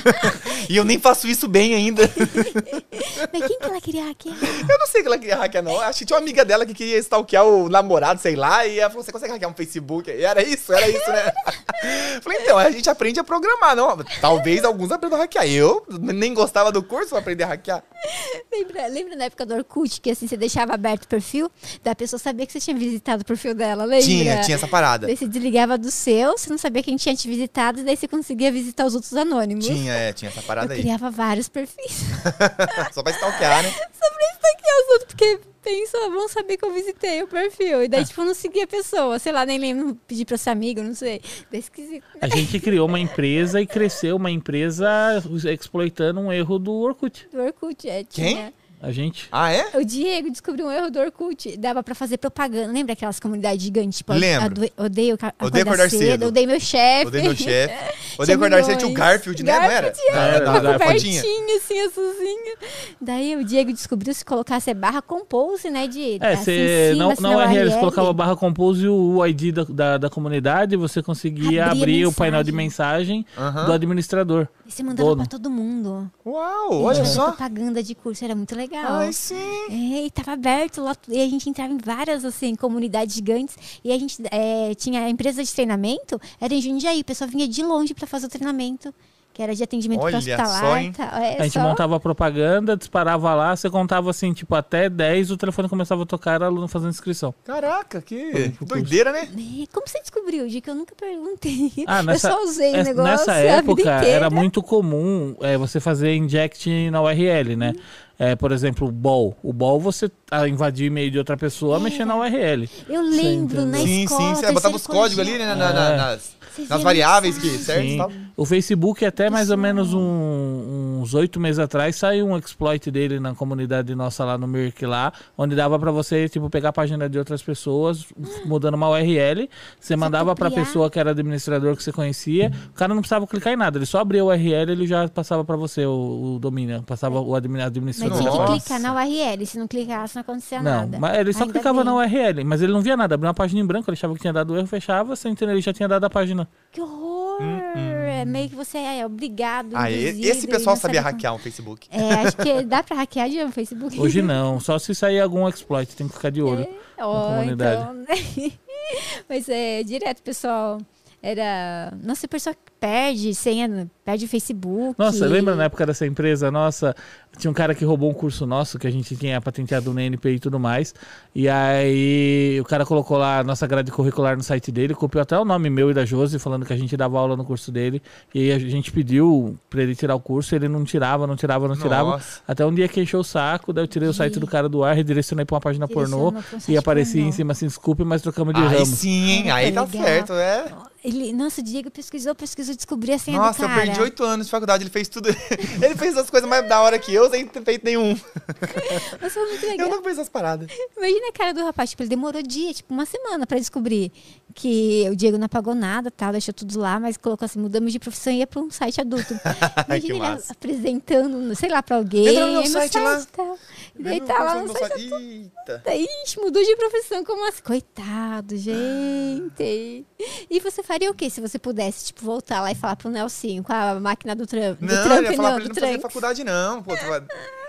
Speaker 2: e eu nem faço isso bem ainda.
Speaker 1: Mas quem que ela queria hackear?
Speaker 2: Eu não sei o que ela queria hackear, não. Acho que tinha uma amiga dela que queria stalkear o namorado, sei lá, e ela falou: você consegue hackear um Facebook? E era isso, era isso, né? Falei, então, a gente aprende a programar, não. Talvez alguns aprendam a hackear. Eu nem gostava do curso pra aprender a hackear.
Speaker 1: Lembra, lembra na época do Orkut, que assim, você deixava aberto o perfil, da pessoa sabia que você tinha visitado o perfil dela, lembra?
Speaker 2: Tinha, tinha essa parada.
Speaker 1: Daí você desligava do seu, você não sabia quem tinha te visitado, e daí você conseguia visitar os outros anônimos.
Speaker 2: Tinha, é, tinha essa
Speaker 1: Eu
Speaker 2: parada aí.
Speaker 1: criava vários perfis.
Speaker 2: Só pra stalkear, né?
Speaker 1: Só pra stalkear os outros, porque pensa, vão saber que eu visitei o perfil. E
Speaker 2: É.
Speaker 1: daí, tipo, eu não seguia a pessoa. Sei lá, nem lembro, pedi pra ser amigo, não sei. Daí esquisito.
Speaker 3: A gente criou uma empresa e cresceu uma empresa exploitando um erro do Orkut.
Speaker 1: Do Orkut, é.
Speaker 2: Quem?
Speaker 1: Tinha.
Speaker 3: A gente.
Speaker 2: Ah, é?
Speaker 1: O Diego descobriu um erro do Orkut. Dava pra fazer propaganda. Lembra aquelas comunidades gigantes? Tipo,
Speaker 2: Lembro.
Speaker 1: ado- Odeio ca-
Speaker 2: Odeio
Speaker 1: acordar
Speaker 2: acordar cedo.
Speaker 1: Odeio meu chefe.
Speaker 2: Odeio meu chefe. Odeio acordar cedo. Tinha o Garfield, né? Não era?
Speaker 1: Garfield,
Speaker 2: Da-
Speaker 3: é.
Speaker 2: da- da
Speaker 3: Era,
Speaker 2: fadinha.
Speaker 1: Pertinho, assim, a Suzinha. Daí o Diego descobriu se colocasse barra compose, né? De,
Speaker 3: É,
Speaker 1: assim,
Speaker 3: você
Speaker 1: em cima,
Speaker 3: não,
Speaker 1: assim,
Speaker 3: não
Speaker 1: na
Speaker 3: é real, você
Speaker 1: URL.
Speaker 3: colocava a barra compose e o ID da, da, da comunidade, você conseguia
Speaker 1: Abria
Speaker 3: abrir o
Speaker 1: mensagem.
Speaker 3: painel de mensagem
Speaker 2: Aham.
Speaker 3: do administrador.
Speaker 1: E você mandava
Speaker 3: Dono.
Speaker 1: pra todo mundo.
Speaker 2: Uau,
Speaker 1: Ele
Speaker 2: olha
Speaker 1: fazia
Speaker 2: só.
Speaker 1: propaganda de curso, era muito legal.
Speaker 2: Ai, sim.
Speaker 1: É, e tava aberto lá, e a gente entrava em várias, assim, comunidades gigantes. E a gente é, tinha a empresa de treinamento, era em Jundiaí, o pessoal vinha de longe pra fazer o treinamento. Que era de atendimento
Speaker 2: Olha
Speaker 1: hospitalar.
Speaker 2: só, hein?
Speaker 1: e tal. É,
Speaker 3: a gente
Speaker 1: só-
Speaker 3: montava a propaganda, disparava lá, você contava assim, tipo, até 10, o telefone começava a tocar, era aluno fazendo inscrição.
Speaker 2: Caraca, que
Speaker 3: Foi um
Speaker 2: doideira, né?
Speaker 1: É, Como você descobriu, Di? Que eu nunca perguntei.
Speaker 3: Ah, nessa-
Speaker 1: eu só usei o
Speaker 3: Essa-
Speaker 1: negócio
Speaker 3: Nessa
Speaker 1: a vida
Speaker 3: época
Speaker 1: inteira.
Speaker 3: era muito comum é, você fazer inject na URL, né?
Speaker 1: Uhum.
Speaker 3: É, por exemplo, o bol. O bol você ah, invadir e-mail de outra pessoa,
Speaker 1: É.
Speaker 3: mexer na URL.
Speaker 1: Eu lembro, na
Speaker 2: Sim,
Speaker 1: escola...
Speaker 2: sim, sim. Botava os códigos ali, né? na- na-
Speaker 3: É.
Speaker 2: nas,
Speaker 1: Você
Speaker 2: nas
Speaker 1: via
Speaker 2: variáveis que
Speaker 1: mensagem.
Speaker 2: certas e
Speaker 3: Sim.
Speaker 2: tal.
Speaker 3: O Facebook é até mais ou menos um- uns uns oito meses atrás, saiu um exploit dele na comunidade nossa lá no Mirk lá, onde dava pra você, tipo, pegar a página de outras pessoas, mudando uma URL, você mandava pra
Speaker 1: Ah. copiar.
Speaker 3: pessoa que era administrador que você conhecia, o cara não precisava clicar em nada, ele só abria a URL e ele já passava pra você o, o domínio, passava o admin-
Speaker 1: Mas
Speaker 3: administrador.
Speaker 1: tinha que
Speaker 2: Nossa.
Speaker 1: clicar na URL. Se não clicasse, não acontecia
Speaker 3: Não,
Speaker 1: nada.
Speaker 3: mas ele só
Speaker 1: Ainda bem.
Speaker 3: clicava na URL, mas ele não via nada, abriu uma página em branco, ele achava que tinha dado erro, fechava, sem entender, ele já tinha dado a página.
Speaker 1: Que horror! É meio que você é obrigado.
Speaker 2: Hum, Ah, e-
Speaker 1: induzido
Speaker 2: esse
Speaker 1: e
Speaker 2: pessoal
Speaker 1: não
Speaker 2: sabia
Speaker 1: sabe como-
Speaker 2: hackear um Facebook.
Speaker 1: É, acho que dá pra hackear de Facebook.
Speaker 3: Hoje não, só se sair algum exploit, tem que ficar de olho.
Speaker 2: é
Speaker 1: Ó,
Speaker 3: comunidade.
Speaker 1: então, né? Mas é direto, pessoal. Era. Nossa, a pessoa que perde senha, perde o Facebook.
Speaker 3: Nossa, lembra
Speaker 2: né?
Speaker 3: na época dessa empresa nossa? Tinha um cara que roubou um curso nosso, que a gente tinha patenteado no NP e tudo mais. E aí o cara colocou lá a nossa grade curricular no site dele, copiou até o nome meu e da Josi, falando que a gente dava aula no curso dele. E aí a gente pediu pra ele tirar o curso, ele não tirava, não tirava, não tirava.
Speaker 2: Nossa.
Speaker 3: Até um dia que encheu o saco, daí eu tirei o site do cara do ar, redirecionei pra uma página
Speaker 1: Direcionou
Speaker 3: pornô.
Speaker 1: pra um site
Speaker 3: E aparecia
Speaker 1: pornô.
Speaker 3: em cima assim, desculpe, mas trocamos de
Speaker 2: Aí
Speaker 3: ramo.
Speaker 2: sim, hein? Aí tá
Speaker 1: legal.
Speaker 2: certo, é.
Speaker 1: Ele, nossa, o Diego pesquisou, pesquisou, descobriu a senha
Speaker 2: Nossa,
Speaker 1: do
Speaker 2: eu
Speaker 1: cara.
Speaker 2: perdi oito anos de faculdade, ele fez tudo. ele fez as coisas mais da hora que eu, sem ter feito nenhum.
Speaker 1: Mas foi muito
Speaker 2: Eu
Speaker 1: legal.
Speaker 2: não fiz essas paradas.
Speaker 1: Imagina a cara do rapaz, tipo, ele demorou dia, tipo, uma semana pra descobrir que o Diego não apagou nada, tal, deixou tudo lá, mas colocou assim, mudamos de profissão e ia pra um site adulto.
Speaker 2: Ai,
Speaker 1: Imagina
Speaker 2: que
Speaker 1: ele
Speaker 2: massa.
Speaker 1: apresentando, sei lá, pra alguém.
Speaker 2: Entra no meu
Speaker 1: aí
Speaker 2: site lá.
Speaker 1: tal. E daí
Speaker 2: Eu não
Speaker 1: tá lá
Speaker 2: consigo
Speaker 1: no
Speaker 2: mostrar-
Speaker 1: site.
Speaker 2: Eita.
Speaker 1: Eita, Ixi, mudou de profissão como assim? Coitado, gente. E você faria o que se você pudesse, tipo, voltar lá e falar pro Nelsinho com a máquina do Trump? do
Speaker 2: Não,
Speaker 1: Trump,
Speaker 2: eu ia falar
Speaker 1: não,
Speaker 2: pra ele
Speaker 1: do
Speaker 2: não fazer
Speaker 1: Trump.
Speaker 2: faculdade, não. Pô, tu vai-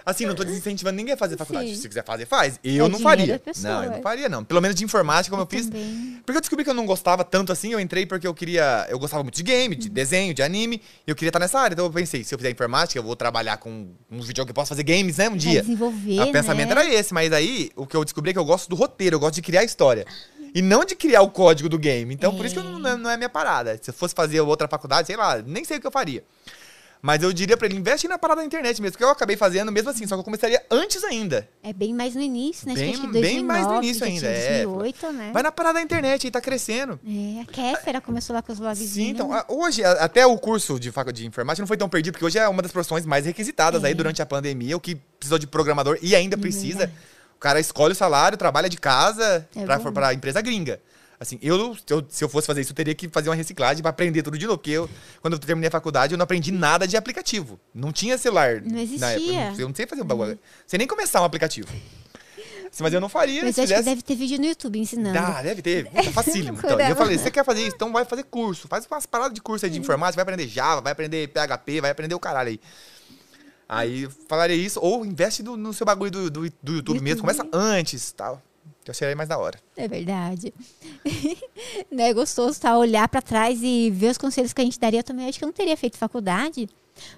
Speaker 2: Assim, não tô desincentivando ninguém a fazer faculdade.
Speaker 1: Sim.
Speaker 2: Se quiser fazer, faz. Eu
Speaker 1: É
Speaker 2: não
Speaker 1: dinheiro
Speaker 2: faria.
Speaker 1: da pessoa,
Speaker 2: Não, eu
Speaker 1: é.
Speaker 2: não faria, não. Pelo menos de informática, como eu, fiz.
Speaker 1: também.
Speaker 2: Porque eu descobri que eu não gostava tanto assim, eu entrei porque eu queria. Eu gostava muito de game, de desenho, de anime. E eu queria estar nessa área. Então eu pensei, se eu fizer informática, eu vou trabalhar com um videogame que eu posso fazer games, né? Um
Speaker 1: Pra
Speaker 2: dia.
Speaker 1: desenvolver,
Speaker 2: O pensamento
Speaker 1: né?
Speaker 2: era esse, mas aí o que eu descobri é que eu gosto do roteiro, eu gosto de criar a história. E não de criar o código do game. Então, por isso que eu não, não é minha parada. Se eu fosse fazer outra faculdade, sei lá, nem sei o que eu faria. Mas eu diria pra ele, investe na parada da internet mesmo, que eu acabei fazendo mesmo assim, só que eu começaria antes ainda.
Speaker 1: É bem mais no início, né?
Speaker 2: Bem-
Speaker 1: acho que
Speaker 2: bem
Speaker 1: 2009,
Speaker 2: mais no início
Speaker 1: já tinha
Speaker 2: ainda, é.
Speaker 1: 2008, né?
Speaker 2: Vai na parada da internet, aí tá crescendo.
Speaker 1: É, a Kéfera começou lá com os vlogs.
Speaker 2: Sim, então, a- hoje, a- até o curso de, facu- de informática não foi tão perdido, porque hoje é uma das profissões mais requisitadas aí durante a pandemia, o que precisou de programador e ainda
Speaker 1: Uhum,
Speaker 2: precisa. O cara escolhe o salário, trabalha de casa
Speaker 1: É
Speaker 2: pra,
Speaker 1: bom.
Speaker 2: pra empresa gringa. Assim, eu, eu- se eu fosse fazer isso, eu teria que fazer uma reciclagem pra aprender tudo de novo, porque eu, quando eu terminei a faculdade, eu não aprendi nada de aplicativo. Não tinha celular
Speaker 1: Não
Speaker 2: na época.
Speaker 1: existia.
Speaker 2: Eu não- Eu não sei fazer um bagulho. Sei nem começar um aplicativo. Assim, Mas eu não faria
Speaker 1: Mas
Speaker 2: se
Speaker 1: eu acho que
Speaker 2: fizesse.
Speaker 1: deve ter vídeo no YouTube ensinando.
Speaker 2: Dá, deve ter. Tá facílimo. Então, e eu
Speaker 1: Loucura.
Speaker 2: falei, você quer fazer isso? Então vai fazer curso. Faz umas paradas de curso aí de informática, vai aprender Java, vai aprender PHP, vai aprender o caralho aí. Aí eu falaria isso, ou investe do- no seu bagulho do, do, do YouTube mesmo. Começa antes tal. Eu seria mais da hora.
Speaker 1: É verdade. né, é gostoso tá, olhar pra trás e ver os conselhos que a gente daria Eu também. Acho que eu não teria feito faculdade.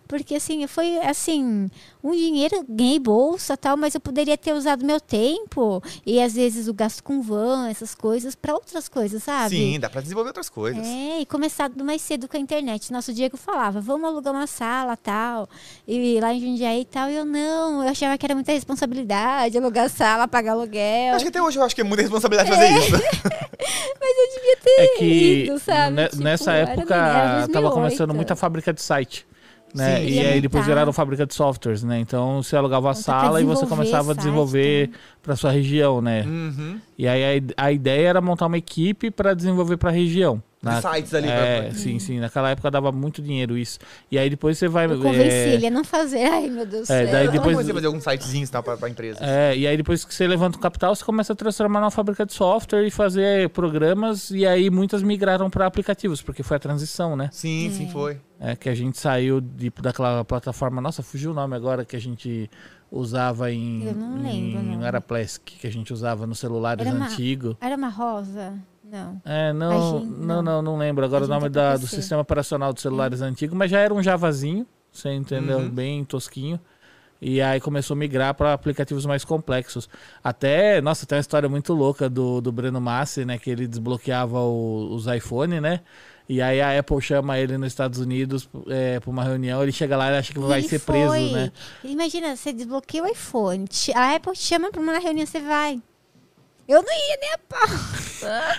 Speaker 1: Porque, assim, foi, assim, um dinheiro, ganhei bolsa tal, mas eu poderia ter usado meu tempo e, às vezes, o gasto com van, essas coisas, pra outras coisas, sabe?
Speaker 2: Sim, dá pra desenvolver outras coisas.
Speaker 1: É, e começado mais cedo com a internet. Nosso Diego falava, vamos alugar uma sala tal, e lá em Jundiaí e tal. E eu não, eu achava que era muita responsabilidade alugar sala, pagar aluguel.
Speaker 2: Acho que até hoje eu acho que é muita responsabilidade fazer isso.
Speaker 3: É que
Speaker 1: Ido, sabe?
Speaker 3: ne-
Speaker 1: Tipo,
Speaker 3: nessa
Speaker 1: era
Speaker 3: época
Speaker 1: no- era
Speaker 3: tava
Speaker 1: 2008.
Speaker 3: começando muita fábrica de site. Né?
Speaker 2: Sim.
Speaker 3: e
Speaker 1: Ia
Speaker 3: aí depois
Speaker 1: montar.
Speaker 3: viraram fábrica de softwares, né? Então você alugava a
Speaker 1: Então, pra
Speaker 3: sala e você
Speaker 1: desenvolver
Speaker 3: começava a
Speaker 1: site,
Speaker 3: desenvolver para sua região, né?
Speaker 2: uhum.
Speaker 3: E aí a id- a, ideia era montar uma equipe para desenvolver para a região.
Speaker 2: De sites ali. né?
Speaker 3: É,
Speaker 2: pra-
Speaker 1: Uhum.
Speaker 3: sim, sim. Naquela época dava muito dinheiro isso. E aí depois você vai.
Speaker 1: Eu convenci
Speaker 3: é,
Speaker 1: ele a não fazer. Ai, meu Deus do
Speaker 3: É,
Speaker 1: céu.
Speaker 3: daí
Speaker 2: Eu
Speaker 3: depois-
Speaker 2: comecei a fazer alguns sitezinhos e tal pra, pra empresa.
Speaker 3: É, e aí depois que você levanta o capital, você começa a transformar numa fábrica de software e fazer programas, e aí muitas migraram para aplicativos, porque foi a transição, né?
Speaker 2: Sim, sim, foi.
Speaker 3: É, que a gente saiu de, daquela plataforma, nossa, fugiu o nome agora, que a gente usava em.
Speaker 1: Eu não lembro o
Speaker 3: em-
Speaker 1: nome.
Speaker 3: Era Plesk, que a gente usava nos celulares
Speaker 1: Era uma-
Speaker 3: antigos.
Speaker 1: Era uma rosa? Não.
Speaker 3: É,
Speaker 1: A
Speaker 3: não,
Speaker 1: gente-
Speaker 3: não,
Speaker 1: não.
Speaker 3: não, não lembro agora o
Speaker 1: A gente
Speaker 3: nome
Speaker 1: tá Hum. pra
Speaker 3: da- do
Speaker 1: PC.
Speaker 3: sistema operacional dos celulares antigo, mas já era um Javazinho, você entendeu? Bem tosquinho. E aí começou a migrar para aplicativos mais complexos. Até, nossa, tem uma história muito louca do, do Breno Massi, né? Que ele desbloqueava o- os iPhone, né? E aí a Apple chama ele nos Estados Unidos é, para uma reunião, ele chega lá e acha que vai
Speaker 1: Ele
Speaker 3: ser
Speaker 1: foi.
Speaker 3: preso, né?
Speaker 1: Imagina, você desbloqueia o iPhone, te- a Apple te chama pra uma reunião, você vai. Eu não ia nem a pau.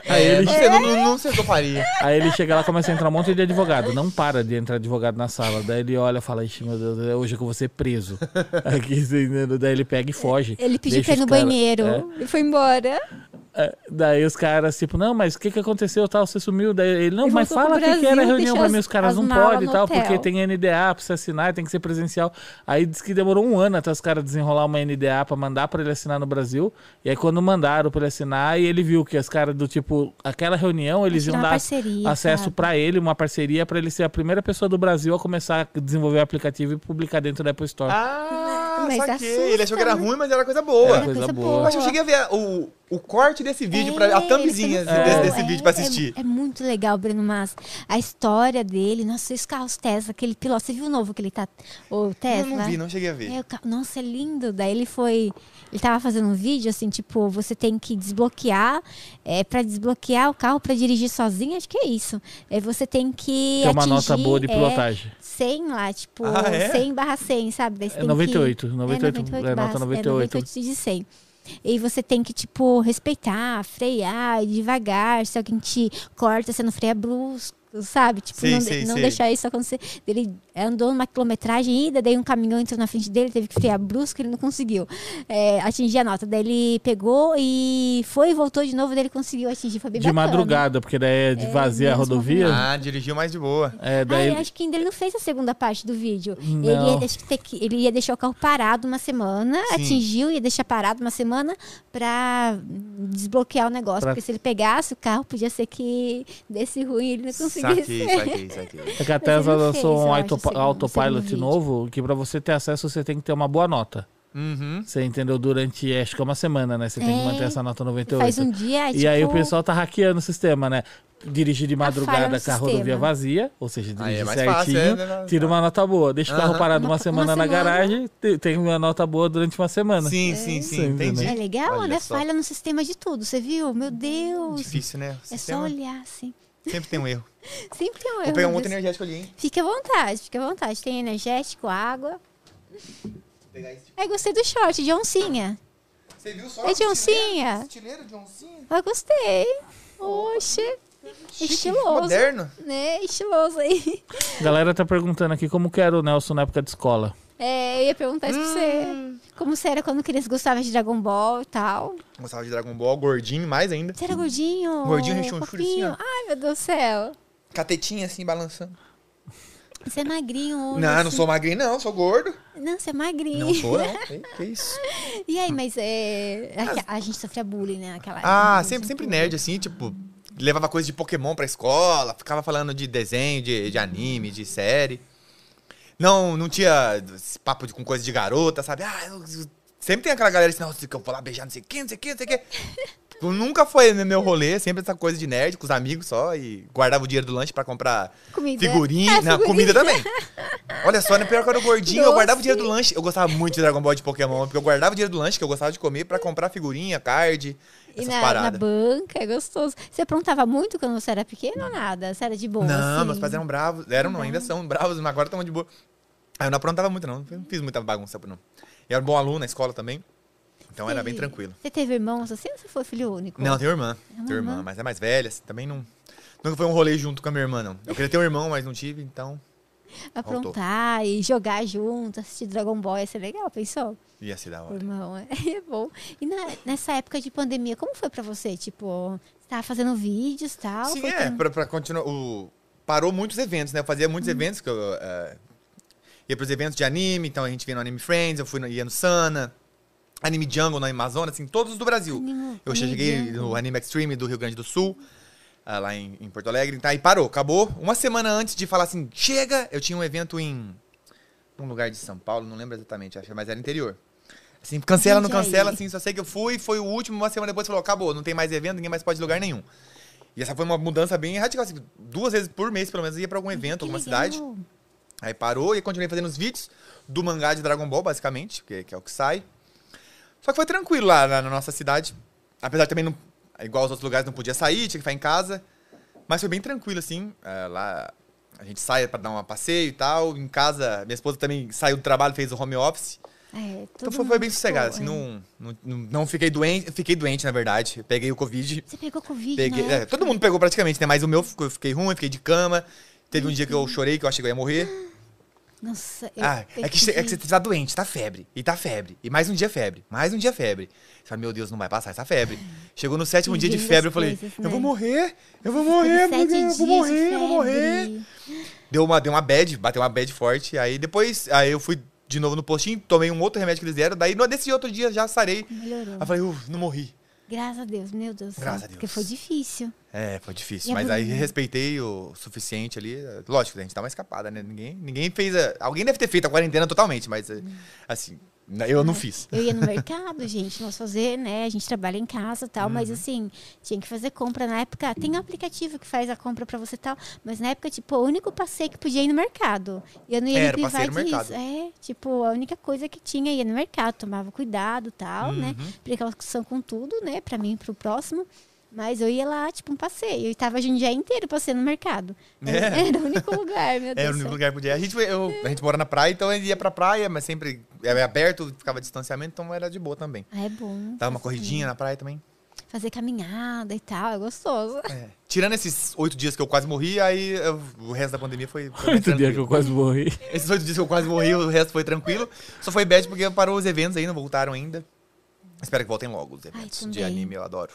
Speaker 2: Aí ele, você não, não, não sei o que eu faria.
Speaker 3: Aí ele chega lá, começa a entrar um monte de advogado. Não para de entrar advogado na sala. Daí ele olha e fala, ixi, meu Deus, hoje é que eu vou ser preso. Aqui, você entendeu? daí ele pega e foge.
Speaker 1: Ele pediu
Speaker 3: Deixa
Speaker 1: pra ir
Speaker 3: os
Speaker 1: no
Speaker 3: cara-
Speaker 1: banheiro
Speaker 3: É.
Speaker 1: e foi embora.
Speaker 3: É, Daí os caras, tipo, não, mas o que, que aconteceu tal? Você sumiu? Daí ele, não,
Speaker 1: Ele
Speaker 3: mas
Speaker 1: voltou pro
Speaker 3: fala o que, que
Speaker 1: Brasil,
Speaker 3: era a reunião
Speaker 1: deixou
Speaker 3: pra mim.
Speaker 1: as-
Speaker 3: Os caras
Speaker 1: as
Speaker 3: não
Speaker 1: malas
Speaker 3: podem e
Speaker 1: no
Speaker 3: tal,
Speaker 1: hotel.
Speaker 3: porque tem NDA, precisa assinar, tem que ser presencial. Aí diz que demorou um ano até os caras desenrolar uma NDA pra mandar pra ele assinar no Brasil. E aí quando mandaram pra ele assinar, e ele viu que os caras do tipo, aquela reunião, eles
Speaker 1: Tirar
Speaker 3: iam
Speaker 1: uma
Speaker 3: dar
Speaker 1: parceria,
Speaker 3: acesso
Speaker 1: sabe?
Speaker 3: pra ele, uma parceria pra ele ser a primeira pessoa do Brasil a começar a desenvolver o aplicativo e publicar dentro da Apple Store.
Speaker 2: Ah,
Speaker 1: Mas
Speaker 2: saquei. Ele achou que era
Speaker 1: assusta, né?
Speaker 2: ruim, mas era coisa
Speaker 3: Era
Speaker 2: boa.
Speaker 1: coisa boa.
Speaker 2: Eu acho que eu cheguei a ver o, o corte desse vídeo, pra,
Speaker 1: É,
Speaker 2: a thumbzinha assim,
Speaker 1: ele foi
Speaker 2: desse,
Speaker 1: no
Speaker 2: desse
Speaker 1: céu.
Speaker 2: vídeo pra
Speaker 1: É,
Speaker 2: assistir.
Speaker 1: É, é muito legal, Bruno Massa. A história dele, nossa, os carros Tesla, aquele piloto. Você viu o novo que ele tá. O
Speaker 2: Eu
Speaker 1: Tesla?
Speaker 2: não vi, não cheguei a ver.
Speaker 1: É, o ca- nossa, é lindo. Daí ele foi. Ele tava fazendo um vídeo assim, tipo, você tem que desbloquear. É, para desbloquear o carro pra dirigir sozinho, acho que é isso. É, você tem que.
Speaker 3: Que é uma
Speaker 1: atingir,
Speaker 3: nota boa de
Speaker 1: é,
Speaker 3: pilotagem.
Speaker 1: 100 lá, tipo,
Speaker 2: Ah, é?
Speaker 1: 100 barra 100, sabe? Daí você
Speaker 3: É
Speaker 1: tem
Speaker 3: 98,
Speaker 1: que...
Speaker 3: 98, é, nota
Speaker 1: barra-
Speaker 3: 98.
Speaker 1: 98 de 100. E você tem que, tipo, respeitar, frear, ir devagar. Se alguém te corta, você não freia brusco, sabe? Tipo,
Speaker 2: Sei,
Speaker 1: não, de-
Speaker 2: sei,
Speaker 1: não
Speaker 2: sei.
Speaker 1: deixar isso acontecer. Ele andou numa quilometragem ida, daí um caminhão entrou na frente dele, teve que frear brusco, ele não conseguiu é, atingir a nota. Daí ele pegou e foi e voltou de novo, daí ele conseguiu atingir. Foi bem
Speaker 3: De
Speaker 1: bacana. né?
Speaker 3: madrugada, porque daí é vazia a
Speaker 1: menos
Speaker 3: rodovia.
Speaker 2: Ah, dirigiu mais de boa.
Speaker 3: É,
Speaker 1: Ah,
Speaker 3: daí
Speaker 1: eu acho que ainda ele não fez a segunda parte do vídeo. Ele
Speaker 3: Não.
Speaker 1: ia, deixar, ter que- ele ia deixar o carro parado uma semana,
Speaker 2: Sim.
Speaker 1: atingiu, ia deixar parado uma semana pra desbloquear o negócio.
Speaker 3: Pra-
Speaker 1: Porque se ele pegasse o carro, podia ser que desse ruim e ele não conseguisse.
Speaker 2: Saquei, saquei, saquei.
Speaker 3: é que a
Speaker 1: Mas ele não
Speaker 3: Tesla lançou
Speaker 1: fez,
Speaker 3: um
Speaker 1: eu acho, o
Speaker 3: autopi-
Speaker 1: segundo- o
Speaker 3: autopilot
Speaker 1: segundo
Speaker 3: novo, que pra você ter acesso você tem que ter uma boa nota.
Speaker 2: Uhum.
Speaker 3: Você entendeu? Durante, acho que é uma semana, né? Você tem que
Speaker 1: É.
Speaker 3: manter essa nota 98.
Speaker 1: Faz um dia,
Speaker 3: então. E aí o
Speaker 1: tipo,
Speaker 3: pessoal tá hackeando o sistema, né? Dirigir de
Speaker 1: falha
Speaker 3: madrugada
Speaker 1: no
Speaker 3: com a rodovia
Speaker 1: sistema.
Speaker 3: vazia, ou seja,
Speaker 2: Aí é
Speaker 3: dirigir
Speaker 2: mais fácil,
Speaker 3: certinho,
Speaker 2: é, né?
Speaker 3: tira uma nota boa. Deixa o carro
Speaker 2: Aham.
Speaker 3: parado uma,
Speaker 1: Uma-
Speaker 3: semana
Speaker 1: uma
Speaker 3: na
Speaker 1: semana.
Speaker 3: garagem, te- tem uma nota boa durante uma semana.
Speaker 2: Sim, sim, sim,
Speaker 3: Sim,
Speaker 2: entendi.
Speaker 1: É legal,
Speaker 2: Olha
Speaker 1: né?
Speaker 2: só.
Speaker 1: Falha no sistema de tudo, você viu? Meu Deus.
Speaker 2: Difícil, né? O
Speaker 1: É só
Speaker 2: sistema
Speaker 1: olhar, assim.
Speaker 2: sempre tem um erro.
Speaker 1: Sempre tem um
Speaker 2: Vou
Speaker 1: erro
Speaker 2: pegar um outro
Speaker 1: desse.
Speaker 2: energético ali, hein?
Speaker 1: Fique à vontade, fique à vontade. Tem energético, água.
Speaker 2: Vou pegar esse. tipo.
Speaker 1: Aí gostei do short, de oncinha.
Speaker 2: Você viu só?
Speaker 1: É de oncinha.
Speaker 2: Estileiro de oncinha.
Speaker 1: Eu Ah, gostei. Oxe,
Speaker 2: Chique,
Speaker 1: Estiloso.
Speaker 2: Moderno.
Speaker 1: né? Estiloso aí.
Speaker 3: A galera tá perguntando aqui como que era o Nelson na época de escola.
Speaker 1: É, eu ia perguntar isso pra
Speaker 2: Hum.
Speaker 1: você. Como você era quando criança gostava de Dragon Ball e tal?
Speaker 2: Gostava de Dragon Ball, gordinho, mais ainda.
Speaker 1: Você era gordinho?
Speaker 2: Gordinho, rechonchudo,
Speaker 1: fofinho?
Speaker 2: assim, ó.
Speaker 1: Ai, meu Deus do céu.
Speaker 2: Catetinha assim, balançando.
Speaker 1: Você é magrinho. olha
Speaker 2: Não,
Speaker 1: assim.
Speaker 2: não sou magrinho, não, sou gordo.
Speaker 1: Não, você é magrinho.
Speaker 2: Não sou, não. Que, que isso?
Speaker 1: E aí, mas é... A, a gente sofria bullying, né? Naquela
Speaker 2: Ah,
Speaker 1: época,
Speaker 2: sempre,
Speaker 1: gente,
Speaker 2: sempre
Speaker 1: tudo.
Speaker 2: nerd, assim, tipo, levava coisa de Pokémon pra escola, ficava falando de desenho, de, de anime, de série. Não, não tinha esse papo de, com coisa de garota, sabe? Ah, eu- eu- sempre tem aquela galera assim, não, que eu vou lá beijar, não sei quem, não sei quem, não sei quem. Tipo, Nunca foi meu rolê, sempre essa coisa de nerd com os amigos só e guardava o dinheiro do lanche pra comprar
Speaker 1: Comida.
Speaker 2: figurinha,
Speaker 1: É,
Speaker 2: não, comida também. Olha só, no pior que eu era gordinho, eu
Speaker 1: Doce.
Speaker 2: guardava o dinheiro do lanche. Eu gostava muito de Dragon Ball de Pokémon, porque eu guardava o dinheiro do lanche que eu gostava de comer pra comprar figurinha, card,
Speaker 1: E
Speaker 2: essas
Speaker 1: na, na
Speaker 2: paradas.
Speaker 1: banca, é gostoso. Você aprontava muito quando você era pequeno ou nada? Você era de boa,
Speaker 2: não,
Speaker 1: assim? Uhum.
Speaker 2: meus pais eram bravos. Eram, não, ainda são bravos, mas agora estão de boa. Aí eu não aprontava muito, não. Não fiz muita bagunça, não. Eu era um bom aluno na escola também. Então era bem
Speaker 1: Sim.
Speaker 2: tranquilo.
Speaker 1: Você teve irmãos assim ou você foi filho único?
Speaker 2: Não, tem irmã.
Speaker 1: uma
Speaker 2: Tem irmã,
Speaker 1: irmã?
Speaker 2: mas é mais velha, assim, também não. Nunca foi um rolê junto com a minha irmã, não. Eu queria ter um irmão, mas não tive, então
Speaker 1: aprontar e jogar junto, assistir Dragon Ball, ia ser legal, pensou?
Speaker 2: ia ser da
Speaker 1: Pô,
Speaker 2: hora.
Speaker 1: Irmão, é, é bom. E na- nessa época de pandemia, como foi pra você? Tipo, você tava fazendo vídeos e tal?
Speaker 2: Sim,
Speaker 1: foi
Speaker 2: é,
Speaker 1: tran-
Speaker 2: pra, pra continuar. O, parou muitos eventos, né? Eu fazia
Speaker 1: Uhum.
Speaker 2: muitos eventos que eu. eh, ia pros eventos de anime, então a gente vinha no Anime Friends, eu fui no, ia no Sana, Anime Jungle na Amazonas, assim, todos do Brasil.
Speaker 1: Anime-
Speaker 2: eu
Speaker 1: Anime
Speaker 2: cheguei
Speaker 1: Jungle.
Speaker 2: no Anime Extreme do Rio Grande do Sul, ah, lá em, em Porto Alegre, tá? E parou, acabou. Uma semana antes de falar assim, chega, eu tinha um evento em. num lugar de São Paulo, não lembro exatamente, acho, mas era interior. Assim, cancela, não
Speaker 1: Gente, aí.
Speaker 2: cancela, assim, só sei que eu fui, foi o último, uma semana depois falou, acabou, não tem mais evento, ninguém mais pode ir em lugar nenhum. E essa foi uma mudança bem radical, assim, duas vezes por mês, pelo menos, eu ia pra algum evento,
Speaker 1: Que
Speaker 2: alguma
Speaker 1: legal.
Speaker 2: cidade. Aí parou e continuei fazendo os vídeos do mangá de Dragon Ball, basicamente, que, que é o que sai. Só que foi tranquilo lá na, na nossa cidade. Apesar de também, não, igual aos outros lugares, não podia sair, tinha que ficar em casa. Mas foi bem tranquilo, assim. É, lá a gente sai pra dar um passeio e tal. Em casa, minha esposa também saiu do trabalho, fez o home office.
Speaker 1: É,
Speaker 2: Então
Speaker 1: todo
Speaker 2: foi, foi
Speaker 1: mundo
Speaker 2: bem
Speaker 1: ficou,
Speaker 2: sossegado, assim,
Speaker 1: é.
Speaker 2: não, não, não- não fiquei doente, fiquei doente, na verdade. Eu Peguei o Covid,
Speaker 1: Você pegou Covid,
Speaker 2: peguei,
Speaker 1: né?
Speaker 2: é, todo mundo pegou praticamente, né? Mas o meu, ficou- eu fiquei ruim, fiquei de cama. Teve um dia que eu chorei, que eu achei que eu ia morrer.
Speaker 1: Nossa, eu
Speaker 2: Ah, é que, che- é que você tá doente, tá febre, e tá febre, e mais um dia febre, mais um dia febre. Você fala, meu Deus, não vai passar essa febre. Chegou no sétimo dia de
Speaker 1: Vivendo
Speaker 2: febre,
Speaker 1: as
Speaker 2: eu falei,
Speaker 1: coisas,
Speaker 2: eu vou
Speaker 1: né?
Speaker 2: morrer, eu vou
Speaker 1: Teve
Speaker 2: morrer,
Speaker 1: sete
Speaker 2: porque eu
Speaker 1: dias de
Speaker 2: vou morrer, eu vou morrer.
Speaker 1: febre.
Speaker 2: Deu uma, deu uma bad, bateu uma bad forte. Aí depois, aí eu fui de novo no postinho, tomei um outro remédio que eles deram. Daí no- nesse outro dia já sarei.
Speaker 1: Melhorou.
Speaker 2: Aí eu falei, uff, não morri.
Speaker 1: Graças a Deus, meu Deus. do céu,
Speaker 2: Graças a Deus.
Speaker 1: Porque foi difícil.
Speaker 2: É, foi difícil.
Speaker 1: E é
Speaker 2: mas aí
Speaker 1: bonito.
Speaker 2: respeitei o suficiente ali. Lógico, a gente dá uma escapada, né? Ninguém, ninguém fez. A, alguém deve ter feito a quarentena totalmente, mas
Speaker 1: Hum.
Speaker 2: é, assim, na- eu não fiz.
Speaker 1: Eu ia no mercado, gente, nós fazer, né? A gente trabalha em casa e tal, mas
Speaker 2: Uhum.
Speaker 1: assim, tinha que fazer compra na época. Tem um aplicativo que faz a compra pra você e tal, mas na época, tipo, o único passeio que podia ir no mercado. Eu não ia
Speaker 2: Era,
Speaker 1: me privar
Speaker 2: passeio no
Speaker 1: disso. É, tipo, a única coisa que tinha ia no mercado, tomava cuidado e tal, né?
Speaker 2: Uhum.
Speaker 1: Precaução com tudo, né? Pra mim e pro próximo. Mas eu ia lá, tipo, um passeio. E tava Jundiaí inteiro passeando no mercado.
Speaker 2: É.
Speaker 1: Era o único lugar, meu Deus.
Speaker 2: Era É, o
Speaker 1: do
Speaker 2: único
Speaker 1: céu.
Speaker 2: lugar que podia. A gente, eu- a gente mora na praia, então ele ia pra praia, mas sempre era aberto, ficava distanciamento, então era de boa também.
Speaker 1: Ah, é bom.
Speaker 2: Dava
Speaker 1: fazer
Speaker 2: uma
Speaker 1: também.
Speaker 2: corridinha na praia também.
Speaker 1: Fazer caminhada e tal, é gostoso.
Speaker 2: É. Tirando esses oito dias que eu quase morri, aí eu- o resto da pandemia foi. foi
Speaker 3: Oito dias que
Speaker 2: tranquilo.
Speaker 3: eu quase morri.
Speaker 2: Esses oito dias é que eu quase morri, o resto foi tranquilo. Só foi bad porque parou os eventos aí, não voltaram ainda. Espero que voltem logo os eventos de
Speaker 1: também.
Speaker 2: anime, eu adoro.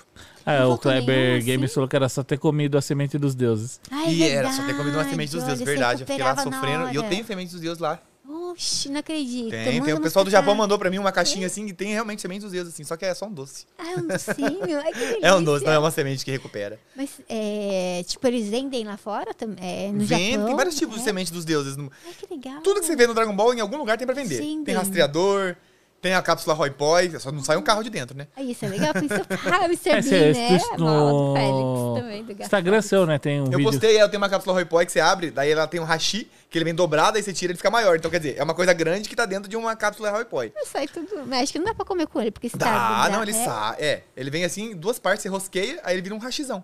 Speaker 3: Ah,
Speaker 1: Não
Speaker 3: o
Speaker 1: voltou nenhum,
Speaker 3: Kleber
Speaker 1: assim?
Speaker 3: Games falou que era só ter comido a semente dos deuses.
Speaker 1: Ai,
Speaker 2: e era só ter comido uma
Speaker 1: Ah, É verdade,
Speaker 2: semente dos deuses,
Speaker 1: olha,
Speaker 2: verdade.
Speaker 1: você
Speaker 2: Eu fiquei lá
Speaker 1: recuperava na
Speaker 2: sofrendo. E eu
Speaker 1: hora.
Speaker 2: tenho semente dos deuses lá.
Speaker 1: Oxi, não acredito.
Speaker 2: Tem, tem.
Speaker 1: Manda
Speaker 2: O
Speaker 1: umas
Speaker 2: pessoal do
Speaker 1: pra
Speaker 2: Japão
Speaker 1: cá.
Speaker 2: mandou pra mim uma caixinha
Speaker 1: É.
Speaker 2: assim que tem realmente semente dos deuses, assim, só que é só um doce.
Speaker 1: Ah, é um docinho. Ai, que
Speaker 2: É um
Speaker 1: delícia.
Speaker 2: doce, não é uma semente que recupera.
Speaker 1: Mas, é, tipo, eles vendem lá fora? tam- É, no
Speaker 2: Vende,
Speaker 1: Japão?
Speaker 2: tem vários tipos
Speaker 1: é?
Speaker 2: de semente dos deuses. No-
Speaker 1: Ai, que legal.
Speaker 2: Tudo que você vê no Dragon Ball, em algum lugar tem pra vender.
Speaker 1: Sim,
Speaker 2: tem
Speaker 1: tem.
Speaker 2: rastreador, tem a cápsula Roy Poi, só não sai um carro de dentro, né?
Speaker 1: Ah, isso é legal. Pensou, ah, Mr.
Speaker 3: É,
Speaker 1: Bean,
Speaker 3: cê-
Speaker 1: né?
Speaker 3: cê-
Speaker 1: A mala do
Speaker 3: no-
Speaker 1: Félix também, do gato.
Speaker 3: Instagram seu, né? Tem um
Speaker 2: Eu
Speaker 3: vídeo.
Speaker 2: postei, ela tem uma cápsula Roy Poi que você abre, daí ela tem um hashi, que ele vem dobrado, aí você tira ele fica maior. Então, quer dizer, é uma coisa grande que tá dentro de uma cápsula Roy Poi.
Speaker 1: Sai tudo. Mas acho que não dá pra comer com ele, porque está.
Speaker 2: Dá, não, ele
Speaker 1: né?
Speaker 2: sai. É, ele vem assim, em duas partes, você rosqueia, aí ele vira um hashizão.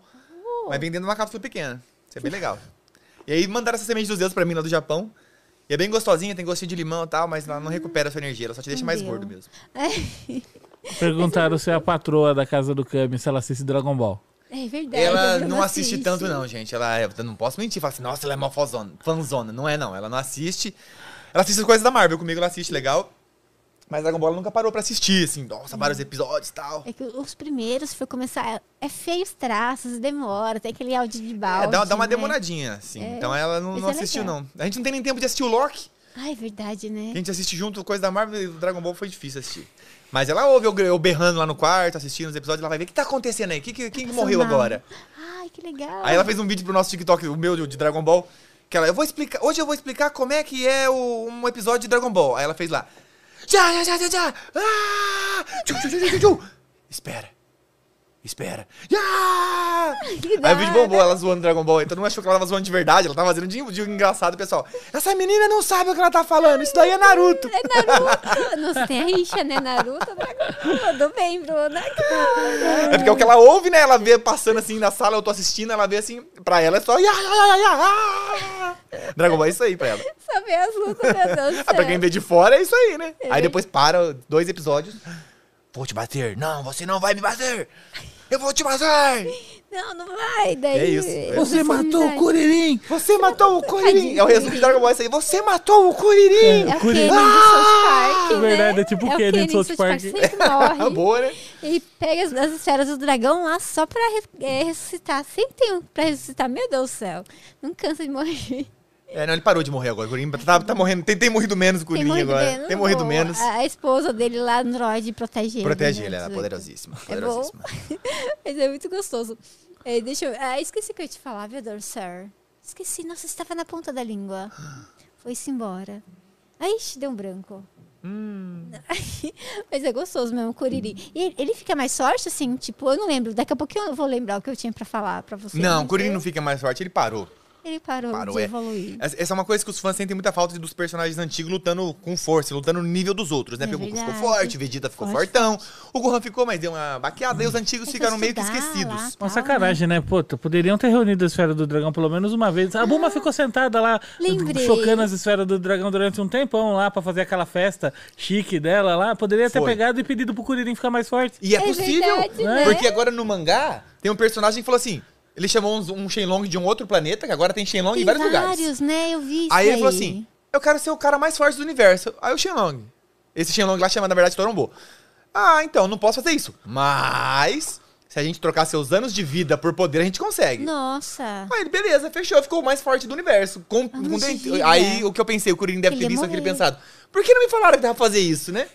Speaker 1: Uh.
Speaker 2: Mas vem dentro de uma cápsula pequena. Isso é bem legal. E aí mandaram essa semente dos deuses pra mim lá do Japão. E é bem gostosinha, tem gostinho de limão e tal, mas
Speaker 1: Hum.
Speaker 2: ela não recupera a sua energia, ela só te deixa mais
Speaker 1: Entendeu.
Speaker 2: gordo mesmo.
Speaker 3: Perguntaram se é a patroa da casa do Kami, se ela assiste Dragon Ball.
Speaker 1: É verdade.
Speaker 2: Ela
Speaker 1: eu
Speaker 2: não assiste tanto,
Speaker 1: assisto.
Speaker 2: não, gente. Ela, eu não posso mentir, falar assim, nossa, ela é uma fãzona. Fãzona. Não é, não. Ela não assiste. Ela assiste as coisas da Marvel comigo, ela assiste legal. Mas Dragon Ball ela nunca parou pra assistir, assim, nossa, vários episódios e tal.
Speaker 1: É que os primeiros foi começar. É feio os traços, demora, tem aquele áudio de balde.
Speaker 2: É, dá, dá uma
Speaker 1: né?
Speaker 2: demoradinha, assim. Então ela não,
Speaker 1: Mas
Speaker 2: não
Speaker 1: é
Speaker 2: assistiu,
Speaker 1: legal.
Speaker 2: não. A gente não tem nem tempo de assistir o Loki.
Speaker 1: Ah, é verdade,
Speaker 2: A
Speaker 1: né?
Speaker 2: gente assiste junto, coisa da Marvel e do Dragon Ball foi difícil assistir. Mas ela ouve eu, eu berrando lá no quarto, assistindo os episódios, ela vai ver o que tá acontecendo aí, que, que- quem
Speaker 1: Passou
Speaker 2: morreu
Speaker 1: mal.
Speaker 2: agora.
Speaker 1: Ai, que legal.
Speaker 2: Aí ela fez um vídeo pro nosso TikTok, o meu de Dragon Ball, que ela, eu vou explicar, hoje eu vou explicar como é que é o- um episódio de Dragon Ball. Aí ela fez lá, já, já, já, já, já, ah, tchu, tchu, tchu, tchu, tchu, tchu. espera, espera, já.
Speaker 1: Que da
Speaker 2: Aí o vídeo bombou,
Speaker 1: hora.
Speaker 2: ela zoando Dragon Ball, todo mundo achou que ela tava zoando de verdade, ela tava fazendo de, de engraçado, pessoal. Essa menina não sabe o que ela tá falando, isso daí é Naruto.
Speaker 1: É Naruto. Nossa, tem a rixa, né? Naruto, Dragon Ball. Mandou bem, Bruna.
Speaker 2: É porque é o que ela ouve, né? Ela vê passando assim na sala, eu tô assistindo, ela vê assim, pra ela é só. "Ya, ya, ya, ya, ya". Dragon Ball é isso aí pra ela.
Speaker 1: Saber as lutas, meu Deus do
Speaker 2: Ah, pra quem
Speaker 1: céu.
Speaker 2: vê de fora é isso aí, né? Aí depois para dois episódios. Vou te bater. Não, você não vai me bater. Eu vou te bater.
Speaker 1: Não, não vai. Daí,
Speaker 2: É isso. É.
Speaker 1: Nossa, amizade.
Speaker 3: Kuririn!
Speaker 2: Você matou o Kuririn.
Speaker 1: Tadinho,
Speaker 2: É o resumo de Dragon Ball é isso aí. Você matou o Kuririn.
Speaker 1: É o
Speaker 3: Kuririn.
Speaker 1: Kenny do South Park,
Speaker 3: Ah,
Speaker 1: né?
Speaker 3: verdade, é tipo o
Speaker 1: é
Speaker 3: Kenny do South Park.
Speaker 1: Sempre morre.
Speaker 2: Boa, né?
Speaker 1: e pega as, as esferas do dragão lá só pra re- é, ressuscitar. Sempre tem um pra ressuscitar. Meu Deus do céu. Não cansa de morrer.
Speaker 2: É, não, ele parou de morrer agora. O Kuririn tá, tá morrendo. Tem, tem morrido menos o Kuririn
Speaker 1: morrido
Speaker 2: agora.
Speaker 1: menos, Ah,
Speaker 2: tem morrido
Speaker 1: o-
Speaker 2: menos.
Speaker 1: A esposa dele lá, Android, protege ele.
Speaker 2: Protege
Speaker 1: né?
Speaker 2: ele, ela é
Speaker 1: Tudo.
Speaker 2: poderosíssima.
Speaker 1: É bom.
Speaker 2: Poderosíssima.
Speaker 1: Mas é muito gostoso. É, deixa eu... Ah, esqueci o que eu ia te falar, meu Deus, sir. Esqueci. Nossa, estava na ponta da língua. Foi-se embora. Ai, ixi, deu um branco.
Speaker 2: Hum.
Speaker 1: Mas é gostoso mesmo, o Curiri. E ele- ele fica mais forte, assim, tipo, eu não lembro. Daqui a pouco eu vou lembrar o que eu tinha pra falar pra você.
Speaker 2: Não, o Kuririn não fica mais forte, ele parou.
Speaker 1: Ele parou,
Speaker 2: Parou,
Speaker 1: de
Speaker 2: é.
Speaker 1: evoluir.
Speaker 2: Essa essa é uma coisa que os fãs sentem muita falta dos personagens antigos lutando com força, lutando no nível dos outros, né?
Speaker 1: É
Speaker 2: Porque o Goku ficou
Speaker 1: verdade.
Speaker 2: forte, o Vegeta ficou
Speaker 1: Forte,
Speaker 2: fortão, o Gohan ficou, mas deu uma baqueada, e os antigos
Speaker 1: Tem que
Speaker 2: ficaram meio que
Speaker 1: É estudar
Speaker 2: esquecidos.
Speaker 1: lá, tal,
Speaker 3: Uma
Speaker 1: né?
Speaker 3: sacanagem, né? Pô, tu- poderiam ter reunido a esfera do dragão pelo menos uma vez. A Buma ficou sentada lá,
Speaker 1: Ah, Lembrei.
Speaker 3: chocando as esferas do dragão durante um tempão lá pra fazer aquela festa chique dela lá. Poderia ter
Speaker 2: Foi.
Speaker 3: pegado e pedido pro Kuririn ficar mais forte.
Speaker 2: E é,
Speaker 1: É
Speaker 2: possível,
Speaker 1: verdade, né?
Speaker 2: porque agora no mangá tem um personagem que falou assim, ele chamou uns- um Shenlong de um outro planeta, que agora tem Shenlong
Speaker 1: Tem
Speaker 2: em vários, lugares.
Speaker 1: vários, né? Eu vi isso
Speaker 2: Aí ele falou
Speaker 1: aí.
Speaker 2: assim: Eu quero ser o cara mais forte do universo. Aí o Shenlong. Esse Shenlong lá chama, na verdade, Torombo. Ah, então, não posso fazer isso. Mas, se a gente trocar seus anos de vida por poder, a gente consegue.
Speaker 1: Nossa.
Speaker 2: Aí ele, beleza, fechou, ficou o mais forte do universo. Com,
Speaker 1: Anos
Speaker 2: com
Speaker 1: de
Speaker 2: dente-
Speaker 1: vida.
Speaker 2: Aí o que eu pensei, o Kuririn deve
Speaker 1: Ele ia
Speaker 2: ter visto aquele
Speaker 1: morrer.
Speaker 2: pensado. Por que não me falaram que dava pra fazer isso, né?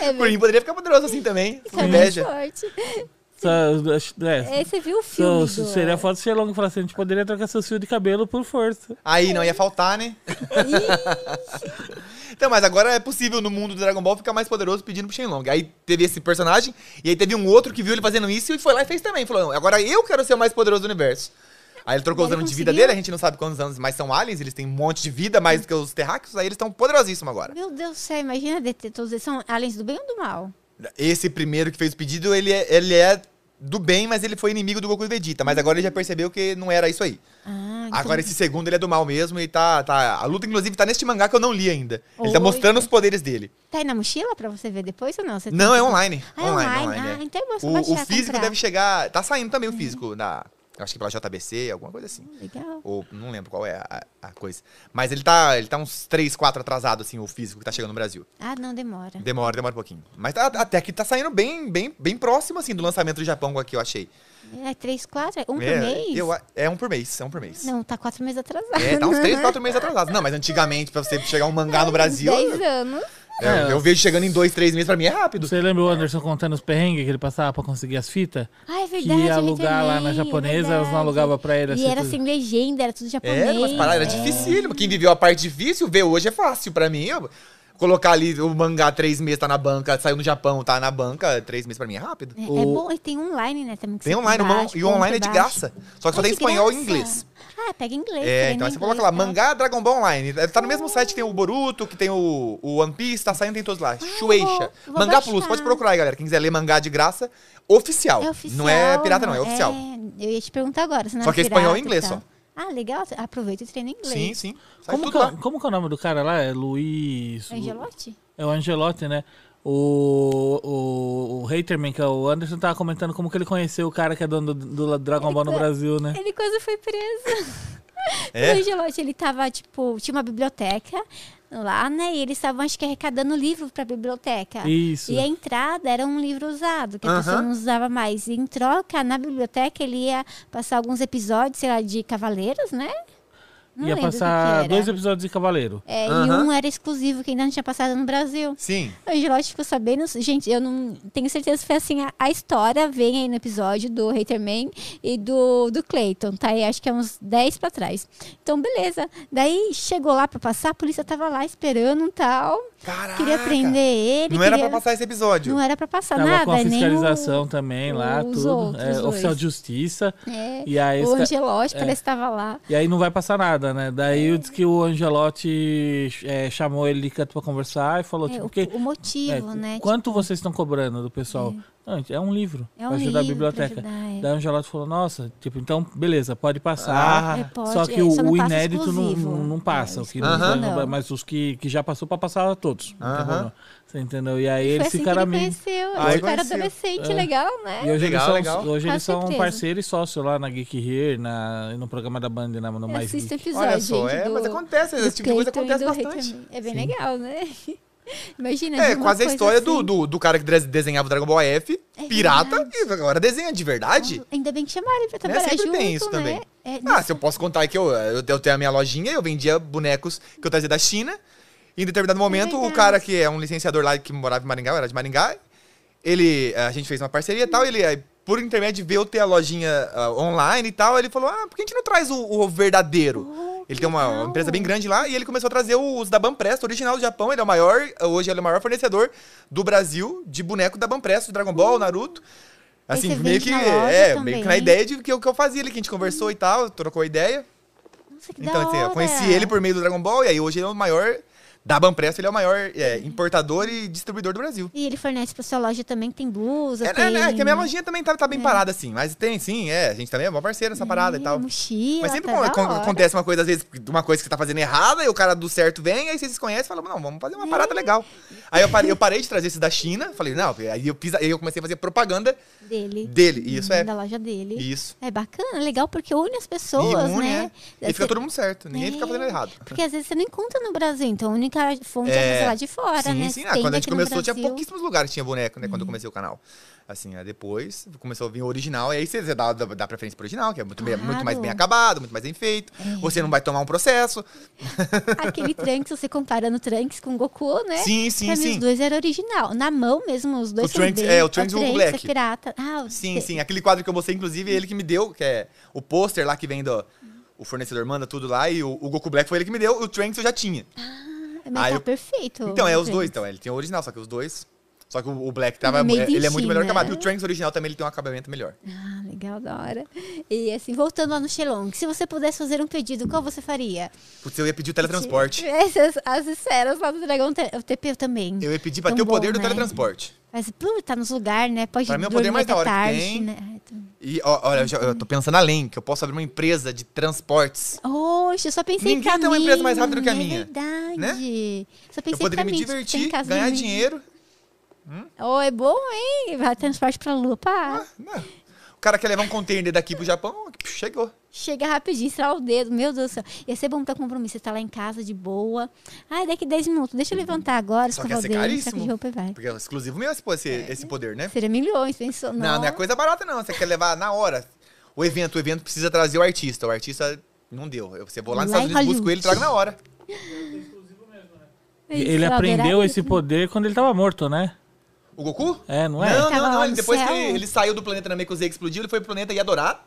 Speaker 1: É
Speaker 2: O Kuririn poderia ficar poderoso assim também. Com
Speaker 1: verdade, mais
Speaker 2: inveja.
Speaker 1: forte.
Speaker 3: Só, acho- é,
Speaker 1: É, você viu o
Speaker 3: só-
Speaker 1: filme? do-
Speaker 3: seria foda ser longo e falar assim: a gente poderia trocar seus fios de cabelo por força.
Speaker 2: Aí não ia faltar, né? Então, mas agora é possível no mundo do Dragon Ball ficar mais poderoso pedindo pro Shenlong. Aí teve esse personagem, e aí teve um outro que viu ele fazendo isso e foi lá e fez também. Falou, "Não, agora eu quero ser o mais poderoso do universo. Aí ele trocou os
Speaker 1: Ele
Speaker 2: anos de
Speaker 1: conseguiu?
Speaker 2: vida dele, a gente não sabe quantos anos, mas são aliens, eles têm um monte de vida, mais do que os terráqueos, aí eles estão poderosíssimos agora.
Speaker 1: Meu Deus do céu, imagina deter todos eles. São aliens do bem ou do mal?
Speaker 2: Esse primeiro que fez o pedido, ele é, ele é do bem, mas ele foi inimigo do Goku e Vegeta, mas agora ele já percebeu que não era isso aí.
Speaker 1: Ah, então-
Speaker 2: Agora esse segundo ele é do mal mesmo e tá, tá. A luta, inclusive, tá neste mangá que eu não li ainda. Ele tá
Speaker 1: Oi.
Speaker 2: mostrando os poderes dele.
Speaker 1: Tá aí na mochila pra você ver depois ou não? Você tem
Speaker 2: Não,
Speaker 1: que-
Speaker 2: é online.
Speaker 1: Ah, é online. Ah, então eu posso
Speaker 2: O-
Speaker 1: baixar,
Speaker 2: O, físico
Speaker 1: comprar.
Speaker 2: deve chegar. Tá saindo também o
Speaker 1: Hum.
Speaker 2: físico na. Acho que pela JBC, alguma coisa assim.
Speaker 1: Legal.
Speaker 2: Ou não lembro qual é a, a coisa. Mas ele tá, ele tá uns 3, 4 atrasado, assim, o físico que tá chegando no Brasil.
Speaker 1: Ah, não, demora.
Speaker 2: Demora, demora um pouquinho. Mas tá- até que tá saindo bem, bem, bem próximo, assim, do lançamento do Japão aqui, eu achei.
Speaker 1: É três, quatro? Um
Speaker 2: é,
Speaker 1: por mês?
Speaker 2: eu a- é um por mês, é um por mês.
Speaker 1: Não, tá quatro meses atrasado.
Speaker 2: É, tá uns 3, 4 meses atrasado. Não, mas antigamente, pra você chegar um mangá no Brasil.
Speaker 1: Dez anos.
Speaker 2: Eu, eu vejo chegando em 2, 3 meses, pra mim é rápido.
Speaker 3: Você lembra o Anderson contando os perrengues que ele passava pra conseguir as fitas?
Speaker 1: Ah, é verdade. eu
Speaker 3: Que ia
Speaker 1: vi
Speaker 3: alugar lá
Speaker 1: também,
Speaker 3: na
Speaker 1: é
Speaker 3: japonesa, elas não
Speaker 1: verdade.
Speaker 3: alugavam pra ele.
Speaker 1: E
Speaker 3: assim,
Speaker 1: era
Speaker 3: tudo.
Speaker 1: sem legenda, era tudo japonês.
Speaker 2: É, umas paradas, era dificílimo. Quem viveu a parte difícil, ver hoje é fácil pra mim. Eu colocar ali o mangá três meses, tá na banca, saiu no Japão, tá na banca, três meses pra mim é rápido.
Speaker 1: É, é
Speaker 3: O-
Speaker 1: bom, e tem online, né? Também que
Speaker 2: Tem
Speaker 1: você
Speaker 2: online, o man-
Speaker 1: baixa,
Speaker 2: e o online é de
Speaker 1: baixa.
Speaker 2: graça. Só que só
Speaker 1: Ah,
Speaker 2: tem
Speaker 1: de
Speaker 2: espanhol e
Speaker 1: graça. né?
Speaker 2: inglês.
Speaker 1: Ah, pega inglês.
Speaker 2: É,
Speaker 1: pega
Speaker 2: então
Speaker 1: no
Speaker 2: aí você coloca
Speaker 1: inglês, tá?
Speaker 2: lá, mangá Dragon Ball Online. Tá no mesmo site que tem o Boruto, que tem o, o One Piece, tá saindo, tem todos lá. Shueisha.
Speaker 1: Ah, vou
Speaker 2: Mangá
Speaker 1: baixar.
Speaker 2: Plus, pode procurar aí, galera. Quem quiser ler mangá de graça, oficial.
Speaker 1: tal. É oficial. né?
Speaker 2: Não é pirata, não, é oficial.
Speaker 1: eu ia te perguntar agora. Se não
Speaker 2: Só
Speaker 1: é
Speaker 2: que é espanhol
Speaker 1: pirata
Speaker 2: e inglês
Speaker 1: tal.
Speaker 2: só.
Speaker 1: Ah, legal. Aproveita e treina inglês. É um
Speaker 2: Sim, sim. Sai
Speaker 3: Como que,
Speaker 2: tudo lá.
Speaker 3: é- como que é o nome do cara lá? É Luiz.
Speaker 1: Angelote?
Speaker 3: É o Angelotti, né? O, o, o Haterman, que é o Anderson, tava comentando como que ele conheceu o cara que é dono do, do Dragon Ball no Brasil, né?
Speaker 1: Ele quase foi preso.
Speaker 2: É?
Speaker 1: O Angelote, ele tava, tipo, tinha uma biblioteca lá, né? E eles estavam, acho que, arrecadando livro pra biblioteca.
Speaker 3: Isso.
Speaker 1: E a entrada era um livro usado, que a
Speaker 2: Aham.
Speaker 1: pessoa não usava mais. E em troca, na biblioteca, ele ia passar alguns episódios, sei lá, de Cavaleiros, né? Não
Speaker 3: Ia
Speaker 1: lembro o que que
Speaker 3: passar
Speaker 1: era.
Speaker 3: dois episódios de Cavaleiro.
Speaker 1: É, E
Speaker 2: Aham.
Speaker 1: um era exclusivo, que ainda não tinha passado no Brasil.
Speaker 2: Sim.
Speaker 1: O Angelotti ficou sabendo. Gente, eu não tenho certeza se foi assim. A, a história vem aí no episódio do Haterman e do, do Clayton, tá? E acho que é uns 10 pra trás. Então, beleza. Daí chegou lá pra passar, a polícia tava lá esperando um tal.
Speaker 2: Caraca.
Speaker 1: Queria prender ele.
Speaker 2: Não era
Speaker 1: queria- um
Speaker 2: pra passar esse episódio.
Speaker 1: Não era pra passar
Speaker 3: Tava
Speaker 1: nada,
Speaker 3: com a
Speaker 1: nem o-
Speaker 3: fiscalização também lá,
Speaker 1: os
Speaker 3: tudo.
Speaker 1: outros
Speaker 3: É,
Speaker 1: dois.
Speaker 3: oficial de justiça.
Speaker 1: É,
Speaker 3: E aí,
Speaker 1: o
Speaker 3: esse ca-
Speaker 1: Angelotti
Speaker 3: é.
Speaker 1: parece que tava lá.
Speaker 3: E aí não vai passar nada, né? Daí
Speaker 1: É.
Speaker 3: eu disse que o Angelotti é, chamou ele de canto pra conversar e falou,
Speaker 1: É,
Speaker 3: tipo,
Speaker 1: o,
Speaker 3: que,
Speaker 1: o motivo,
Speaker 3: é,
Speaker 1: né?
Speaker 3: quanto vocês estão cobrando do pessoal? Não, é um livro.
Speaker 1: É um
Speaker 3: pra ajudar
Speaker 1: livro pra
Speaker 3: a biblioteca.
Speaker 1: ajudar, é.
Speaker 3: Daí o Angelotti falou, nossa, tipo, então, beleza, pode passar.
Speaker 2: Ah.
Speaker 1: É, pode,
Speaker 3: só que
Speaker 1: é,
Speaker 3: o,
Speaker 1: só não
Speaker 3: o
Speaker 1: passa
Speaker 3: inédito não,
Speaker 1: exclusivo.
Speaker 3: não- não passa.
Speaker 1: É,
Speaker 3: o que não,
Speaker 2: exclusivo
Speaker 3: não-
Speaker 1: não.
Speaker 3: Mas os que, que já passou pra passar todos.
Speaker 2: Aham.
Speaker 3: Entendeu? Você entendeu? E aí
Speaker 1: Foi
Speaker 3: eles
Speaker 1: assim que ele
Speaker 3: ficaram amigos.
Speaker 1: conheceu.
Speaker 2: Ah,
Speaker 1: Ele era
Speaker 2: conheceu.
Speaker 1: adolescente,
Speaker 3: É.
Speaker 1: legal, né?
Speaker 3: E hoje
Speaker 2: Legal,
Speaker 3: eles são,
Speaker 2: legal.
Speaker 3: hoje
Speaker 1: Com
Speaker 3: eles são
Speaker 1: certeza.
Speaker 3: parceiros e sócios lá na Geek Here, na, no programa da Band, na, no é Mais
Speaker 1: Assista o
Speaker 3: Geek.
Speaker 1: episódio,
Speaker 2: Olha só,
Speaker 1: gente,
Speaker 2: é,
Speaker 1: do-
Speaker 2: mas acontece,
Speaker 1: do
Speaker 2: esse tipo de coisa
Speaker 1: Clayton e
Speaker 2: acontece
Speaker 1: do Rei
Speaker 2: bastante.
Speaker 1: também. É bem legal, né? Imagina.
Speaker 2: É,
Speaker 1: de uma
Speaker 2: quase a
Speaker 1: coisa
Speaker 2: história do,
Speaker 1: assim.
Speaker 2: do, do cara que dres- desenhava o Dragon Ball F,
Speaker 1: É
Speaker 2: pirata,
Speaker 1: verdade.
Speaker 2: e agora desenha de verdade.
Speaker 1: Ainda bem que chamaram ele pra
Speaker 2: Né?
Speaker 1: trabalhar
Speaker 2: Sempre
Speaker 1: junto,
Speaker 2: tem isso
Speaker 1: né?
Speaker 2: também.
Speaker 1: É,
Speaker 2: Ah,
Speaker 1: nossa,
Speaker 2: se eu posso contar que eu, eu, eu tenho a minha lojinha, eu vendia bonecos que eu trazia da China. E em determinado momento, o
Speaker 1: É verdade.
Speaker 2: cara que é um licenciador lá que morava em Maringá, eu era de Maringá, ele. A gente fez uma parceria e tal, ele. aí, Por intermédio de eu ter a lojinha ah, online e tal, ele falou: Ah, por que a gente não traz o, o verdadeiro?
Speaker 1: Oh,
Speaker 2: ele
Speaker 1: que
Speaker 2: tem uma
Speaker 1: legal.
Speaker 2: empresa bem grande lá e ele começou a trazer os da Banpresto, original do Japão. Ele é o maior, hoje ele é o maior fornecedor do Brasil de boneco da Banpresto, Dragon Ball, Naruto.
Speaker 1: Aí
Speaker 2: Assim,
Speaker 1: você
Speaker 2: meio
Speaker 1: vende
Speaker 2: que.
Speaker 1: Uh. na loja
Speaker 2: É,
Speaker 1: também,
Speaker 2: meio que
Speaker 1: né?
Speaker 2: na ideia de que, eu- que eu fazia ali, que a gente conversou e tal, trocou ideia.
Speaker 1: Nossa, que
Speaker 2: Então,
Speaker 1: da
Speaker 2: assim,
Speaker 1: hora.
Speaker 2: eu conheci ele por meio do Dragon Ball, e aí hoje ele é o maior. Da Banpresto, ele é o maior é, importador e distribuidor do Brasil.
Speaker 1: E ele fornece pra sua loja também, que tem blusa,
Speaker 2: É,
Speaker 1: tem... É.
Speaker 2: né, né, que a minha lojinha também tá, tá bem parada, assim. Mas tem, sim, é. A gente também é mó parceiro nessa parada e tal.
Speaker 1: né, Mochila,
Speaker 2: Mas sempre
Speaker 1: tá da
Speaker 2: acon-
Speaker 1: hora.
Speaker 2: acontece uma coisa, às vezes, de uma coisa que você tá fazendo errada, e o cara do certo vem, aí vocês se conhecem e falam, não, vamos fazer uma parada legal. Aí eu parei, eu parei de trazer esse da China, falei, não, aí eu, fiz, aí eu comecei a fazer propaganda
Speaker 1: Dele.
Speaker 2: dele. E isso é.
Speaker 1: Da loja dele.
Speaker 2: Isso.
Speaker 1: É bacana, legal, porque une as pessoas,
Speaker 2: e une,
Speaker 1: né?
Speaker 2: é. E fica
Speaker 1: Você-
Speaker 2: todo mundo certo, ninguém fica fazendo
Speaker 1: É,
Speaker 2: errado.
Speaker 1: Porque às vezes você não encontra no Brasil, então a única fonte é,
Speaker 2: É,
Speaker 1: essa lá de fora,
Speaker 2: sim,
Speaker 1: né?
Speaker 2: sim.
Speaker 1: Se
Speaker 2: Ah,
Speaker 1: tem
Speaker 2: quando a
Speaker 1: daqui
Speaker 2: gente
Speaker 1: no
Speaker 2: começou, tinha
Speaker 1: Brasil. Uhum.
Speaker 2: pouquíssimos lugares que tinha boneco, né? Quando eu comecei o canal. Assim, aí depois começou a vir o original, e aí você dá, dá, dá preferência pro original, que é muito, bem-
Speaker 1: Claro. É.
Speaker 2: muito mais bem acabado, muito mais bem feito. Você não vai tomar um processo.
Speaker 1: Aquele Trunks, você comparando o Trunks com o Goku, né?
Speaker 2: Sim, sim,
Speaker 1: Pra mim,
Speaker 2: sim.
Speaker 1: os dois eram original. Na mão mesmo, os dois
Speaker 2: O
Speaker 1: são
Speaker 2: Trunks-
Speaker 1: dele.
Speaker 2: é, o Trunks e o Black.
Speaker 1: é pirata. Ah, o
Speaker 2: Sim,
Speaker 1: te-
Speaker 2: sim. Aquele quadro que eu mostrei, inclusive, é ele que me deu, que é o pôster lá que vem do. O fornecedor manda tudo lá e o, o Goku Black foi ele que me deu, e o Trunks eu já tinha.
Speaker 1: Mas
Speaker 2: Ah,
Speaker 1: tá
Speaker 2: eu-
Speaker 1: perfeito.
Speaker 2: então, é
Speaker 1: o
Speaker 2: os dois,
Speaker 1: Trunks.
Speaker 2: então. Ele tem o original, só que os dois. Só que o o Black tava.
Speaker 1: Made
Speaker 2: é-
Speaker 1: in
Speaker 2: Ele é muito melhor
Speaker 1: China. né?
Speaker 2: acabado. E o Trunks original também ele tem um acabamento melhor.
Speaker 1: Ah, legal, da hora. E assim, voltando lá no Xelong, se você pudesse fazer um pedido, qual você faria? Tipo,
Speaker 2: Putz, eu ia pedir o teletransporte.
Speaker 1: Essas, as esferas lá do Dragão Te- o TP eu também.
Speaker 2: Eu ia pedir pra
Speaker 1: Tão
Speaker 2: ter o
Speaker 1: bom,
Speaker 2: poder do
Speaker 1: né?
Speaker 2: teletransporte.
Speaker 1: Mas plu, tá nos lugares, né? Pode
Speaker 2: Pra mim, é o
Speaker 1: dormir
Speaker 2: poder mais
Speaker 1: até
Speaker 2: da hora que
Speaker 1: tarde,
Speaker 2: tem.
Speaker 1: né? Ai, tô-
Speaker 2: E ó, olha, eu, já- eu tô pensando além, que eu posso abrir uma empresa de transportes.
Speaker 1: Oxe, eu só pensei em
Speaker 2: Ninguém
Speaker 1: caminho.
Speaker 2: tem uma empresa mais rápida do que a minha, né?
Speaker 1: É verdade. Só pensei
Speaker 2: Eu poderia
Speaker 1: em
Speaker 2: me
Speaker 1: caminho, tipo, tem
Speaker 2: divertir,
Speaker 1: casa
Speaker 2: ganhar
Speaker 1: ruim.
Speaker 2: dinheiro.
Speaker 1: Oh, é bom, hein? Vai transporte pra lua, pá.
Speaker 2: Não. O cara quer levar um container daqui pro Japão, chegou.
Speaker 1: Chega rapidinho, estralar o dedo. Meu Deus do céu. Ia ser bom pra compromisso. Você tá lá em casa, de boa. Ai, daqui 10 minutos. Deixa eu levantar agora,
Speaker 2: Só
Speaker 1: escovar
Speaker 2: que ia
Speaker 1: o
Speaker 2: ser
Speaker 1: dedo, saco de
Speaker 2: caríssimo.
Speaker 1: roupa e vai. É.
Speaker 2: Porque é exclusivo meu esse, esse, esse poder, né?
Speaker 1: Seria milhões, pensou?
Speaker 2: Não, não é coisa barata, não. Você quer levar na hora. O evento, o evento precisa trazer o artista. O artista não deu. Eu- Você vou lá nos
Speaker 1: Lá em
Speaker 2: Estados Unidos, busco
Speaker 1: Hollywood.
Speaker 2: ele e trago na hora.
Speaker 3: Ele aprendeu esse poder quando ele tava morto, né?
Speaker 2: O Goku?
Speaker 3: É, não é?
Speaker 2: Não,
Speaker 1: Tava
Speaker 2: não, não.
Speaker 1: lá
Speaker 2: Ele,
Speaker 1: no
Speaker 2: depois que
Speaker 1: céu.
Speaker 2: ele, ele saiu do planeta na Mekuzei que explodiu, ele foi pro planeta Yadorá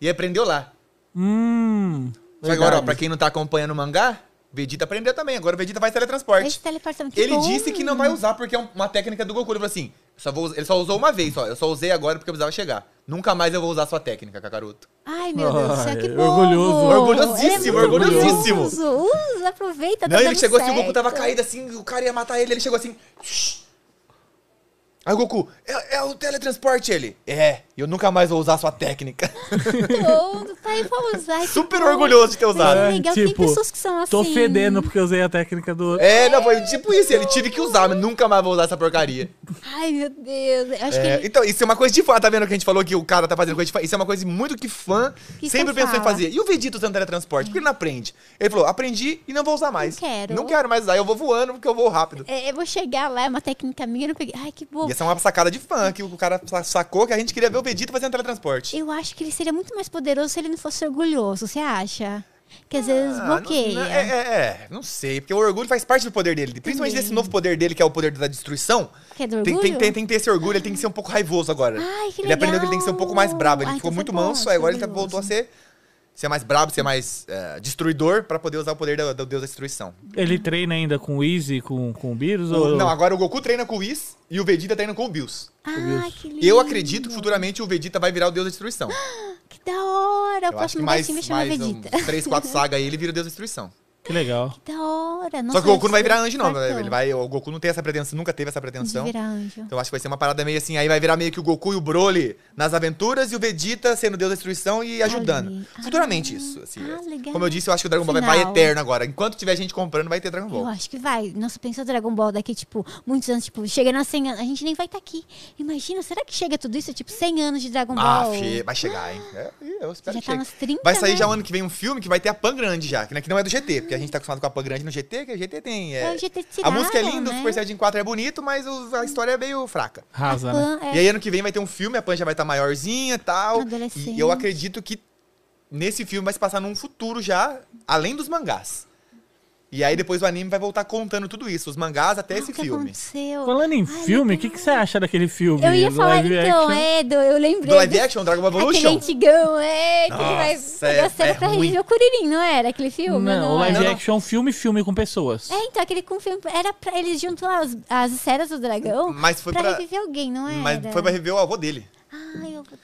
Speaker 2: e aprendeu lá.
Speaker 3: Hum.
Speaker 2: Só que agora, ó,
Speaker 3: verdade.
Speaker 2: pra quem não tá acompanhando o mangá, Vegeta aprendeu também. Agora o Vegeta faz teletransporte.
Speaker 1: Esse teleportamento que
Speaker 2: Ele
Speaker 1: bom.
Speaker 2: disse que não vai usar porque é um- uma técnica do Goku. Ele falou assim: eu só vou us- ele só usou uma vez, só. Eu só usei agora porque eu precisava chegar. Nunca mais eu vou usar sua técnica, Kakaroto.
Speaker 1: Ai, meu Deus do céu, que
Speaker 3: Ai,
Speaker 1: bom.
Speaker 3: orgulhoso.
Speaker 2: é Orgulhosíssimo, orgulhosíssimo.
Speaker 1: Usa, aproveita, tá
Speaker 2: Não, ele
Speaker 1: dando
Speaker 2: chegou assim, o
Speaker 1: certo.
Speaker 2: Goku tava caído assim, o cara ia matar ele, ele chegou assim. "Shh." Aí o Goku, é, é o teletransporte ele. É, eu nunca mais vou usar sua técnica.
Speaker 1: Todo, tá aí pra usar. que
Speaker 2: Super
Speaker 1: bom.
Speaker 2: orgulhoso de ter
Speaker 1: Mas
Speaker 2: usado.
Speaker 1: é legal, tem pessoas que são assim.
Speaker 3: Tipo, Tô fedendo porque usei a técnica do outro.
Speaker 2: É, não, foi tipo isso, ele tive que usar, mas nunca mais vou usar essa porcaria.
Speaker 1: Ai, meu Deus. Eu acho que
Speaker 2: É,
Speaker 1: ele-
Speaker 2: então, isso é uma coisa de fã, tá vendo que a gente falou que o cara tá fazendo coisa de fã? Isso é uma coisa muito que fã
Speaker 1: Que
Speaker 2: sempre
Speaker 1: fã
Speaker 2: pensou em
Speaker 1: fala.
Speaker 2: fazer. E o Vegeta usando teletransporte, por que ele não aprende? Ele falou, aprendi e não vou usar mais.
Speaker 1: quero.
Speaker 2: Não quero mais usar, eu vou voando porque eu vou rápido.
Speaker 1: é, eu vou chegar lá, é uma técnica minha, eu não peguei. Ai, que bom.
Speaker 2: E essa é uma sacada de fã, que o cara sa- sacou que a gente queria ver o Vegeta fazendo teletransporte.
Speaker 1: Eu acho que ele seria muito mais poderoso se ele não fosse orgulhoso, você acha? Que às vezes
Speaker 2: Ah,
Speaker 1: bloqueia.
Speaker 2: Não, não- é, é, é, não sei, porque o orgulho faz parte do poder dele. Principalmente desse novo poder dele, que é o poder da destruição.
Speaker 1: Que é do
Speaker 2: Tem, tem,
Speaker 1: orgulho?
Speaker 2: tem, tem que ter esse orgulho, ele tem que ser um pouco raivoso agora.
Speaker 1: Ai, que
Speaker 2: ele aprendeu que
Speaker 1: legal.
Speaker 2: ele tem que ser um pouco mais brabo. Ele
Speaker 1: Ah, então
Speaker 2: ficou
Speaker 1: foi
Speaker 2: muito
Speaker 1: bom,
Speaker 2: manso,
Speaker 1: ser
Speaker 2: aí agora ele tá-
Speaker 1: orgulhoso.
Speaker 2: voltou a ser, ser mais brabo, ser mais eh, destruidor, pra poder usar o poder do, do deus da destruição.
Speaker 3: Ele treina ainda com o Easy, com, com o Beerus?
Speaker 2: O-
Speaker 3: ou...
Speaker 2: não, agora o Goku treina com o Whis e o Vegeta treina com o Bills.
Speaker 1: Ah, que lindo. Ah,
Speaker 2: Eu acredito que futuramente o Vegeta vai virar o deus da destruição.
Speaker 1: Que da hora. O
Speaker 2: Eu acho que
Speaker 1: próximo
Speaker 2: mais,
Speaker 1: gatinho vai chamar
Speaker 2: mais um
Speaker 1: Vegeta.
Speaker 2: uns 3, 4 sagas aí ele vira o deus da destruição.
Speaker 3: Que legal.
Speaker 1: Que da hora.
Speaker 2: Só
Speaker 1: Nossa,
Speaker 2: que o Goku não vai
Speaker 1: isso é
Speaker 2: virar anjo, não. né?
Speaker 1: fortão.
Speaker 2: Ele vai, o Goku não tem essa pretensão, nunca teve essa
Speaker 1: De
Speaker 2: pretensão.
Speaker 1: virar anjo.
Speaker 2: Então acho que vai ser uma parada meio assim, aí vai virar meio que o Goku e o Broly nas aventuras e o Vegeta sendo Deus da Destruição e ajudando.
Speaker 1: Ali. Ah,
Speaker 2: Futuramente isso. assim,
Speaker 1: ah,
Speaker 2: é.
Speaker 1: legal.
Speaker 2: Como eu disse, eu acho que o Dragon Ball vai, vai
Speaker 1: Final.
Speaker 2: eterno agora. Enquanto tiver gente comprando, vai ter Dragon
Speaker 1: Eu
Speaker 2: Ball.
Speaker 1: acho que vai. Nossa, pensa Dragon Ball daqui, tipo, muitos anos, tipo, chega na 100 anos, a gente nem vai estar aqui. Imagina, será que chega tudo isso? Tipo, 100 anos de Dragon
Speaker 2: Ah,
Speaker 1: Ball.
Speaker 2: fi, vai chegar, hein? É, eu espero
Speaker 1: Já
Speaker 2: que
Speaker 1: tá
Speaker 2: chegue.
Speaker 1: nas 30,
Speaker 2: Vai sair
Speaker 1: né?
Speaker 2: já o ano que vem um filme que vai ter a Pan Grande já, que não- que não é do GT, porque a gente tá acostumado com a Pan Grande no GT, que o GT tem.
Speaker 1: É, o GT
Speaker 2: a
Speaker 1: tiraram,
Speaker 2: música é linda, o
Speaker 1: né?
Speaker 2: Super Saiyajin 4 é bonito, mas o- a história é meio fraca.
Speaker 3: Rasa, né?
Speaker 1: Pan, é.
Speaker 2: E aí ano que vem vai ter um filme, a Pan já vai estar maiorzinha e tal.
Speaker 1: Adolescente.
Speaker 2: E eu acredito que nesse filme vai se passar num futuro já, além dos mangás. E aí depois o anime vai voltar contando tudo isso, os mangás até
Speaker 1: Ah,
Speaker 2: é esse
Speaker 1: o que
Speaker 2: filme.
Speaker 1: aconteceu?
Speaker 3: Falando em
Speaker 1: Ai,
Speaker 3: filme,
Speaker 1: legal.
Speaker 3: o que, que você acha daquele filme?
Speaker 1: Eu ia
Speaker 3: do
Speaker 1: falar,
Speaker 3: é live
Speaker 1: então,
Speaker 3: action? né?
Speaker 1: é, do, eu lembrei.
Speaker 2: Do live
Speaker 1: do-
Speaker 2: action, Dragon Ball
Speaker 1: Aquele
Speaker 2: Evolution?
Speaker 1: antigão, é, que ele vai
Speaker 2: Nossa,
Speaker 1: pegar
Speaker 2: é-
Speaker 1: cena
Speaker 2: é
Speaker 1: pra
Speaker 2: ruim.
Speaker 1: reviver o Curirim, não era? Aquele filme?
Speaker 3: Não, o live
Speaker 2: Não, não.
Speaker 3: action, é um filme, filme com pessoas.
Speaker 1: É, então, aquele com filme, era pra, eles juntam as, as esferas do dragão
Speaker 2: Mas Hum, foi
Speaker 1: tipo, pra,
Speaker 2: pra-
Speaker 1: reviver alguém, não era?
Speaker 2: Mas foi pra rever o avô dele.
Speaker 1: Ai, eu odeio.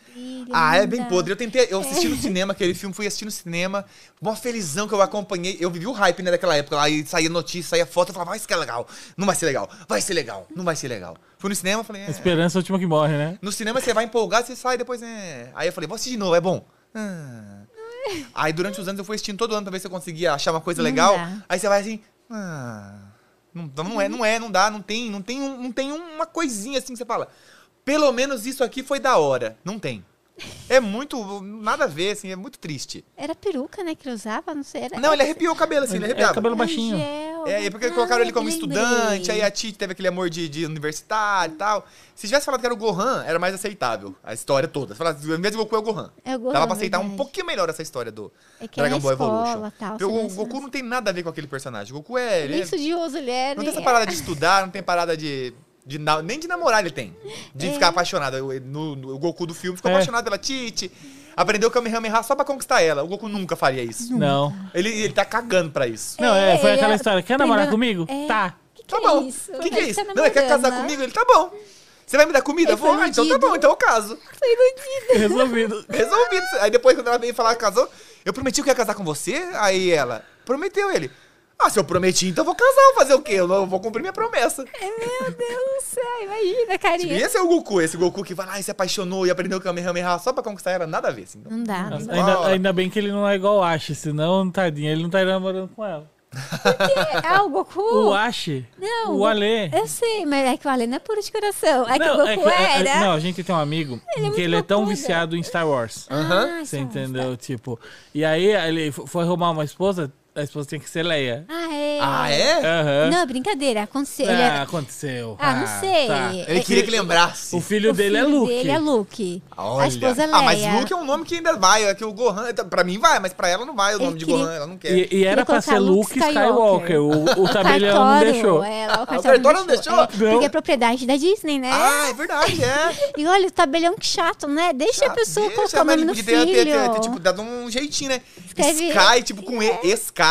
Speaker 2: Ah, é bem
Speaker 1: linda.
Speaker 2: podre. Eu tentei, eu assisti
Speaker 1: É.
Speaker 2: no cinema aquele filme, fui assistir no cinema, uma felizão que eu acompanhei. Eu vivi o hype, né, daquela época. Lá e saía notícia, saía foto, eu falava, "Ah, vai ser é legal, não vai ser legal, vai ser legal, não vai ser legal. Fui no cinema, falei, é.
Speaker 3: Esperança é a última que morre, né?
Speaker 2: No cinema você vai empolgado, você sai depois, é. Aí eu falei, vou assistir de novo, é bom. Ah. Aí durante os anos eu fui assistindo todo ano pra ver se eu conseguia achar uma coisa
Speaker 1: Não
Speaker 2: legal.
Speaker 1: dá.
Speaker 2: Aí você vai assim. Ah. Não, não é, não é, não dá, não tem, não tem, um- não tem uma coisinha assim que você fala. Pelo menos isso aqui foi da hora. Não tem. É muito. Nada a ver, assim, é muito triste.
Speaker 1: Era peruca, né, que ele usava? Não sei. Era...
Speaker 2: Não, ele arrepiou o cabelo, assim, ele
Speaker 3: É o
Speaker 2: arrepiava.
Speaker 3: cabelo baixinho.
Speaker 1: Gel. né?
Speaker 2: É, e porque
Speaker 1: Ai,
Speaker 2: colocaram ele como
Speaker 1: lembrei.
Speaker 2: estudante, aí a Titi teve aquele amor de, de universitário e tal. Se tivesse falado que era o Gohan, era mais aceitável a história toda. Se falasse, ao invés de Goku, é o Gohan.
Speaker 1: É o Gohan,
Speaker 2: Dava pra aceitar um
Speaker 1: verdade.
Speaker 2: pouquinho melhor essa história do
Speaker 1: É que
Speaker 2: Dragon
Speaker 1: era
Speaker 2: Ball
Speaker 1: escola,
Speaker 2: Evolution.
Speaker 1: tal,
Speaker 2: Porque
Speaker 1: você
Speaker 2: o
Speaker 1: nasce
Speaker 2: Goku
Speaker 1: nas-
Speaker 2: não tem nada a ver com aquele personagem. O Goku é. ele
Speaker 1: Nem
Speaker 2: é-
Speaker 1: estudioso ele era.
Speaker 2: não tem essa
Speaker 1: é-
Speaker 2: parada de estudar, não tem parada de. de na- nem de namorar ele tem. De
Speaker 1: É.
Speaker 2: ficar apaixonado. Eu- No, no- o Goku do filme ficou
Speaker 3: É.
Speaker 2: apaixonado pela Titi. Aprendeu o Kamehameha só pra conquistar ela. O Goku nunca faria isso.
Speaker 3: Não.
Speaker 2: Ele, ele tá cagando pra isso.
Speaker 3: Não, é, foi
Speaker 1: ele
Speaker 3: aquela
Speaker 1: era-
Speaker 3: história. Quer namorar
Speaker 1: Primeiro-
Speaker 3: comigo?
Speaker 1: É.
Speaker 3: Tá.
Speaker 1: Que que
Speaker 2: Tá
Speaker 1: é
Speaker 2: bom.
Speaker 1: isso?
Speaker 2: O que, que é
Speaker 1: Ele
Speaker 2: isso?
Speaker 1: tá
Speaker 2: Não, ele quer
Speaker 1: namorando,
Speaker 2: casar
Speaker 1: né?
Speaker 2: comigo? Ele tá bom. Você vai me dar comida?
Speaker 1: Ele
Speaker 2: Vou.
Speaker 1: foi
Speaker 2: Ah, então tá
Speaker 1: iludido.
Speaker 2: bom, então eu caso.
Speaker 1: Foi bandido.
Speaker 3: Resolvido.
Speaker 2: Resolvido. Aí depois, quando ela veio falar que casou, eu prometi que ia casar com você. Aí ela prometeu ele. Ah, se eu prometi, então eu vou casar. Vou fazer o quê? Eu não eu vou cumprir minha promessa.
Speaker 1: É Meu Deus do céu, imagina, carinha.
Speaker 2: E esse é o Goku, esse Goku que vai lá e se apaixonou e aprendeu é o Kamehameha só pra conquistar ela, nada a ver, assim. Não.
Speaker 1: Não dá, não dá.
Speaker 3: Ainda, ainda bem que ele não é igual o Ash, senão, tadinho, ele não tá namorando com ela.
Speaker 1: Ah, o Goku.
Speaker 3: O Ash?
Speaker 1: Não,
Speaker 3: O Alê.
Speaker 1: Eu sei, mas é que o Ale não é puro de coração. É que o
Speaker 3: Não, é
Speaker 1: Goku
Speaker 3: que- é- é-
Speaker 1: era.
Speaker 3: não, a gente tem um amigo
Speaker 1: Ele é
Speaker 3: que
Speaker 1: muito
Speaker 3: ele é tão
Speaker 1: bocuda.
Speaker 3: viciado em Star Wars.
Speaker 2: Aham.
Speaker 1: Ah,
Speaker 3: Você
Speaker 1: isso é um-
Speaker 3: entendeu? Tipo. E aí ele f- foi arrumar uma esposa, a esposa tinha que ser Leia.
Speaker 1: Ah, é.
Speaker 2: Ah, é?
Speaker 3: Aham.
Speaker 1: Não, brincadeira. Aconteceu. ele
Speaker 3: Ah,
Speaker 1: era-
Speaker 3: aconteceu. tá.
Speaker 1: Ah, não sei.
Speaker 2: Ele queria que lembrasse.
Speaker 3: O filho
Speaker 1: é, o
Speaker 3: dele é
Speaker 1: filho
Speaker 3: Luke.
Speaker 1: dele é Luke.
Speaker 2: Olha.
Speaker 1: A esposa é Leia.
Speaker 2: Ah, mas Luke é um nome que ainda vai. É que o Gohan, tá- pra mim vai, mas pra ela não vai o
Speaker 1: Ele
Speaker 2: nome de
Speaker 1: queria-
Speaker 2: Gohan, ela não quer.
Speaker 3: E, é? e era pra
Speaker 1: colocar
Speaker 3: ser
Speaker 1: Luke
Speaker 3: Luke Skywalker.
Speaker 1: Skywalker.
Speaker 3: O, o tabelião não deixou.
Speaker 1: É, lá, o cartório,
Speaker 2: Ah, cartório não deixou?
Speaker 1: É, porque é propriedade da Disney, né?
Speaker 2: Ah, é verdade, é.
Speaker 1: E olha, o tabelião que chato, né? Deixa a pessoa
Speaker 2: Tá, Deixa, né?
Speaker 1: colocar o
Speaker 2: mas
Speaker 1: nome no
Speaker 2: podia ter- ter- ter- ter, tipo,
Speaker 1: filho.
Speaker 2: dado um jeitinho, né?
Speaker 1: Escreve-
Speaker 2: Sky, tipo, com E. Sky,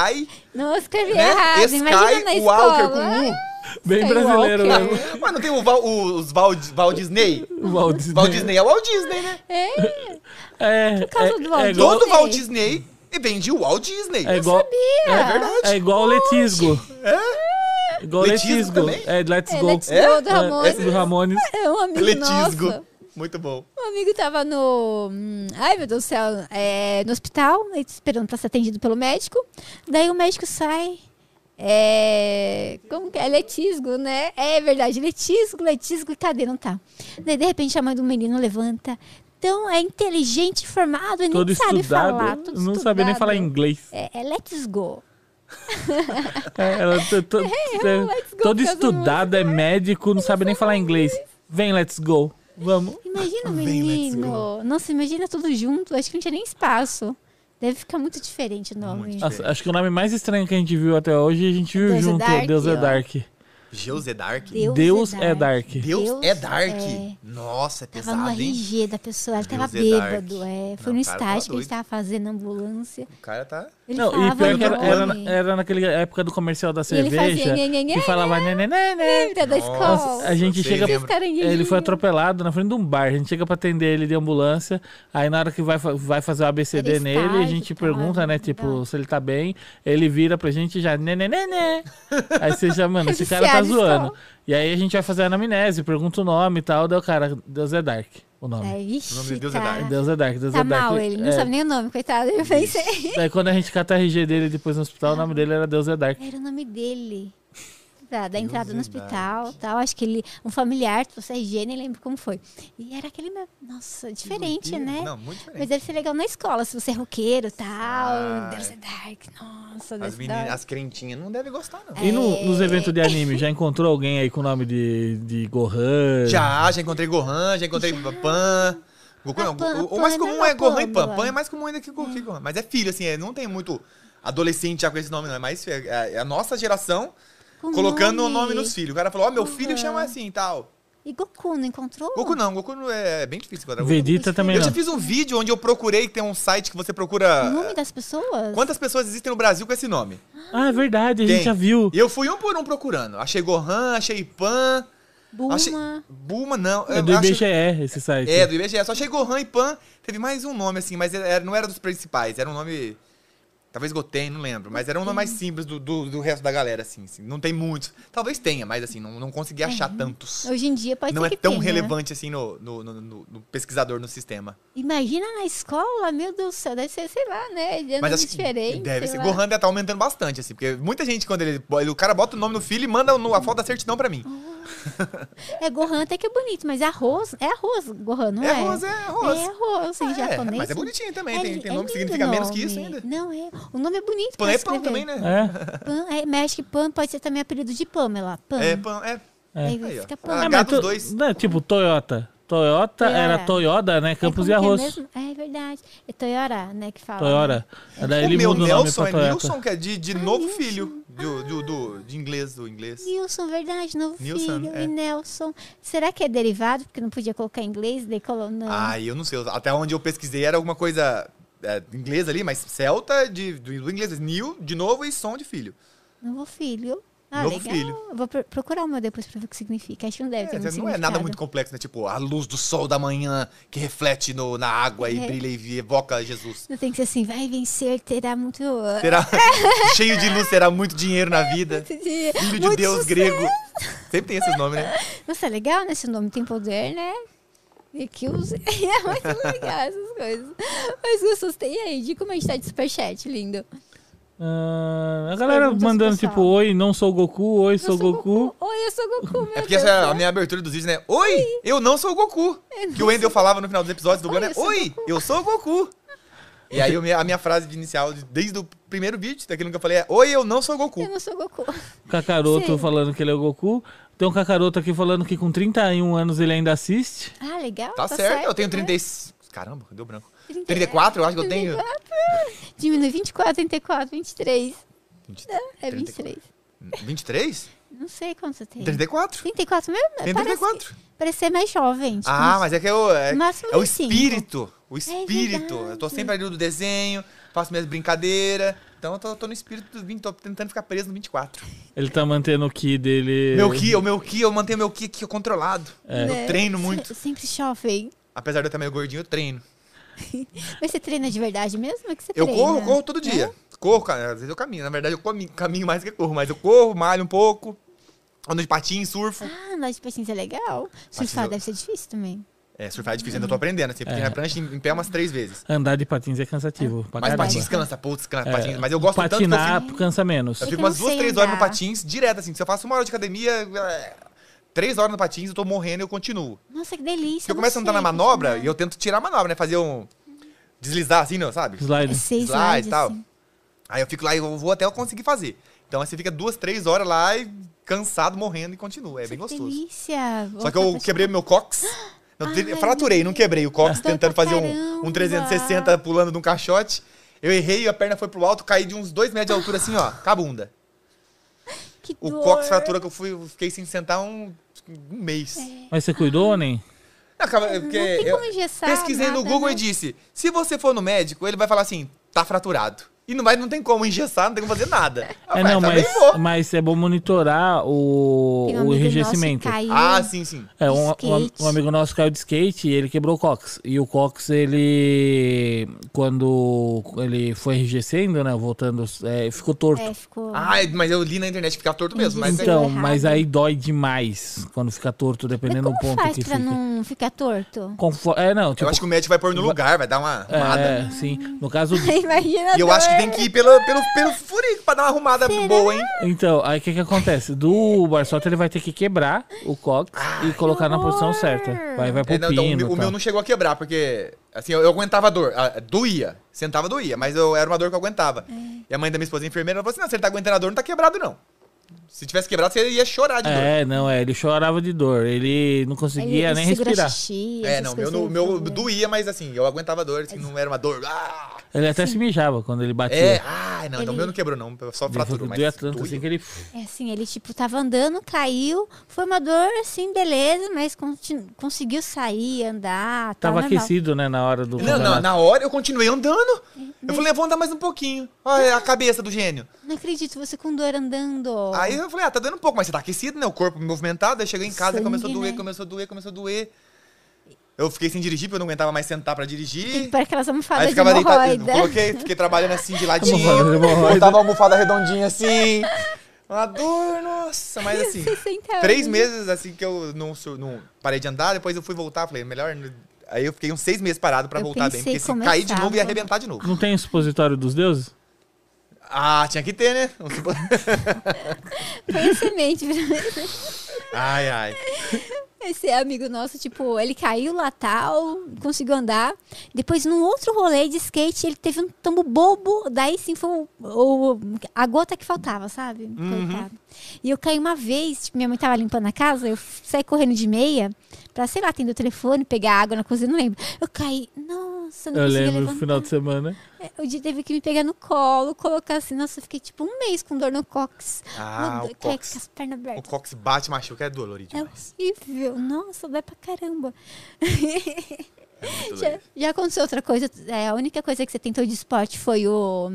Speaker 1: Não, eu escrevi
Speaker 2: né?
Speaker 1: errado. Imagina na
Speaker 2: Sky, Walker, com um
Speaker 1: escola.
Speaker 2: U.
Speaker 3: Bem
Speaker 1: Skywalker.
Speaker 3: brasileiro, né?
Speaker 2: Mas não tem o Val, os Val, Val Disney?
Speaker 3: O Walt Disney.
Speaker 2: Val Disney é o Walt Disney, né?
Speaker 1: É,
Speaker 3: É,
Speaker 1: causa
Speaker 3: é-
Speaker 1: do Walt
Speaker 3: é igual,
Speaker 2: Todo
Speaker 1: Disney.
Speaker 2: Walt Disney e vende o Walt Disney.
Speaker 3: é igual,
Speaker 1: sabia.
Speaker 2: É verdade.
Speaker 3: é igual o Letisgo. É? Igual o
Speaker 2: Letisgo
Speaker 3: Letisgo.
Speaker 2: também?
Speaker 3: É, Let's
Speaker 1: É,
Speaker 3: Go.
Speaker 1: Let's Go do Ramones.
Speaker 3: É, do Ramones.
Speaker 1: É um amigo
Speaker 2: Letisgo.
Speaker 1: nosso.
Speaker 2: Muito bom.
Speaker 1: Um amigo tava no. hum, Ai, meu Deus do céu. é, no hospital, ele esperando pra ser atendido pelo médico. Daí o médico sai. É. Como que é? Letisgo, né? É verdade, letisgo, letisgo e cadê? Não tá. Daí, de repente, a mãe do menino levanta. Então, é inteligente, formado, e nem
Speaker 3: Todo
Speaker 1: sabe
Speaker 3: estudado.
Speaker 1: falar. Todo
Speaker 3: não sabia nem
Speaker 1: estudado.
Speaker 3: falar inglês.
Speaker 1: É, é let's go.
Speaker 3: É, ela t- t- é,
Speaker 1: let's go,
Speaker 3: todo
Speaker 1: caso
Speaker 3: estudado é médico, não sabe nem falar inglês. Vem, let's go. Vamos.
Speaker 1: Imagina o
Speaker 2: Vem, let's
Speaker 1: menino. Nossa, imagina tudo junto. Acho que não tinha nem espaço. Deve ficar muito diferente o nome.
Speaker 3: Nossa, acho que o nome mais estranho que a gente viu até hoje, a gente viu
Speaker 1: Deus é
Speaker 3: junto.
Speaker 1: Dark,
Speaker 3: Deus é
Speaker 1: ó.
Speaker 3: Dark.
Speaker 2: Deus é Dark?
Speaker 1: Deus
Speaker 3: Deus é
Speaker 1: é
Speaker 3: Dark.
Speaker 2: Deus,
Speaker 1: Deus
Speaker 2: é Dark?
Speaker 1: é.
Speaker 2: Nossa, é
Speaker 1: Tava no
Speaker 2: pesado, hein?
Speaker 1: RG da pessoa, ela tava
Speaker 2: Deus é dark.
Speaker 1: bêbado. É, foi
Speaker 2: Não,
Speaker 1: no
Speaker 2: o cara
Speaker 1: estágio
Speaker 2: tá
Speaker 1: que a gente
Speaker 2: doido.
Speaker 1: tava fazendo na ambulância.
Speaker 2: O cara tá...
Speaker 1: Ele
Speaker 3: Não, e
Speaker 1: falava
Speaker 3: pior que
Speaker 1: o
Speaker 3: era,
Speaker 1: nome.
Speaker 3: era, na- era naquela época do comercial da
Speaker 1: E ele fazia
Speaker 3: cerveja.
Speaker 1: nhe, nhe, nhe,
Speaker 3: que falava né, né, né, né.
Speaker 1: Lembra da
Speaker 2: Nossa,
Speaker 1: escola?
Speaker 3: A gente
Speaker 2: Eu sei,
Speaker 3: chega.
Speaker 2: lembro.
Speaker 3: É, Ele foi atropelado na frente de um bar. A gente chega pra atender ele de ambulância. Aí na hora que vai, fa- vai fazer o ABCD
Speaker 1: Ele
Speaker 3: nele, a
Speaker 1: estágio,
Speaker 3: gente
Speaker 1: tá,
Speaker 3: pergunta, né?
Speaker 1: legal.
Speaker 3: Tipo, se ele tá bem. Ele vira pra gente e já. Né, né, né, né. Aí você já, mano, esse cara tá
Speaker 1: Viciado em
Speaker 3: zoando.
Speaker 1: escola.
Speaker 3: E aí a gente vai fazer a anamnese, pergunta o nome e tal. Daí o cara, Deus é Dark. O nome.
Speaker 1: É, ixi,
Speaker 2: O nome de Deus é
Speaker 1: tá,
Speaker 2: dark.
Speaker 3: Deus é Dark, Deus
Speaker 1: tá
Speaker 3: é Dark.
Speaker 1: mal ele, não
Speaker 3: É,
Speaker 1: sabe nem o nome, coitado. Eu pensei.
Speaker 3: Daí quando a gente cata a RG dele depois no hospital, o nome dele era Deus é Dark.
Speaker 1: Era o nome dele. Da, da entrada
Speaker 2: é
Speaker 1: no hospital tal. Acho que ele. Um familiar, você é RG, nem lembro como foi. E era aquele mesmo. Nossa, diferente, né?
Speaker 2: Não,
Speaker 1: Mas
Speaker 2: muito diferente.
Speaker 1: deve ser legal na escola, se você é roqueiro e tal.
Speaker 2: Ah,
Speaker 1: Deus
Speaker 2: é.
Speaker 1: é dark. Nossa,
Speaker 2: As,
Speaker 1: Deus é
Speaker 2: meninas,
Speaker 1: dark.
Speaker 2: as crentinhas não devem gostar,
Speaker 1: É.
Speaker 2: não.
Speaker 3: E no- nos eventos de anime, já encontrou alguém aí com o nome de, de Gohan?
Speaker 2: Já, já encontrei Gohan, já encontrei Pan. Goku
Speaker 1: Ah,
Speaker 2: não.
Speaker 1: Pan-
Speaker 2: o- o
Speaker 1: Pan
Speaker 2: mais
Speaker 1: é
Speaker 2: comum
Speaker 1: melhor,
Speaker 2: é Gohan e Pan.
Speaker 1: Pan.
Speaker 2: Pan é mais comum ainda que Goku e Gohan. Mas é filho, assim, é, não tem muito adolescente já com esse nome, não. É mais é- é a nossa geração
Speaker 1: Com
Speaker 2: colocando o nome nos filhos. O cara falou, ó, meu filho
Speaker 1: Aham.
Speaker 2: chama assim e tal.
Speaker 1: E Goku, não encontrou?
Speaker 2: Goku não, Goku não é, é bem difícil encontrar Goku.
Speaker 3: Vegeta também
Speaker 2: Eu
Speaker 3: não.
Speaker 2: já fiz um vídeo onde eu procurei, tem um site que você procura. eh,
Speaker 1: O nome das pessoas?
Speaker 2: Quantas pessoas existem no Brasil com esse nome?
Speaker 3: Ah, é verdade, a
Speaker 2: Tem.
Speaker 3: gente já viu.
Speaker 2: E eu fui um por um procurando. Achei Gohan, achei Pan,
Speaker 1: Bulma.
Speaker 2: Achei... Bulma, não.
Speaker 3: É
Speaker 2: eu
Speaker 3: do
Speaker 2: acho-
Speaker 3: IBGE esse site.
Speaker 2: É, do IBGE. Só achei Gohan e Pan. Teve mais um nome, assim, mas era- não era dos principais. Era um nome. Talvez Goten, não lembro. Mas era um nome mais simples do, do, do resto da galera, assim, assim. Não tem muitos. Talvez tenha, mas assim, não, não consegui achar tantos.
Speaker 1: Hoje em dia pode
Speaker 2: Não
Speaker 1: ser
Speaker 2: é
Speaker 1: É. que né?
Speaker 2: tão
Speaker 1: tenha.
Speaker 2: relevante assim no, no, no- no- no pesquisador, no sistema.
Speaker 1: Imagina na escola, meu Deus do céu, deve ser, sei lá, né? É
Speaker 2: Mas
Speaker 1: nome
Speaker 2: acho que
Speaker 1: diferente.
Speaker 2: deve
Speaker 1: sei
Speaker 2: ser.
Speaker 1: lá.
Speaker 2: Gohan deve tá aumentando bastante, assim. Porque muita gente, quando ele. O cara bota o nome no filho e manda o- a foto da certidão pra mim.
Speaker 1: É Gohan até que é bonito, mas arroz, é arroz, Gohan, não é?
Speaker 2: é arroz, é arroz.
Speaker 1: É arroz em
Speaker 2: Ah, é,
Speaker 1: japonês.
Speaker 2: mas é bonitinho também.
Speaker 1: É
Speaker 2: tem
Speaker 1: li-
Speaker 2: tem
Speaker 1: é
Speaker 2: nome que
Speaker 1: lindo
Speaker 2: significa
Speaker 1: o
Speaker 2: menos que isso
Speaker 1: nome.
Speaker 2: ainda.
Speaker 1: Não, é. O nome é bonito
Speaker 2: Pan
Speaker 1: pra
Speaker 2: é pão
Speaker 1: escrever.
Speaker 2: também, né?
Speaker 3: É.
Speaker 1: Pan, é, mas acho que Pan pode ser também apelido de Pamela. Pan.
Speaker 2: É, pan, é.
Speaker 1: Aí
Speaker 2: Aí, ó.
Speaker 1: fica
Speaker 2: Ah,
Speaker 1: Pan.
Speaker 3: É, mas
Speaker 2: gatos
Speaker 3: tu-
Speaker 2: dois.
Speaker 3: né, tipo, Toyota. Toyota
Speaker 1: Toyota.
Speaker 3: era Toyota, né? Campos e Arroz.
Speaker 1: É, é verdade. É Toyora, né, que fala.
Speaker 3: Toyota. Daí ele
Speaker 2: o meu
Speaker 3: muda o nome
Speaker 2: Nelson
Speaker 3: pra
Speaker 2: é
Speaker 3: Toyota.
Speaker 2: Nilson, que é de, de novo filho. Do, do, do- de inglês, do inglês.
Speaker 1: Nilson, verdade, novo
Speaker 2: Nilson,
Speaker 1: filho.
Speaker 2: é.
Speaker 1: E Nelson. Será que é derivado? Porque não podia colocar em inglês, daí colou. Não.
Speaker 2: Ah, eu não sei. Até onde eu pesquisei era alguma coisa é, inglesa ali, mas celta de, do, do inglês. New, de novo, e som de filho.
Speaker 1: Novo filho. Ah,
Speaker 2: Novo
Speaker 1: legal.
Speaker 2: filho.
Speaker 1: Vou pro- procurar o meu depois pra ver o que significa. Acho que não deve ter
Speaker 2: É,
Speaker 1: muito
Speaker 2: não
Speaker 1: um
Speaker 2: é nada
Speaker 1: significado.
Speaker 2: muito complexo, né? Tipo, a luz do sol da manhã que reflete no, na água e
Speaker 1: É.
Speaker 2: brilha e evoca Jesus.
Speaker 1: Não tem que ser assim, vai vencer, terá muito.
Speaker 2: Terá, cheio de luz, terá muito dinheiro na vida. Filho de
Speaker 1: muito
Speaker 2: Deus
Speaker 1: sucesso.
Speaker 2: grego. Sempre tem esses nomes, né?
Speaker 1: Nossa, é legal, né? Esse nome tem poder, né? E que use. É muito legal essas coisas. Mas gostoso. E aí, de como a gente tá de superchat, lindo.
Speaker 3: Ah, a galera
Speaker 1: Perguntas
Speaker 3: mandando,
Speaker 1: pessoal.
Speaker 3: tipo, oi, não sou Goku, oi, sou, Goku.
Speaker 1: Oi, eu sou Goku, meu
Speaker 2: É porque
Speaker 1: Deus.
Speaker 2: essa é a minha abertura dos vídeos, né? Oi, eu não sou o Goku. Que o Wendel falava no final dos episódios do Blana,
Speaker 1: eu
Speaker 2: né?
Speaker 1: sou
Speaker 2: Oi, eu sou o Goku. E aí eu- a minha frase de inicial, de- desde o primeiro vídeo, daquilo que eu falei, é Oi, eu não sou o
Speaker 1: Eu
Speaker 2: Goku.
Speaker 1: não sou Goku.
Speaker 3: Cacaroto
Speaker 1: Sim.
Speaker 3: falando que ele é o Goku. Tem um Cacaroto aqui falando que com 31 anos ele ainda assiste.
Speaker 1: Ah, legal.
Speaker 2: Tá certo, eu tenho
Speaker 1: né?
Speaker 2: 36. Caramba, deu branco.
Speaker 1: 30.
Speaker 2: 34, eu acho que eu tenho.
Speaker 1: 34. Diminui 24, 34, 23.
Speaker 2: 20,
Speaker 1: É
Speaker 2: 34.
Speaker 1: 23.
Speaker 2: 23?
Speaker 1: Não sei quanto você tem.
Speaker 2: 34?
Speaker 1: 34 mesmo?
Speaker 2: Tem
Speaker 1: Parece-
Speaker 2: 34.
Speaker 1: Parece ser mais jovem. tipo,
Speaker 2: Ah,
Speaker 1: uns-
Speaker 2: mas é que eu, é,
Speaker 1: Máximo
Speaker 2: é o
Speaker 1: 25.
Speaker 2: espírito. O espírito. eu tô
Speaker 1: verdade.
Speaker 2: sempre ali no desenho, faço minhas brincadeiras. Então eu tô, tô no espírito dos 20, tô tentando ficar preso no 24.
Speaker 3: Ele tá mantendo o Ki dele.
Speaker 2: Meu Ki, o meu Ki, eu mantenho meu Ki aqui controlado.
Speaker 1: né?
Speaker 3: É.
Speaker 2: Eu treino
Speaker 1: Se-
Speaker 2: muito.
Speaker 1: Sempre jovem.
Speaker 2: Apesar de eu estar meio gordinho, eu treino.
Speaker 1: Mas você treina de verdade mesmo? É que você
Speaker 2: Eu
Speaker 1: treina? É?
Speaker 2: corro, eu corro todo dia. Corro, cara, às vezes eu caminho. Na verdade, eu comi- caminho mais que corro, mas eu corro, malho um pouco. Ando de patins, surfo.
Speaker 1: Ah, andar de patins é legal. Surfar
Speaker 2: eu-
Speaker 1: deve ser difícil também.
Speaker 2: É, surfar é difícil, ainda tô aprendendo, assim, porque
Speaker 3: É.
Speaker 2: na prancha em, em pé umas três vezes.
Speaker 3: Andar de patins é cansativo. pra
Speaker 2: Mas
Speaker 3: caramba.
Speaker 2: patins cansa, putz, cansa,
Speaker 3: É,
Speaker 2: patins. Mas eu gosto tanto que eu
Speaker 3: Patinar
Speaker 2: fico,
Speaker 3: cansa menos.
Speaker 2: eu
Speaker 1: que
Speaker 2: fico
Speaker 1: eu
Speaker 2: umas
Speaker 1: não
Speaker 2: duas,
Speaker 1: sei
Speaker 2: três horas no
Speaker 1: andar.
Speaker 2: patins, direto, assim. Se eu faço uma hora de academia, é, três horas no patins, eu tô morrendo e eu continuo.
Speaker 1: Nossa, que delícia.
Speaker 2: Porque eu começo a andar na manobra e eu tento tirar a manobra, né? Fazer um... Deslizar assim, não, sabe?
Speaker 3: Slide.
Speaker 1: é Seis
Speaker 2: Slide e
Speaker 1: slides,
Speaker 2: tal.
Speaker 1: assim.
Speaker 2: Aí eu fico lá e eu vou até eu conseguir fazer. Então aí você fica duas, três horas lá e cansado, morrendo e continua. É bem
Speaker 1: Que
Speaker 2: gostoso.
Speaker 1: delícia.
Speaker 2: Só que eu quebrei meu cox. Não, te-
Speaker 1: Ai,
Speaker 2: fraturei, não quebrei o cox
Speaker 1: Dói
Speaker 2: tentando
Speaker 1: pra
Speaker 2: fazer um,
Speaker 1: caramba.
Speaker 2: um 360 pulando de um caixote. Eu errei, a perna foi pro alto, caí de uns dois metros de altura assim, ó, com a bunda.
Speaker 1: Que
Speaker 2: O
Speaker 1: dor.
Speaker 2: cox fratura que eu fui, eu fiquei sem sentar um, um mês.
Speaker 3: Mas você cuidou, nem?
Speaker 2: Não, acaba- porque
Speaker 1: É. Não tem
Speaker 2: eu
Speaker 1: como engessar
Speaker 2: pesquisei no
Speaker 1: nada,
Speaker 2: Google
Speaker 1: né?
Speaker 2: e disse: se você for no médico, ele vai falar assim, tá fraturado. E não, vai, não tem como engessar, não tem como fazer nada. Ah,
Speaker 3: É,
Speaker 2: vai,
Speaker 3: não,
Speaker 2: também
Speaker 3: mas,
Speaker 2: vou.
Speaker 3: mas é bom monitorar o,
Speaker 1: Tem um
Speaker 3: o
Speaker 1: amigo nosso que
Speaker 3: enrijecimento.
Speaker 1: caiu.
Speaker 2: Ah, sim, sim.
Speaker 3: É, um,
Speaker 1: De
Speaker 3: um-
Speaker 1: skate.
Speaker 3: um amigo nosso caiu de skate e ele quebrou o cox. E o cox, ele. Quando ele foi enrijecendo, né? Voltando, é, ficou torto.
Speaker 1: É, ficou...
Speaker 2: Ah, mas eu li na internet que ficava torto mesmo. Mas é-
Speaker 3: então,
Speaker 1: errado.
Speaker 3: mas aí dói demais quando fica torto,
Speaker 1: Mas
Speaker 3: dependendo
Speaker 1: como
Speaker 3: do ponto
Speaker 1: faz
Speaker 3: que
Speaker 1: pra
Speaker 3: fica.
Speaker 1: não ficar torto?
Speaker 3: Confo- É, não, tipo.
Speaker 2: eu acho que o médico vai pôr no lugar, vai dar uma arrumada.
Speaker 3: é, sim. No caso.
Speaker 1: Imagina a
Speaker 2: E eu
Speaker 1: dor.
Speaker 2: acho que tem que ir pelo, pelo, pelo furico pra dar uma arrumada boa, hein?
Speaker 3: Então, aí o que, que acontece? Do Barsota ele vai ter que quebrar o cox e colocar na posição
Speaker 1: horror.
Speaker 3: certa. Vai, vai pro
Speaker 2: É, não, então, o,
Speaker 3: pino.
Speaker 2: meu, o
Speaker 3: tal.
Speaker 2: meu não chegou a quebrar, porque assim, eu, eu aguentava a dor. Ah, doía. Sentava, doía, mas eu era uma dor que eu aguentava.
Speaker 1: É.
Speaker 2: E a mãe da minha esposa, enfermeira, ela falou assim: não, se ele tá aguentando a dor, não tá quebrado, não. Se tivesse quebrado, você ia chorar de dor.
Speaker 3: É, não, é, ele chorava de dor, ele não
Speaker 1: Ele-
Speaker 3: conseguia
Speaker 1: ele
Speaker 3: nem
Speaker 1: segura
Speaker 3: respirar.
Speaker 1: xixi,
Speaker 2: É,
Speaker 1: essas
Speaker 2: não, meu,
Speaker 1: coisas
Speaker 2: no-
Speaker 1: aí,
Speaker 2: meu
Speaker 1: problema. É.
Speaker 2: doía, mas assim, eu aguentava a dor, assim, não era uma dor. Ah,
Speaker 3: Ele até se mijava quando ele batia.
Speaker 2: é, ah, Ah, não, então o
Speaker 1: Ele-
Speaker 2: meu não quebrou, não. Só fraturou.
Speaker 3: Fraturou,
Speaker 2: Mas
Speaker 3: doeu tanto
Speaker 2: doeu.
Speaker 3: assim que ele...
Speaker 1: É assim, ele tipo tava andando, caiu, foi uma dor assim, beleza, mas continu- conseguiu sair, andar, tá
Speaker 3: Tava
Speaker 1: normal.
Speaker 3: aquecido, né, na hora do
Speaker 2: Não, não,
Speaker 3: campeonato.
Speaker 2: na hora eu continuei andando.
Speaker 1: Uhum.
Speaker 2: Eu falei, "Ah, vou andar mais um pouquinho. Olha a cabeça do gênio.
Speaker 1: Não acredito, você com dor andando.
Speaker 2: Aí eu falei, ah, tá doendo um pouco, mas você tá aquecido, né? O corpo movimentado. Aí cheguei em casa,
Speaker 1: Sangue,
Speaker 2: começou a doer,
Speaker 1: né?
Speaker 2: começou a doer, começou a doer. Eu fiquei sem dirigir, porque eu não aguentava mais sentar pra dirigir.
Speaker 1: Parece que elas vão falar
Speaker 2: Aí
Speaker 1: de
Speaker 2: ficava deitado.
Speaker 1: hemorroida.
Speaker 2: Coloquei, fiquei trabalhando assim de
Speaker 3: Hemorroida,
Speaker 2: ladinho.
Speaker 3: hemorroida.
Speaker 2: Botava a almofada redondinha assim. Uma dor, nossa, mas assim.
Speaker 1: Você senta
Speaker 2: Três
Speaker 1: onde?
Speaker 2: meses assim que eu não, su- não parei de andar, depois eu fui voltar, falei, melhor. né?" Aí eu fiquei uns seis meses parado pra
Speaker 1: Eu
Speaker 2: voltar bem.
Speaker 1: pensei
Speaker 2: Porque se
Speaker 1: como eu
Speaker 2: cair de
Speaker 1: tava.
Speaker 2: novo ia arrebentar de novo.
Speaker 3: Não tem supositório dos deuses?
Speaker 2: Ah, tinha que ter, né? Um supo-
Speaker 1: Põe a semente pra mim.
Speaker 2: ai, ai.
Speaker 1: Esse amigo nosso, tipo, ele caiu lá tal, conseguiu andar. Depois, num outro rolê de skate, ele teve um tombo bobo. Daí sim foi o, o- a gota que faltava, sabe?
Speaker 2: Uhum.
Speaker 1: Coitado. E eu caí uma vez, tipo, minha mãe tava limpando a casa, eu f- saí correndo de meia pra, sei lá, atender o telefone, pegar água na cozinha, não lembro. Eu caí, nossa, não
Speaker 3: Eu
Speaker 1: consegui
Speaker 3: lembro,
Speaker 1: levantar.
Speaker 3: final de semana.
Speaker 1: O dia teve que me pegar no colo, colocar assim, nossa, eu fiquei tipo um mês com dor no cox.
Speaker 2: Ah,
Speaker 1: Uma
Speaker 2: o
Speaker 1: dor- que-
Speaker 2: cox.
Speaker 1: Com as pernas
Speaker 2: O
Speaker 1: abertas.
Speaker 2: cox bate, machuca, é dolorido
Speaker 1: É
Speaker 2: demais.
Speaker 1: horrível. Nossa, dói pra caramba. Já,
Speaker 2: Muito É dolorido.
Speaker 1: já aconteceu outra coisa? É, a única coisa que você tentou de esporte foi o,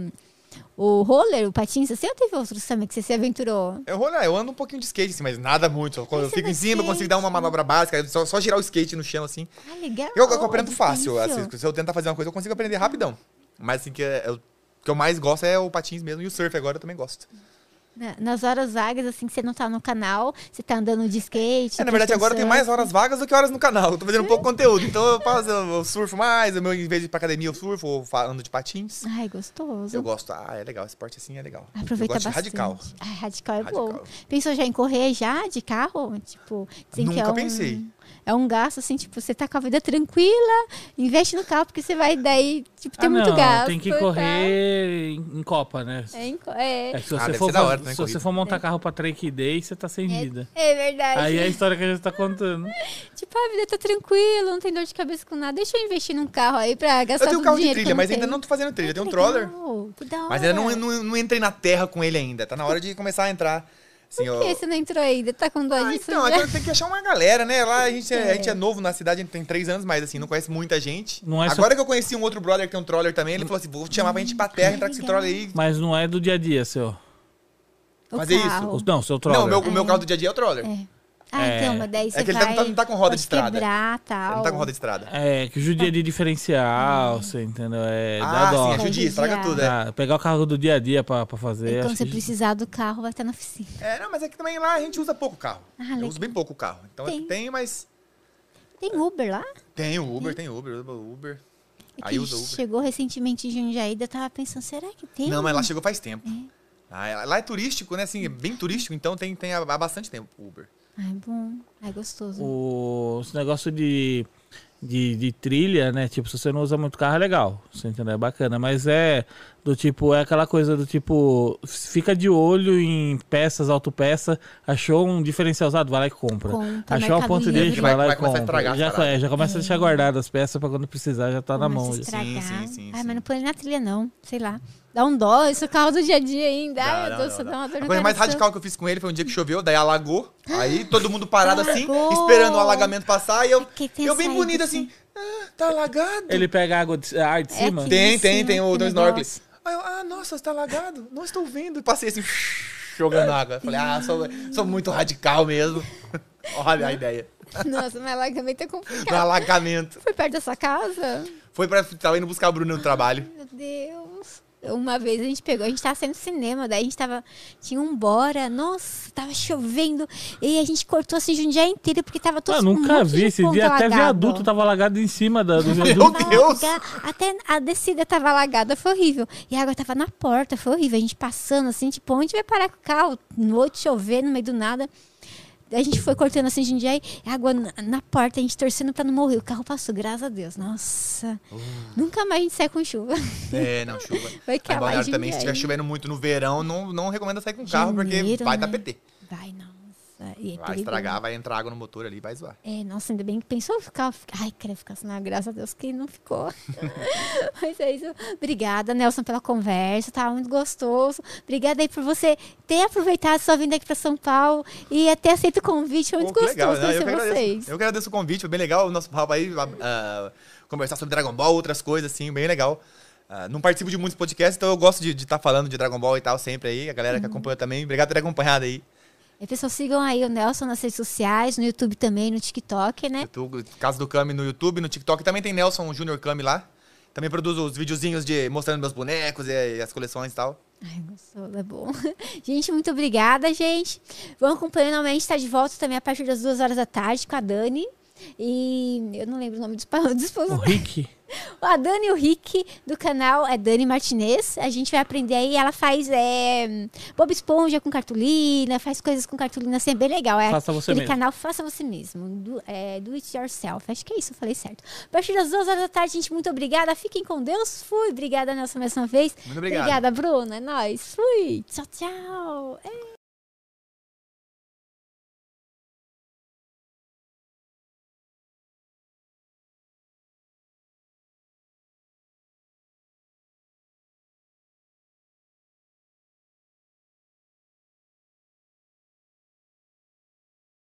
Speaker 1: o roller, o patins. Você ou teve outros também que você se aventurou?
Speaker 2: Eu, olha, eu ando um pouquinho de skate, assim, mas nada muito. Eu, eu
Speaker 1: Esse
Speaker 2: fico
Speaker 1: é
Speaker 2: em cima, eu
Speaker 1: skate.
Speaker 2: consigo dar uma manobra básica, só, só girar o skate no chão, assim.
Speaker 1: Ah, legal.
Speaker 2: Eu, eu aprendo
Speaker 1: é
Speaker 2: fácil.
Speaker 1: difícil.
Speaker 2: assim, se eu tentar fazer uma coisa, eu consigo aprender rapidão. Mas assim, que é- é o que eu mais gosto é o patins mesmo e o surf agora eu também gosto.
Speaker 1: Na- nas horas vagas, assim, que você não tá no canal, você tá andando de skate. tá
Speaker 2: É, na verdade, agora tem mais horas vagas do que horas no canal. Eu tô
Speaker 1: É.
Speaker 2: fazendo pouco conteúdo. Então eu, faço, eu surfo mais, eu, em vez de ir pra academia, eu surfo, ou fa- ando de patins.
Speaker 1: Ai, gostoso.
Speaker 2: Eu gosto. Ah, é legal. Esporte assim é legal.
Speaker 1: Aproveita
Speaker 2: eu gosto
Speaker 1: bastante.
Speaker 2: de radical.
Speaker 1: Ah, radical é bom.
Speaker 2: Radical.
Speaker 1: Pensou já em correr já de carro? Tipo, dizem que
Speaker 2: Nunca
Speaker 1: é um,
Speaker 2: pensei.
Speaker 1: É um gasto, assim, tipo, você tá com a vida tranquila, investe no carro, porque você vai daí, tipo, tem
Speaker 3: ah,
Speaker 1: muito
Speaker 3: não,
Speaker 1: gasto.
Speaker 3: tem
Speaker 1: e
Speaker 3: que
Speaker 1: tal.
Speaker 3: correr em, em Copa, né?
Speaker 1: É, enco- é,
Speaker 3: É que se
Speaker 2: Ah,
Speaker 3: você,
Speaker 2: deve
Speaker 3: for,
Speaker 2: ser da
Speaker 3: faz-
Speaker 2: hora, né,
Speaker 3: se
Speaker 2: corrida.
Speaker 3: você for montar carro pra Trek Day, você tá sem vida.
Speaker 1: é verdade.
Speaker 3: Aí é a história que a gente tá contando.
Speaker 1: Tipo, a vida tá tranquila, não tem dor de cabeça com nada. Deixa eu investir num carro aí pra gastar
Speaker 2: Eu tenho
Speaker 1: todo
Speaker 2: um
Speaker 1: o
Speaker 2: carro de
Speaker 1: dinheiro que
Speaker 2: trilha,
Speaker 1: eu
Speaker 2: mas
Speaker 1: tenho.
Speaker 2: ainda não tô fazendo trilha. Eu tenho um
Speaker 1: Que
Speaker 2: troller.
Speaker 1: legal, que da
Speaker 2: Mas ainda não, é
Speaker 1: hora.
Speaker 2: não, não entrei na terra com ele ainda. Tá na hora de começar a entrar. Assim,
Speaker 1: Por que
Speaker 2: ó.
Speaker 1: você não entrou ainda? Tá com dó
Speaker 2: Ah,
Speaker 1: disso?
Speaker 2: então,
Speaker 1: já?
Speaker 2: agora tem que achar uma galera, né? Lá a gente, é, a
Speaker 1: É.
Speaker 2: gente é novo na cidade, a gente tem três anos, mas assim, não conhece muita gente.
Speaker 3: Não é só-
Speaker 2: agora que eu conheci um outro brother que tem um troller também, ele falou assim: vou te chamar pra gente ir pra terra, entrar com esse
Speaker 1: legal.
Speaker 2: troller aí.
Speaker 3: Mas não é do dia a dia, seu.
Speaker 1: Ah, O
Speaker 2: mas é isso,
Speaker 1: carro.
Speaker 3: Os- Não, seu troller.
Speaker 2: Não, meu, o meu carro do dia a dia é o troller.
Speaker 1: Ah,
Speaker 3: É.
Speaker 1: então, mas daí você
Speaker 2: É que ele tá-
Speaker 1: vai...
Speaker 2: não tá- não tá com roda de
Speaker 1: pode
Speaker 2: estrada.
Speaker 1: quebrar, tal.
Speaker 2: Ele não tá com roda de estrada.
Speaker 3: É, que judia de
Speaker 1: Ah.
Speaker 3: diferencial, você entendeu? É, dá
Speaker 2: ah,
Speaker 3: dó.
Speaker 2: sim, a judia,
Speaker 1: Dá
Speaker 2: estraga tudo, é.
Speaker 3: Dá- Ah, pegar o carro do dia a dia pra, pra fazer.
Speaker 1: E
Speaker 3: acho
Speaker 1: né? É, quando Então, você
Speaker 3: que-
Speaker 1: precisar do carro, vai estar na oficina.
Speaker 2: É, não, mas é que também lá a gente usa pouco carro.
Speaker 1: Ah,
Speaker 2: eu
Speaker 1: legal.
Speaker 2: uso bem pouco carro. Então
Speaker 1: Tem.
Speaker 2: tem, mas.
Speaker 1: Tem Uber lá?
Speaker 2: Tem o Uber, tem o Uber, o Uber.
Speaker 1: É
Speaker 2: Aí
Speaker 1: que
Speaker 2: usa Uber.
Speaker 1: Chegou recentemente em Jundiaí, daí eu tava pensando, será que tem?
Speaker 2: Não, mas lá chegou faz tempo. Ah, é- lá é turístico, né? Assim, é bem turístico, então tem, tem há há bastante tempo o Uber.
Speaker 1: Ai, bom. Ai, gostoso.
Speaker 3: O, esse negócio de, de, de trilha, né? Tipo, se você não usa muito carro, é legal. Você entendeu? É bacana. Mas é do tipo, é aquela coisa do tipo, fica de olho em peças, autopeça. Achou um diferencial usado, vai lá e compra.
Speaker 1: Compra, né?
Speaker 3: achou um
Speaker 1: mercado
Speaker 3: ponto
Speaker 1: livre.
Speaker 3: dele,
Speaker 2: Vai-
Speaker 3: vai,
Speaker 2: vai
Speaker 3: lá e
Speaker 2: começar a
Speaker 3: compra.
Speaker 2: estragar
Speaker 3: já,
Speaker 2: essa parada.
Speaker 3: é, já começa a deixar guardadas as peças pra quando precisar já tá na
Speaker 1: Começa
Speaker 3: mão.
Speaker 1: a
Speaker 3: já.
Speaker 1: estragar.
Speaker 2: Sim, sim, sim,
Speaker 1: Ai,
Speaker 2: sim.
Speaker 1: mas não põe na trilha, não. Sei lá. Dá um dó, esse é o carro do dia a dia ainda.
Speaker 2: Não,
Speaker 1: Ai,
Speaker 2: não,
Speaker 1: meu Deus,
Speaker 2: não,
Speaker 1: você
Speaker 2: não.
Speaker 1: dá uma dor
Speaker 2: A
Speaker 1: no
Speaker 2: coisa mais
Speaker 1: coração.
Speaker 2: radical que eu fiz com ele foi um dia que choveu, daí alagou. Aí todo mundo parado assim,
Speaker 1: Alagou!
Speaker 2: esperando o alagamento passar. E eu,
Speaker 1: Aqui tem
Speaker 2: eu bem
Speaker 1: saída,
Speaker 2: bonito assim, ah, tá alagado.
Speaker 3: Ele pega água de, ar de
Speaker 1: É
Speaker 3: cima.
Speaker 1: que-
Speaker 2: Tem,
Speaker 1: Em
Speaker 2: tem,
Speaker 1: cima,
Speaker 2: tem o
Speaker 1: que
Speaker 2: Don Snorkel.
Speaker 1: negócio.
Speaker 2: Aí eu, ah, nossa, tá lagado? Não estou vendo. E Passei assim, jogando água. Falei, ah, sou, sou muito radical mesmo. Olha a ideia.
Speaker 1: Nossa, mas lá também tá complicado.
Speaker 2: Do alagamento.
Speaker 1: Foi perto da sua casa?
Speaker 2: Foi pra. Tava indo buscar a Bruna no trabalho.
Speaker 1: Meu Deus. Uma vez a gente pegou, a gente tava saindo do cinema, daí a gente tava. Tinha um bora, nossa, tava chovendo. E a gente cortou assim Jundiaí inteiro, porque tava todo
Speaker 3: Ah,
Speaker 1: um
Speaker 3: nunca
Speaker 1: monte de
Speaker 3: vi esse
Speaker 1: ponto
Speaker 3: dia. Até
Speaker 1: alagado.
Speaker 3: viaduto tava alagado em cima da, do
Speaker 2: Meu
Speaker 3: viaduto.
Speaker 1: Tava
Speaker 2: Deus!
Speaker 1: alaga- Até a descida tava alagada, foi horrível. E a água tava na porta, foi horrível. A gente passando assim, tipo, onde vai parar com o carro? Noite chover no meio do nada. A gente foi cortando assim Jundiaí, água na, na porta, a gente torcendo pra não morrer. O carro passou, graças a Deus. Nossa.
Speaker 2: Oh.
Speaker 1: Nunca mais a gente sai com chuva.
Speaker 2: É, não, chuva.
Speaker 1: Vai que é
Speaker 2: Aí,
Speaker 1: a
Speaker 2: Balneário
Speaker 1: laje
Speaker 2: também, se
Speaker 1: me
Speaker 2: estiver
Speaker 1: aí.
Speaker 2: chovendo muito no verão, não, não recomendo sair com carro, porque
Speaker 1: Janeiro,
Speaker 2: vai dar
Speaker 1: né?
Speaker 2: PT.
Speaker 1: Vai, nossa. E E é
Speaker 2: Vai
Speaker 1: perigoso.
Speaker 2: estragar, vai entrar água no motor ali, vai zoar.
Speaker 1: É, nossa, ainda bem que pensou ficar. ficar- Ai, queria ficar assim, graças a Deus que não ficou. Mas é isso. Obrigada, Nelson, pela conversa, tá muito gostoso. Obrigada aí por você ter aproveitado sua vinda aqui pra São Paulo e até aceito o convite. Foi É muito
Speaker 2: Pô, que
Speaker 1: gostoso
Speaker 2: né?
Speaker 1: conhecer
Speaker 2: eu que
Speaker 1: vocês.
Speaker 2: agradeço. Eu que agradeço o convite, foi bem legal o nosso papo aí, ah, conversar sobre Dragon Ball, outras coisas, assim, bem legal. Ah, não participo de muitos podcasts, então eu gosto de estar falando de Dragon Ball e tal sempre aí. A galera
Speaker 1: Uhum.
Speaker 2: que acompanha também, obrigado por ter acompanhado aí.
Speaker 1: E, É, pessoal, sigam aí o Nelson nas redes sociais, no YouTube também, no TikTok, né?
Speaker 2: YouTube, Casa do Kami no YouTube, no TikTok. Também tem Nelson Júnior Kami lá. Também produzo os videozinhos de mostrando meus bonecos e, e as coleções e tal.
Speaker 1: Ai, gostoso, é bom. Gente, muito obrigada, gente. Vamos acompanhando amanhã, a gente tá de volta também a partir das duas horas da tarde com a Dani. E eu não lembro o nome dos pa- dos
Speaker 3: O Rick.
Speaker 1: A Dani e o Rick do canal é Dani Martinez. A gente vai aprender aí. Ela faz é, Bob Esponja com cartolina, faz coisas com cartolina, assim, é bem legal. É
Speaker 3: Faça você
Speaker 1: aquele
Speaker 3: mesmo.
Speaker 1: canal Faça Você Mesmo. Do, é, do it yourself. Acho que é isso, eu falei certo. A partir das duas horas da tarde, gente, muito obrigada. Fiquem com Deus. Fui. Obrigada, Nelson, mais uma vez.
Speaker 2: Muito obrigado.
Speaker 1: Obrigada, Bruna. É nóis. Fui. Tchau, tchau. É.